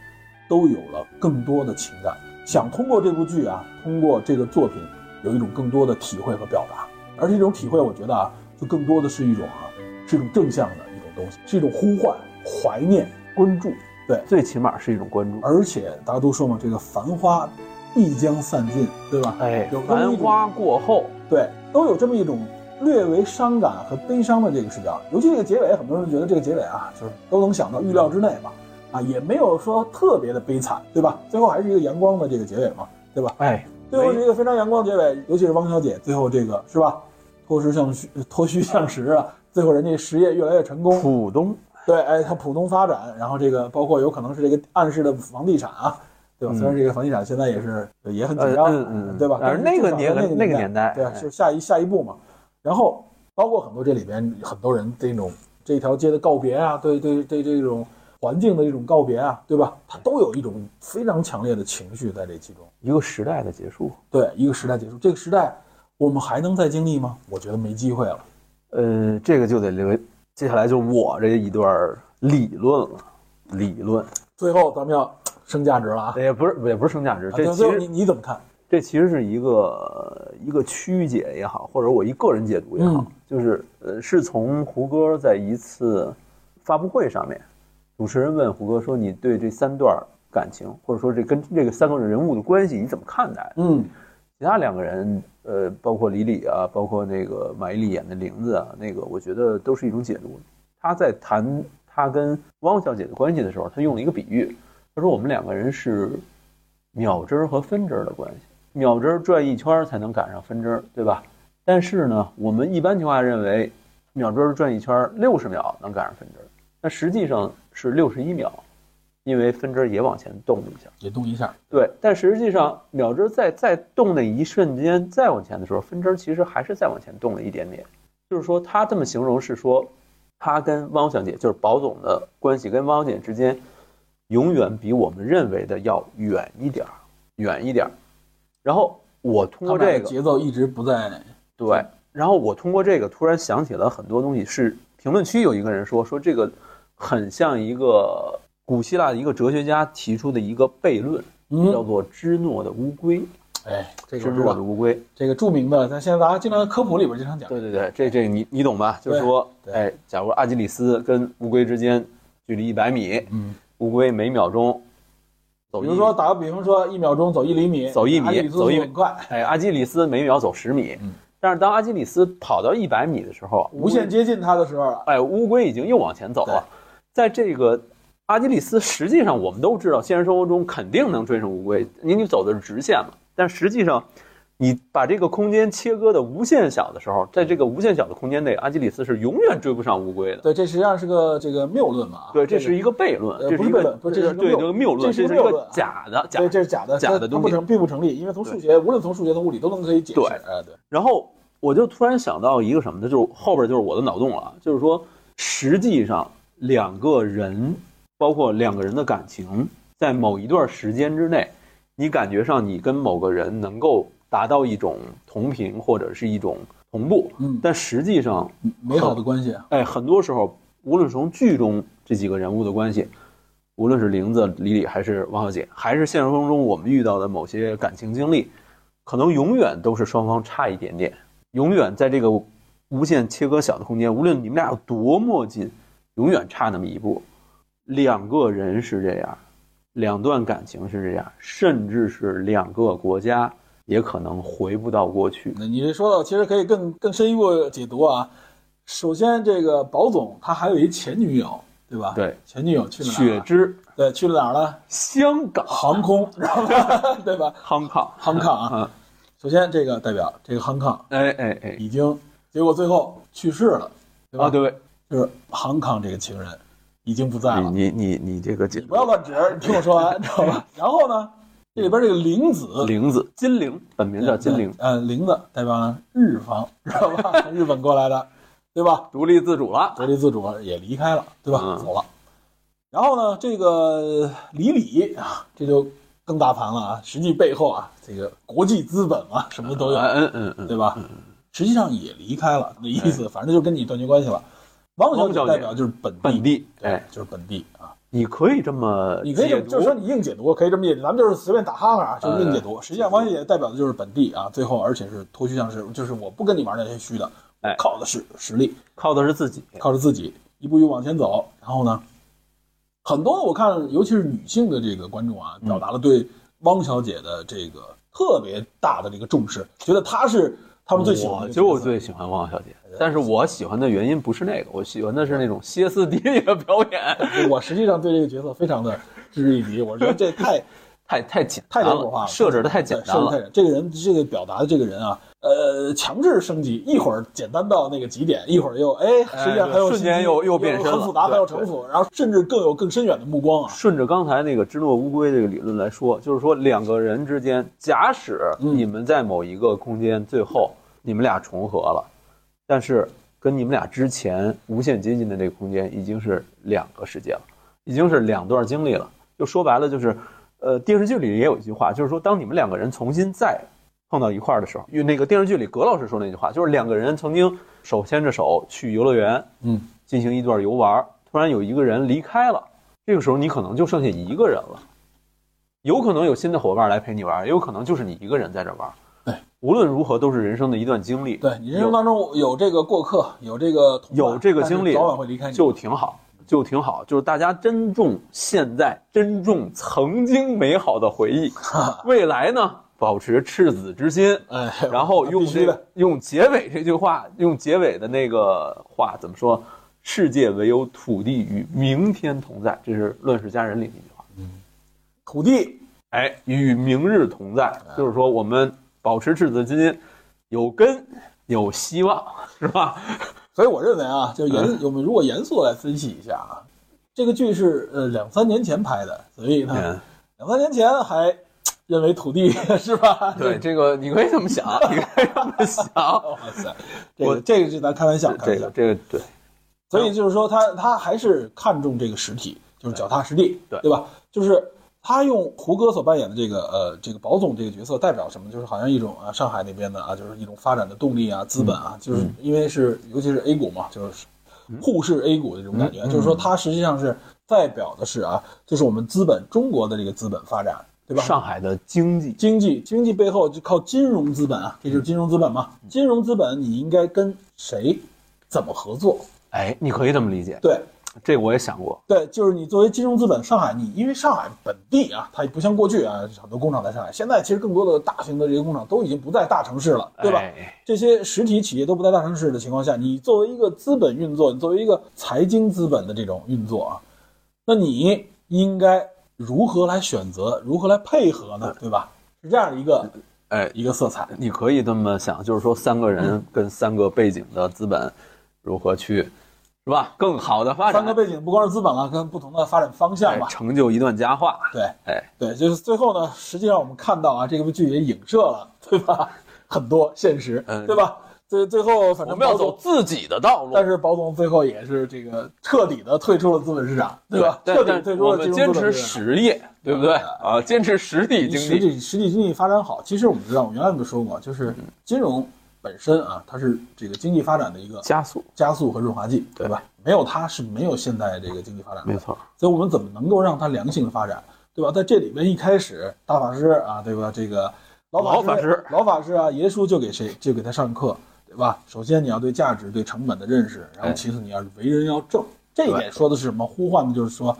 都有了更多的情感。想通过这部剧啊，通过这个作品，有一种更多的体会和表达。而这种体会，我觉得啊，就更多的是一种啊，是一种正向的一种东西，是一种呼唤、怀念、关注。对，最起码是一种关注。而且大家都说嘛，这个繁花必将散尽，对吧？哎有，关于繁花过后，对，都有这么一种略为伤感和悲伤的这个视角。尤其这个结尾，很多人觉得这个结尾啊，就是都能想到预料之内吧，啊，也没有说特别的悲惨，对吧？最后还是一个阳光的这个结尾嘛，对吧？哎，最后是一个非常阳光的结尾，尤其是汪小姐最后这个是吧？脱实向虚，脱虚向实啊！最后人家实业越来越成功，浦东 对，哎，它浦东发展，然后这个包括有可能是这个暗示的房地产啊，对吧？虽然这个房地产现在也是也很紧张，嗯嗯嗯对吧？但而是那个至少在年那那个年代对，啊哎是下一下一步嘛。然后包括很多这里边很多人这种这条街的告别啊，对对对这种环境的这种告别啊，对吧？它都有一种非常强烈的情绪在这其中。一个时代的结束。对，一个时代结束，这个时代我们还能再经历吗？我觉得没机会了。呃，这个就得留，接下来就我这一段理论啊了。理论最后咱们要升价值了啊！也不是也不是升价值，这啊其最后你实你怎么看？这其实是一个一个曲解也好，或者我一个人解读也好，嗯就是呃，是从胡歌在一次发布会上面，主持人问胡歌说：“你对这三段感情，或者说这跟这个三个人物的关系，你怎么看待？”嗯，其他两个人，呃，包括李李啊，包括那个马伊琍演的玲子啊，那个我觉得都是一种解读。他在谈他跟汪小姐的关系的时候，他用了一个比喻，他说我们两个人是秒针儿和分针儿的关系，秒针儿转一圈儿才能赶上分针儿，对吧？但是呢，我们一般情况下认为，秒针儿转一圈六十秒能赶上分针儿，那实际上是六十一秒，因为分针儿也往前动了一下。解冻一下。对，但实际上秒针在在动的一瞬间再往前的时候，分针其实还是再往前动了一点点。就是说，他这么形容是说，他跟汪小姐就是保总的关系跟汪小姐之间，永远比我们认为的要远一点儿，远一点儿。然后我通他过们俩这的嗯个节奏一直不在，对，然后我通过这个突然想起了很多东西，是评论区有一个人说说这个很像一个古希腊的一个哲学家提出的一个悖论，叫嗯，做芝诺的乌龟，哎，这个芝我知诺道嗯的，乌龟。这个著名的，咱现在大家经常科普里边经常讲，对对对，这这你你懂吧？就是对说，对哎，假如阿基里斯跟乌龟之间距离一百米，嗯，乌龟每秒钟走比一，如说打个比方说，一秒钟走一厘米，走一米阿里速度走一米很快，哎，阿基里斯每秒走十米，嗯但是当阿基里斯跑到一百米的时候，无限接近他的时候啊了。哎，乌龟已经又往前走了。在这个阿基里斯，实际上我们都知道，现实生活中肯定能追上乌龟，因为你走的是直线嘛。但实际上，你把这个空间切割的无限小的时候，在这个无限小的空间内，阿基里斯是永远追不上乌龟的。对，这实际上是个这个谬论嘛。对，这是一个个悖论，呃这不一是悖个论不是这是一个对谬这个谬这论，是一个这是一谬论啊个假的假对，这是假的，假它的它东不西成并不成立，因为从数学，无论从数学从物理都能可以解释。对哎，对，然后我就突然想到一个什么呢？就是后边就是我的脑洞了啊，就是说，实际上两个人，包括两个人的感情，在某一段时间之内，你感觉上你跟某个人能够达到一种同频或者是一种同步，嗯但实际上，美好的关系啊，哎，很多时候，无论是从剧中这几个人物的关系，无论是玲子、李李还是王小姐，还是现实生活中我们遇到的某些感情经历，可能永远都是双方差一点点，永远在这个无限切割小的空间，无论你们俩有多么近，永远差那么一步。两个人是这样，两段感情是这样，甚至是两个国家也可能回不到过去。那你说到其实可以更更深一步解读啊。首先，这个保总他还有一前女友，对吧？对，前女友去了哪儿雪了？之对，去了哪儿了？香港，航 空，知道吧对吧？康康，康康啊，啊，首先这个代表这个航康哎哎哎，已经，结果最后去世了，对吧？啊，对，就是航康这个情人已经不在了。你你你你这个解啊你不要乱指，你听我说 完，知道吧？然后呢，这里边这个玲子，玲子金玲，本名叫金玲，呃，玲子代表日方，知道吧？从日本过来的，对吧？独立自主了，独立自主也离开了，对吧？嗯走了。然后呢，这个李李啊，这就更大盘了啊！实际背后啊，这个国际资本嘛，什么都有，嗯嗯嗯对嗯，哎吧？实际上也离开了，那意思，反正就跟你断绝关系了。汪小汪小姐姐代表就是本地，本地，对哎，，就是本地啊。你可以这么你可以这解读哎么就说你硬解读，可以这么解读，咱们就是随便打哈哈啊，就是硬解读。实际上，关系也代表的就是本地啊，最后而且是脱虚向实，就是我不跟你玩那些虚的，我哎靠的是实力，靠的是自己。靠着自己一步一步往前走。然后呢，很多我看，尤其是女性的这个观众嗯啊，表达了对汪小姐的这个特别大的这个重视，觉得她是他们最喜欢的我一个角色。就最喜欢汪小姐，但是我喜欢的原因不是那个，我喜欢的是那种歇斯底里的表演，我实际上对这个角色非常的嗤之以鼻，我觉得这 太太太简太单脸谱化了，了，设置的太简单对设置了太。简这个人，这个表达的这个人啊，呃，强制升级，一会儿简单到那个极点，一会儿又哎，实际上还有瞬间信息又又又变身很了复杂，对还有城府，然后甚至更有更深远的目光啊。顺着刚才那个芝诺乌龟这个理论来说，就是说两个人之间，假使你们在某一个空间最后你们俩重合了，但是跟你们俩之前无限接近的这个空间已经是两个世界了，已经是两段经历了。就说白了就是，呃，电视剧里也有一句话，就是说当你们两个人重新再碰到一块儿的时候，用那个电视剧里葛老师说那句话，就是两个人曾经手牵着手去游乐园，嗯，进行一段游玩儿，突然有一个人离开了。这个时候你可能就剩下一个人了，有可能有新的伙伴来陪你玩，也有可能就是你一个人在这玩。对，无论如何都是人生的一段经历，对你人生当中有这个过客，有这个同伴有这个但是经历早晚会离开你。就挺好，就挺好。就是大家珍重现在，珍重曾经美好的回忆，未来呢，保持赤子之心。哎， 然后用必须这的个，用结尾这句话，用结尾的那个话怎么说？世界唯有土地与明天同在，这是《乱世佳人》里的一句话。土地哎，与明日同在，啊就是说我们保持赤子之心，有根有希望，是吧？所以我认为啊，就严，嗯我们如果严肃地来分析一下啊，这个剧是呃两三年前拍的，所以呢， 嗯两三年前还认为土地 是吧？对，这个你可以这么想，你可以这么 想。哇塞，这我个这个是咱开玩笑，开玩这笑个。这个对，所以就是说他，他还是看重这个实体，就是脚踏实地，对对吧？就是他用胡歌所扮演的这个呃这个保总这个角色代表什么？就是好像一种啊上海那边的啊，就是一种发展的动力啊，资本嗯啊，就是因为是尤其是 A 股嘛，就是沪市 A 股的这种感觉，嗯就是说它实际上是代表的是啊，就是我们资本中国的这个资本发展，对吧？上海的经济经济，经济背后就靠金融资本啊，这就是金融资本嘛。嗯金融资本你应该跟谁，怎么合作？哎，你可以这么理解，对这个我也想过。对，就是你作为金融资本，上海你因为上海本地啊，它不像过去啊，很多工厂在上海，现在其实更多的大型的这些工厂都已经不在大城市了，对吧？哎这些实体企业都不在大城市的情况下，你作为一个资本运作，你作为一个财经资本的这种运作啊，那你应该如何来选择，如何来配合呢？对吧？是这样的一个哎，一个色彩。你可以这么想，就是说三个人跟三个背景的资本如何去，是吧？更好的发展，三个背景不光是资本了，跟不同的发展方向哎吧。成就一段佳话。对，哎，对，就是最后呢，实际上我们看到啊，这部剧也影射了，对吧？很多现实，嗯对吧？最最后反我正们要保走总，自己的道路。但是保总最后也是这个彻底的退出了资本市场，对吧？但彻但底退出我了们金坚融资持本市场。实业，对不对？啊，坚持实体你经实济，体实体经济发展好，其实我们知道，我们原来就说过，就是嗯金融本身啊，它是这个经济发展的一个加速，加速和润滑剂，对对吧？没有它是没有现在这个经济发展的。没错。所以我们怎么能够让它良性的发展，对吧？在这里面一开始，大法师啊，对吧？这个老老法师，老法师啊，耶稣就给谁就给他上课，对吧？首先你要对价值、对成本的认识，然后哎其次你要为人要正。这一点说的是什么？呼唤的就是说，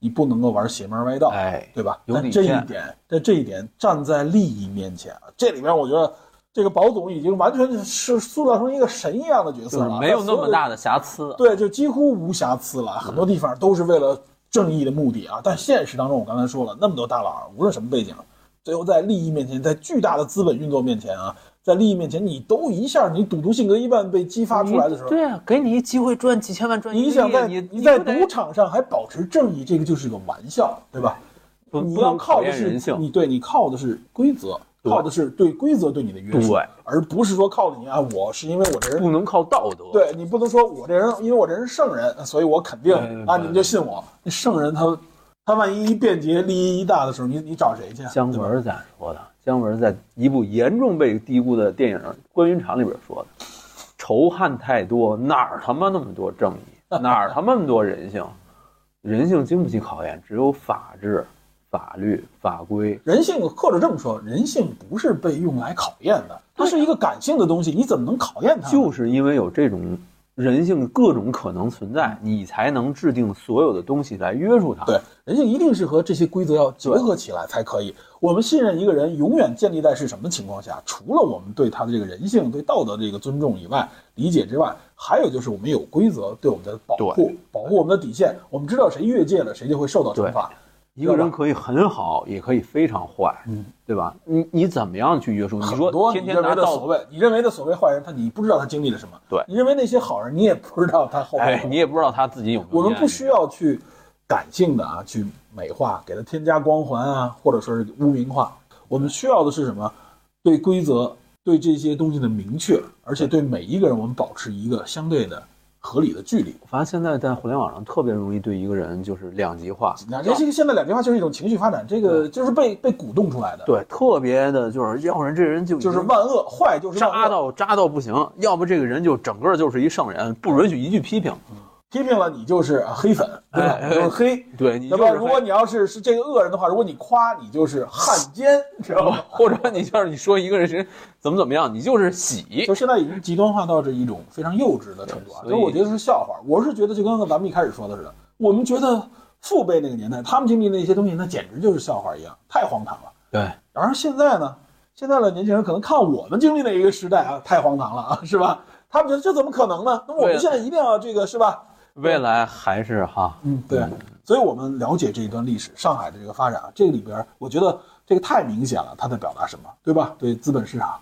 你不能够玩邪门歪道，哎对吧？有但底这一线点，但这一点站在利益面前啊，这里边我觉得。这个保总已经完全是塑造成一个神一样的角色就是了，没有他那所么的大的瑕疵。对，就几乎无瑕疵了。很多地方都是为了正义的目的啊，但现实当中，我刚才说了，那么多大佬，无论什么背景，最后在利益面前，在巨大的资本运作面前啊，在利益面前，你都一下你赌徒性格一旦被激发出来的时候，对啊，给你一机会赚几千万，赚一你个想亿，在你你在不得赌场上还保持正义，这个就是个玩笑，对吧？不你不要能靠考的验人是性，你对你靠的是规则，对靠的是对规则对你的约束对，而不是说靠你啊，我是因为我这人不能靠道德。对你不能说我这人，因为我这人是圣人，所以我肯定对对啊，对你们就信我。那圣人他他万一一便捷利益一大的时候，你你找谁去啊？姜对吧文咋说的？姜文在一部严重被低估的电影《观音场》里边说的：“仇恨太多，哪儿他妈那么多正义，哪儿他妈那么多人性？人性经不起考验，只有法治、法律、法规。人性，或者这么说，人性不是被用来考验的，它是一个感性的东西，你怎么能考验它呢？就是因为有这种人性各种可能存在，你才能制定所有的东西来约束它。嗯啊对，人性一定是和这些规则要结合起来才可以。我们信任一个人，永远建立在是什么情况下？除了我们对他的这个人性、对道德的这个尊重以外、理解之外，还有就是我们有规则对我们的保护对，保护我们的底线。我们知道谁越界了，谁就会受到惩罚。一个人可以很好，也可以非常坏，嗯，对吧？你你怎么样去约束？你很说多天你天认拿为的所刀，谓，你认为的所谓坏人，他你不知道他经历了什么。对你认为那些好人，你也不知道他后面有哎什，么。你也不知道他自己有没有。我们不需。要去感性的啊，去美化，给它添加光环啊，或者说是污名化。我们需要的是什么？对规则、对这些东西的明确，而且对每一个人，我们保持一个相对的合理的距离。我发现现在在互联网上特别容易对一个人就是两极化，那这个现在两句话就是一种情绪发展，这个就是被被鼓动出来的，，对，特别的就是要不然这人就已就是经万恶，坏就是万恶渣到渣到不行，要不这个人就整个就是一圣人，不允许一句批评。批评了你就是啊黑粉，对吧？哎哎就是黑。对你那就是么，如果你要是是这个恶人的话，如果你夸你就是汉 奸，知道吗？或者你就是你说一个人是怎么怎么样，你就是喜就现在已经极端化到这一种非常幼稚的程度啊！对就是我觉得是笑话，我是觉得就跟咱们一开始说的似的，我们觉得父辈那个年代他们经历那些东西，那简直就是笑话一样，太荒唐了。对，然而现在呢，现在的年轻人可能看我们经历那一个时代啊，太荒唐了啊，是吧？他们觉得这怎么可能呢？那么我对们啊现在一定要这个是吧？未来还是哈，嗯，对，所以我们了解这一段历史，上海的这个发展啊，这个里边儿我觉得这个太明显了，它在表达什么，对吧？对资本市场，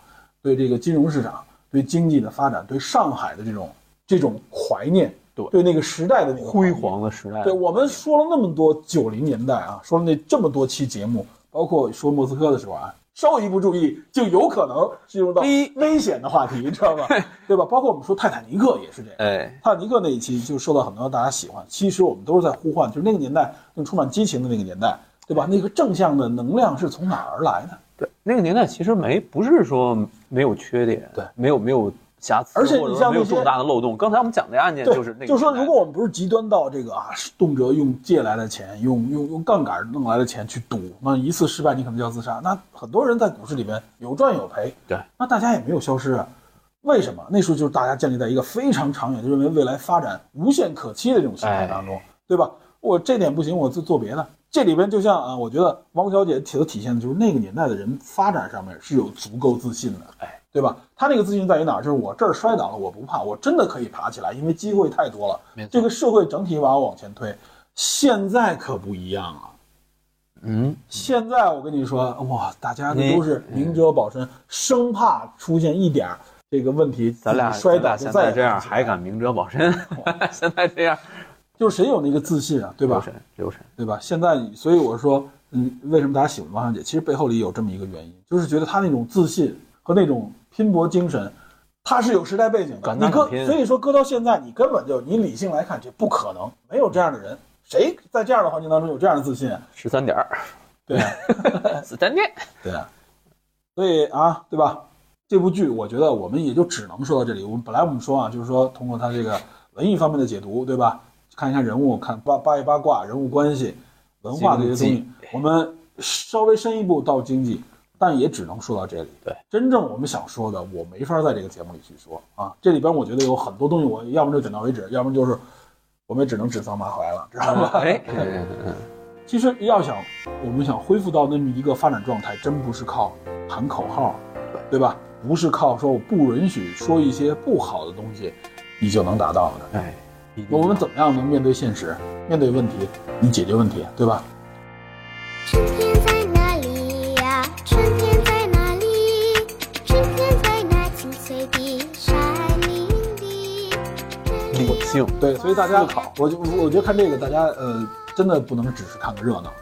对这个金融市场，对经济的发展，对上海的这种这种怀念，对对那个时代的那个怀辉念。煌的时代。对我们说了那么多九零年代啊，说了那这么多期节目，包括说莫斯科的时候啊，稍微一不注意，就有可能进入到危危险的话题，你知道吧？ 对吧？包括我们说泰坦尼克也是这样。哎，泰坦尼克那一期就受到很多大家喜欢。其实我们都是在呼唤，就是那个年代，那充满激情的那个年代，对吧？那个正向的能量是从哪儿而来的？对，那个年代其实没不是说没有缺点，对，没有没有瑕疵，而且你或者说像没有那些重大的漏洞。刚才我们讲的案件对，就是那个年代，说，如果我们不是极端到这个啊，动辄用借来的钱，用用用杠杆弄来的钱去赌，那一次失败你可能就要自杀。那很多人在股市里面有赚有赔，对，那大家也没有消失啊。为什么？那时候就是大家建立在一个非常长远，就认为未来发展无限可期的这种心态当中，对吧？我这点不行，我就做别的。这里边就像啊，我觉得王小姐所体现的就是那个年代的人发展上面是有足够自信的，对吧？他那个自信在于哪儿？就是我这儿摔倒了，我不怕，我真的可以爬起来，因为机会太多了。这个社会整体把我往前推。现在可不一样啊了，嗯，现在我跟你说，哇，大家你都是明哲保身，生怕出现一点儿这个问题，咱俩自己摔咱倒俩就现再也在这样爬不起来还，敢明哲保身， 现在这样，就是谁有那个自信啊，对留吧？神留神，对吧？现在，所以我说，嗯，为什么大家喜欢王小姐？其实背后里有这么一个原因，就是觉得她那种自信和那种拼搏精神，她是有时代背景的。敢你打搁敢拼所以说搁到现在，你根本就你理性来看，这不可能，没有这样的人，谁在这样的环境当中有这样的自信啊？十三点儿，对啊，十三点，对啊，所以啊，对吧？这部剧我觉得我们也就只能说到这里。我们本来我们说啊，就是说通过它这个文艺方面的解读，对吧？看一下人物，看八八一八卦、人物关系、文化这些东经西，我们稍微深一步到经济，但也只能说到这里。对，真正我们想说的，我没法在这个节目里去说啊。这里边我觉得有很多东西，我要么就点到为止，要么就是我们也只能指桑骂槐了，知道吗？哎，其实要想我们想恢复到那么一个发展状态，真不是靠喊口号，对吧？不是靠说我不允许说一些不好的东西，你就能达到的。哎，我们怎么样能面对现实，面对问题，你解决问题，对吧？春天在哪里呀？春天在哪里？春天在那青翠的山林里。理性，对，所以大嗯家，我就我觉得看这个，大家呃，真的不能只是看个热闹，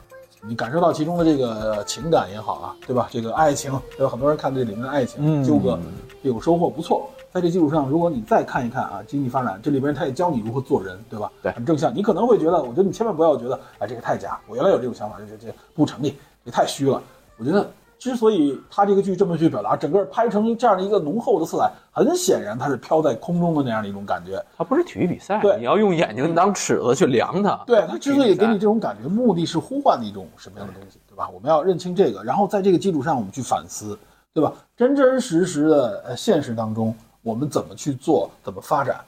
你感受到其中的这个情感也好啊，对吧？这个爱情，对吧？很多人看这里面的爱情、嗯纠葛，有收获，不错。在这基础上，如果你再看一看啊，经济发展这里边，他也教你如何做人，对吧？对很正向。你可能会觉得，我觉得你千万不要觉得，哎，这个太假。我原来有这种想法，这这这不成立，这太虚了。我觉得之所以他这个剧这么去表达，整个拍成这样的一个浓厚的色彩，很显然它是飘在空中的那样的一种感觉。它不是体育比赛，对你要用眼睛当尺子去量它。对他之所以给你这这种感觉，目的是呼唤你一种什么样的东西，对吧？我们要认清这个，然后在这个基础上，我们去反思，对吧？真真实实的呃现实当中，我们怎么去做，怎么发展，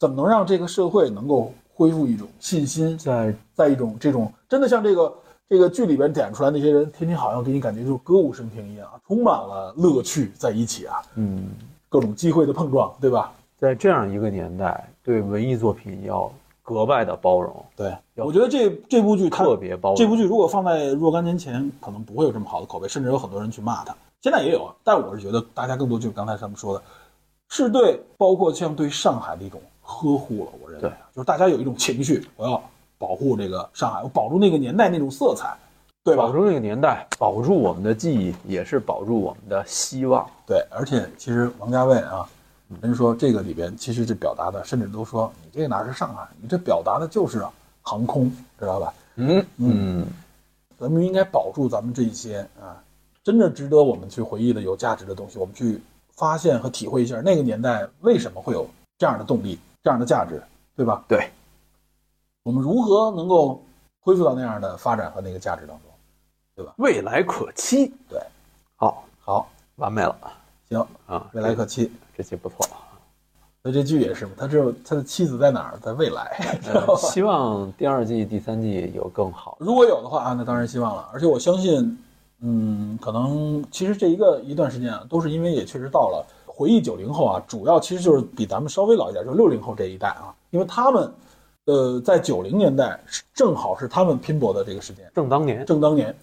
怎么能让这个社会能够恢复一种信心，在在一种这种真的像这个这个剧里边点出来那些人，天天好像给你感觉就是歌舞升平一样啊，充满了乐趣在一起啊，嗯，各种机会的碰撞，对吧？在这样一个年代，对文艺作品要格外的包容，对，要我觉得这这部剧它特别包容。这部剧如果放在若干年前，可能不会有这么好的口碑，甚至有很多人去骂它。现在也有，啊但我是觉得大家更多就是刚才咱们说的，是对包括像对上海的一种呵护了。我认为啊，就是大家有一种情绪，我要保护这个上海，我保住那个年代那种色彩，对吧保？住那个年代，保住我们的记忆，也是保住我们的希望。对，而且其实王家卫啊，人说这个里边其实这表达的，甚至都说你这哪是上海，你这表达的就是啊航空，知道吧？嗯嗯，咱们应该保住咱们这一些啊，真正值得我们去回忆的有价值的东西，我们去发现和体会一下那个年代为什么会有这样的动力、这样的价值，对吧？对，我们如何能够恢复到那样的发展和那个价值当中？未来可期。对，好，好，完美了行，啊！未来可期。这期不错，那这剧也是嘛，他只有他的妻子在哪儿，在未来， 知道呃吧？希望第二季、第三季有更好的。如果有的话啊，那当然希望了。而且我相信，嗯，可能其实这一个一段时间啊，都是因为也确实到了回忆九零后啊，主要其实就是比咱们稍微老一点，就是六零后这一代啊，因为他们，呃，在九零年代是正好是他们拼搏的这个时间，正当年，正当年。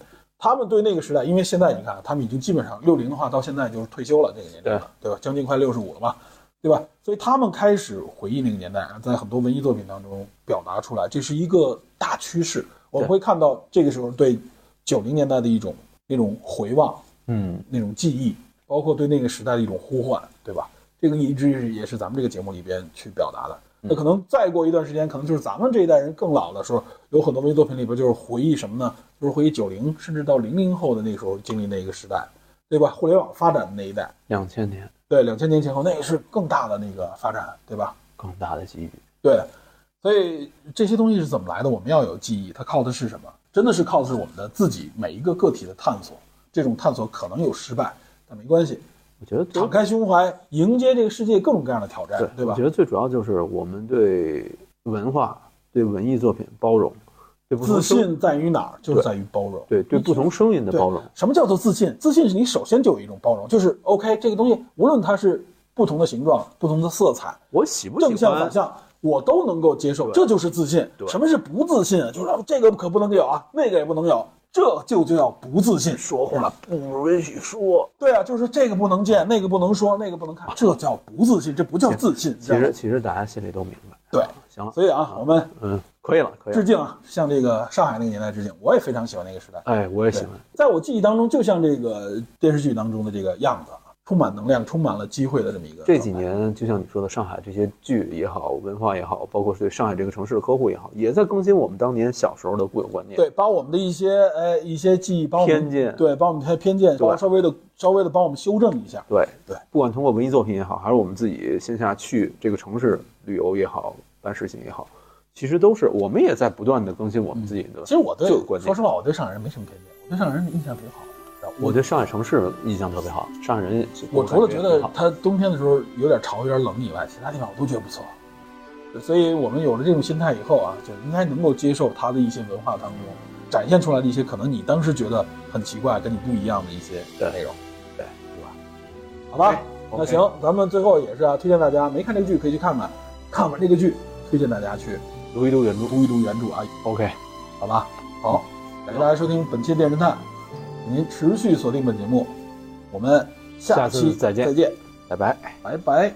他们对那个时代，因为现在你看啊，他们已经基本上六零的话，到现在就是退休了这个年龄了，对吧？将近快六十五了嘛，对吧？所以他们开始回忆那个年代，啊在很多文艺作品当中表达出来，这是一个大趋势。我们会看到这个时候对九零年代的一种那种回望、嗯，那种记忆，包括对那个时代的一种呼唤，对吧？这个一直也是咱们这个节目里边去表达的。那可能再过一段时间，可能就是咱们这一代人更老的时候，有很多文艺作品里边就是回忆什么呢？就是回忆九零甚至到零零后的那时候经历那个时代，对吧？互联网发展的那一代，两千年对，两千年前后那个是更大的那个发展，对吧？更大的机遇。对，所以这些东西是怎么来的？我们要有记忆，它靠的是什么？真的是靠的是我们的自己每一个个体的探索。这种探索可能有失败，但没关系，我觉得最敞开胸怀，迎接这个世界各种各样的挑战，对对吧我觉？得最主要就是我们对文化、对文艺作品包容，对不同自声信在于哪儿？就是在于包容。对对不同声音的对包容。什么叫做自信？自信是你首先就有一种包容，就是 OK，这个东西无论它是不同的形状、不同的色彩，我喜不正喜向欢反？向，我都能够接受，对这就是自信对。什么是不自信啊？就是说这个可不能有啊，那个也不能有，这就叫不自信。说话不允许说。对啊，就是这个不能见，那个不能说，那个不能看，这叫不自信，这不叫自信。其实其实大家心里都明白。对，行了，所以啊，我们嗯，可以了，可以致了。敬啊，向这个上海那个年代致敬。我也非常喜欢那个时代。哎，我也喜欢。在我记忆当中，就像这个电视剧当中的这个样子啊，充满能量，充满了机会的这么一个。这几，年，就像你说的，上海这些剧也好，文化也好，包括是对上海这个城市的呵护也好，也在更新我们当年小时候的固有观念。对，把我们的一些呃一些记忆，帮我们偏见对，把我们的偏见，对帮稍微的稍微的帮我们修正一下。对对，不管通过文艺作品也好，还是我们自己线下去这个城市旅游也好，办事情也好，其实都是我们也在不断的更新我们自己的。其实我对就有观说念实，话，我对上海人没什么偏见，我对上海人印象挺好的。知道吗我对上海城市印象特别好，上海人也是我除了觉很得好它冬天的时候有点潮、有点冷以外，其他地方我都觉得不错。对所以我们有了这种心态以后啊，就应该能够接受它的一些文化当中展现出来的一些可能你当时觉得很奇怪、跟你不一样的一些内容。对，对吧？好吧，那行，咱们最后也是啊，推荐大家没看这个剧可以去看看，看完这个剧，推荐大家去读一读原著读一读原著啊， ，OK，好吧？好，感谢大家收听本期《电侦探》，您持续锁定本节目，我们下下次期再见再见，拜拜。拜拜。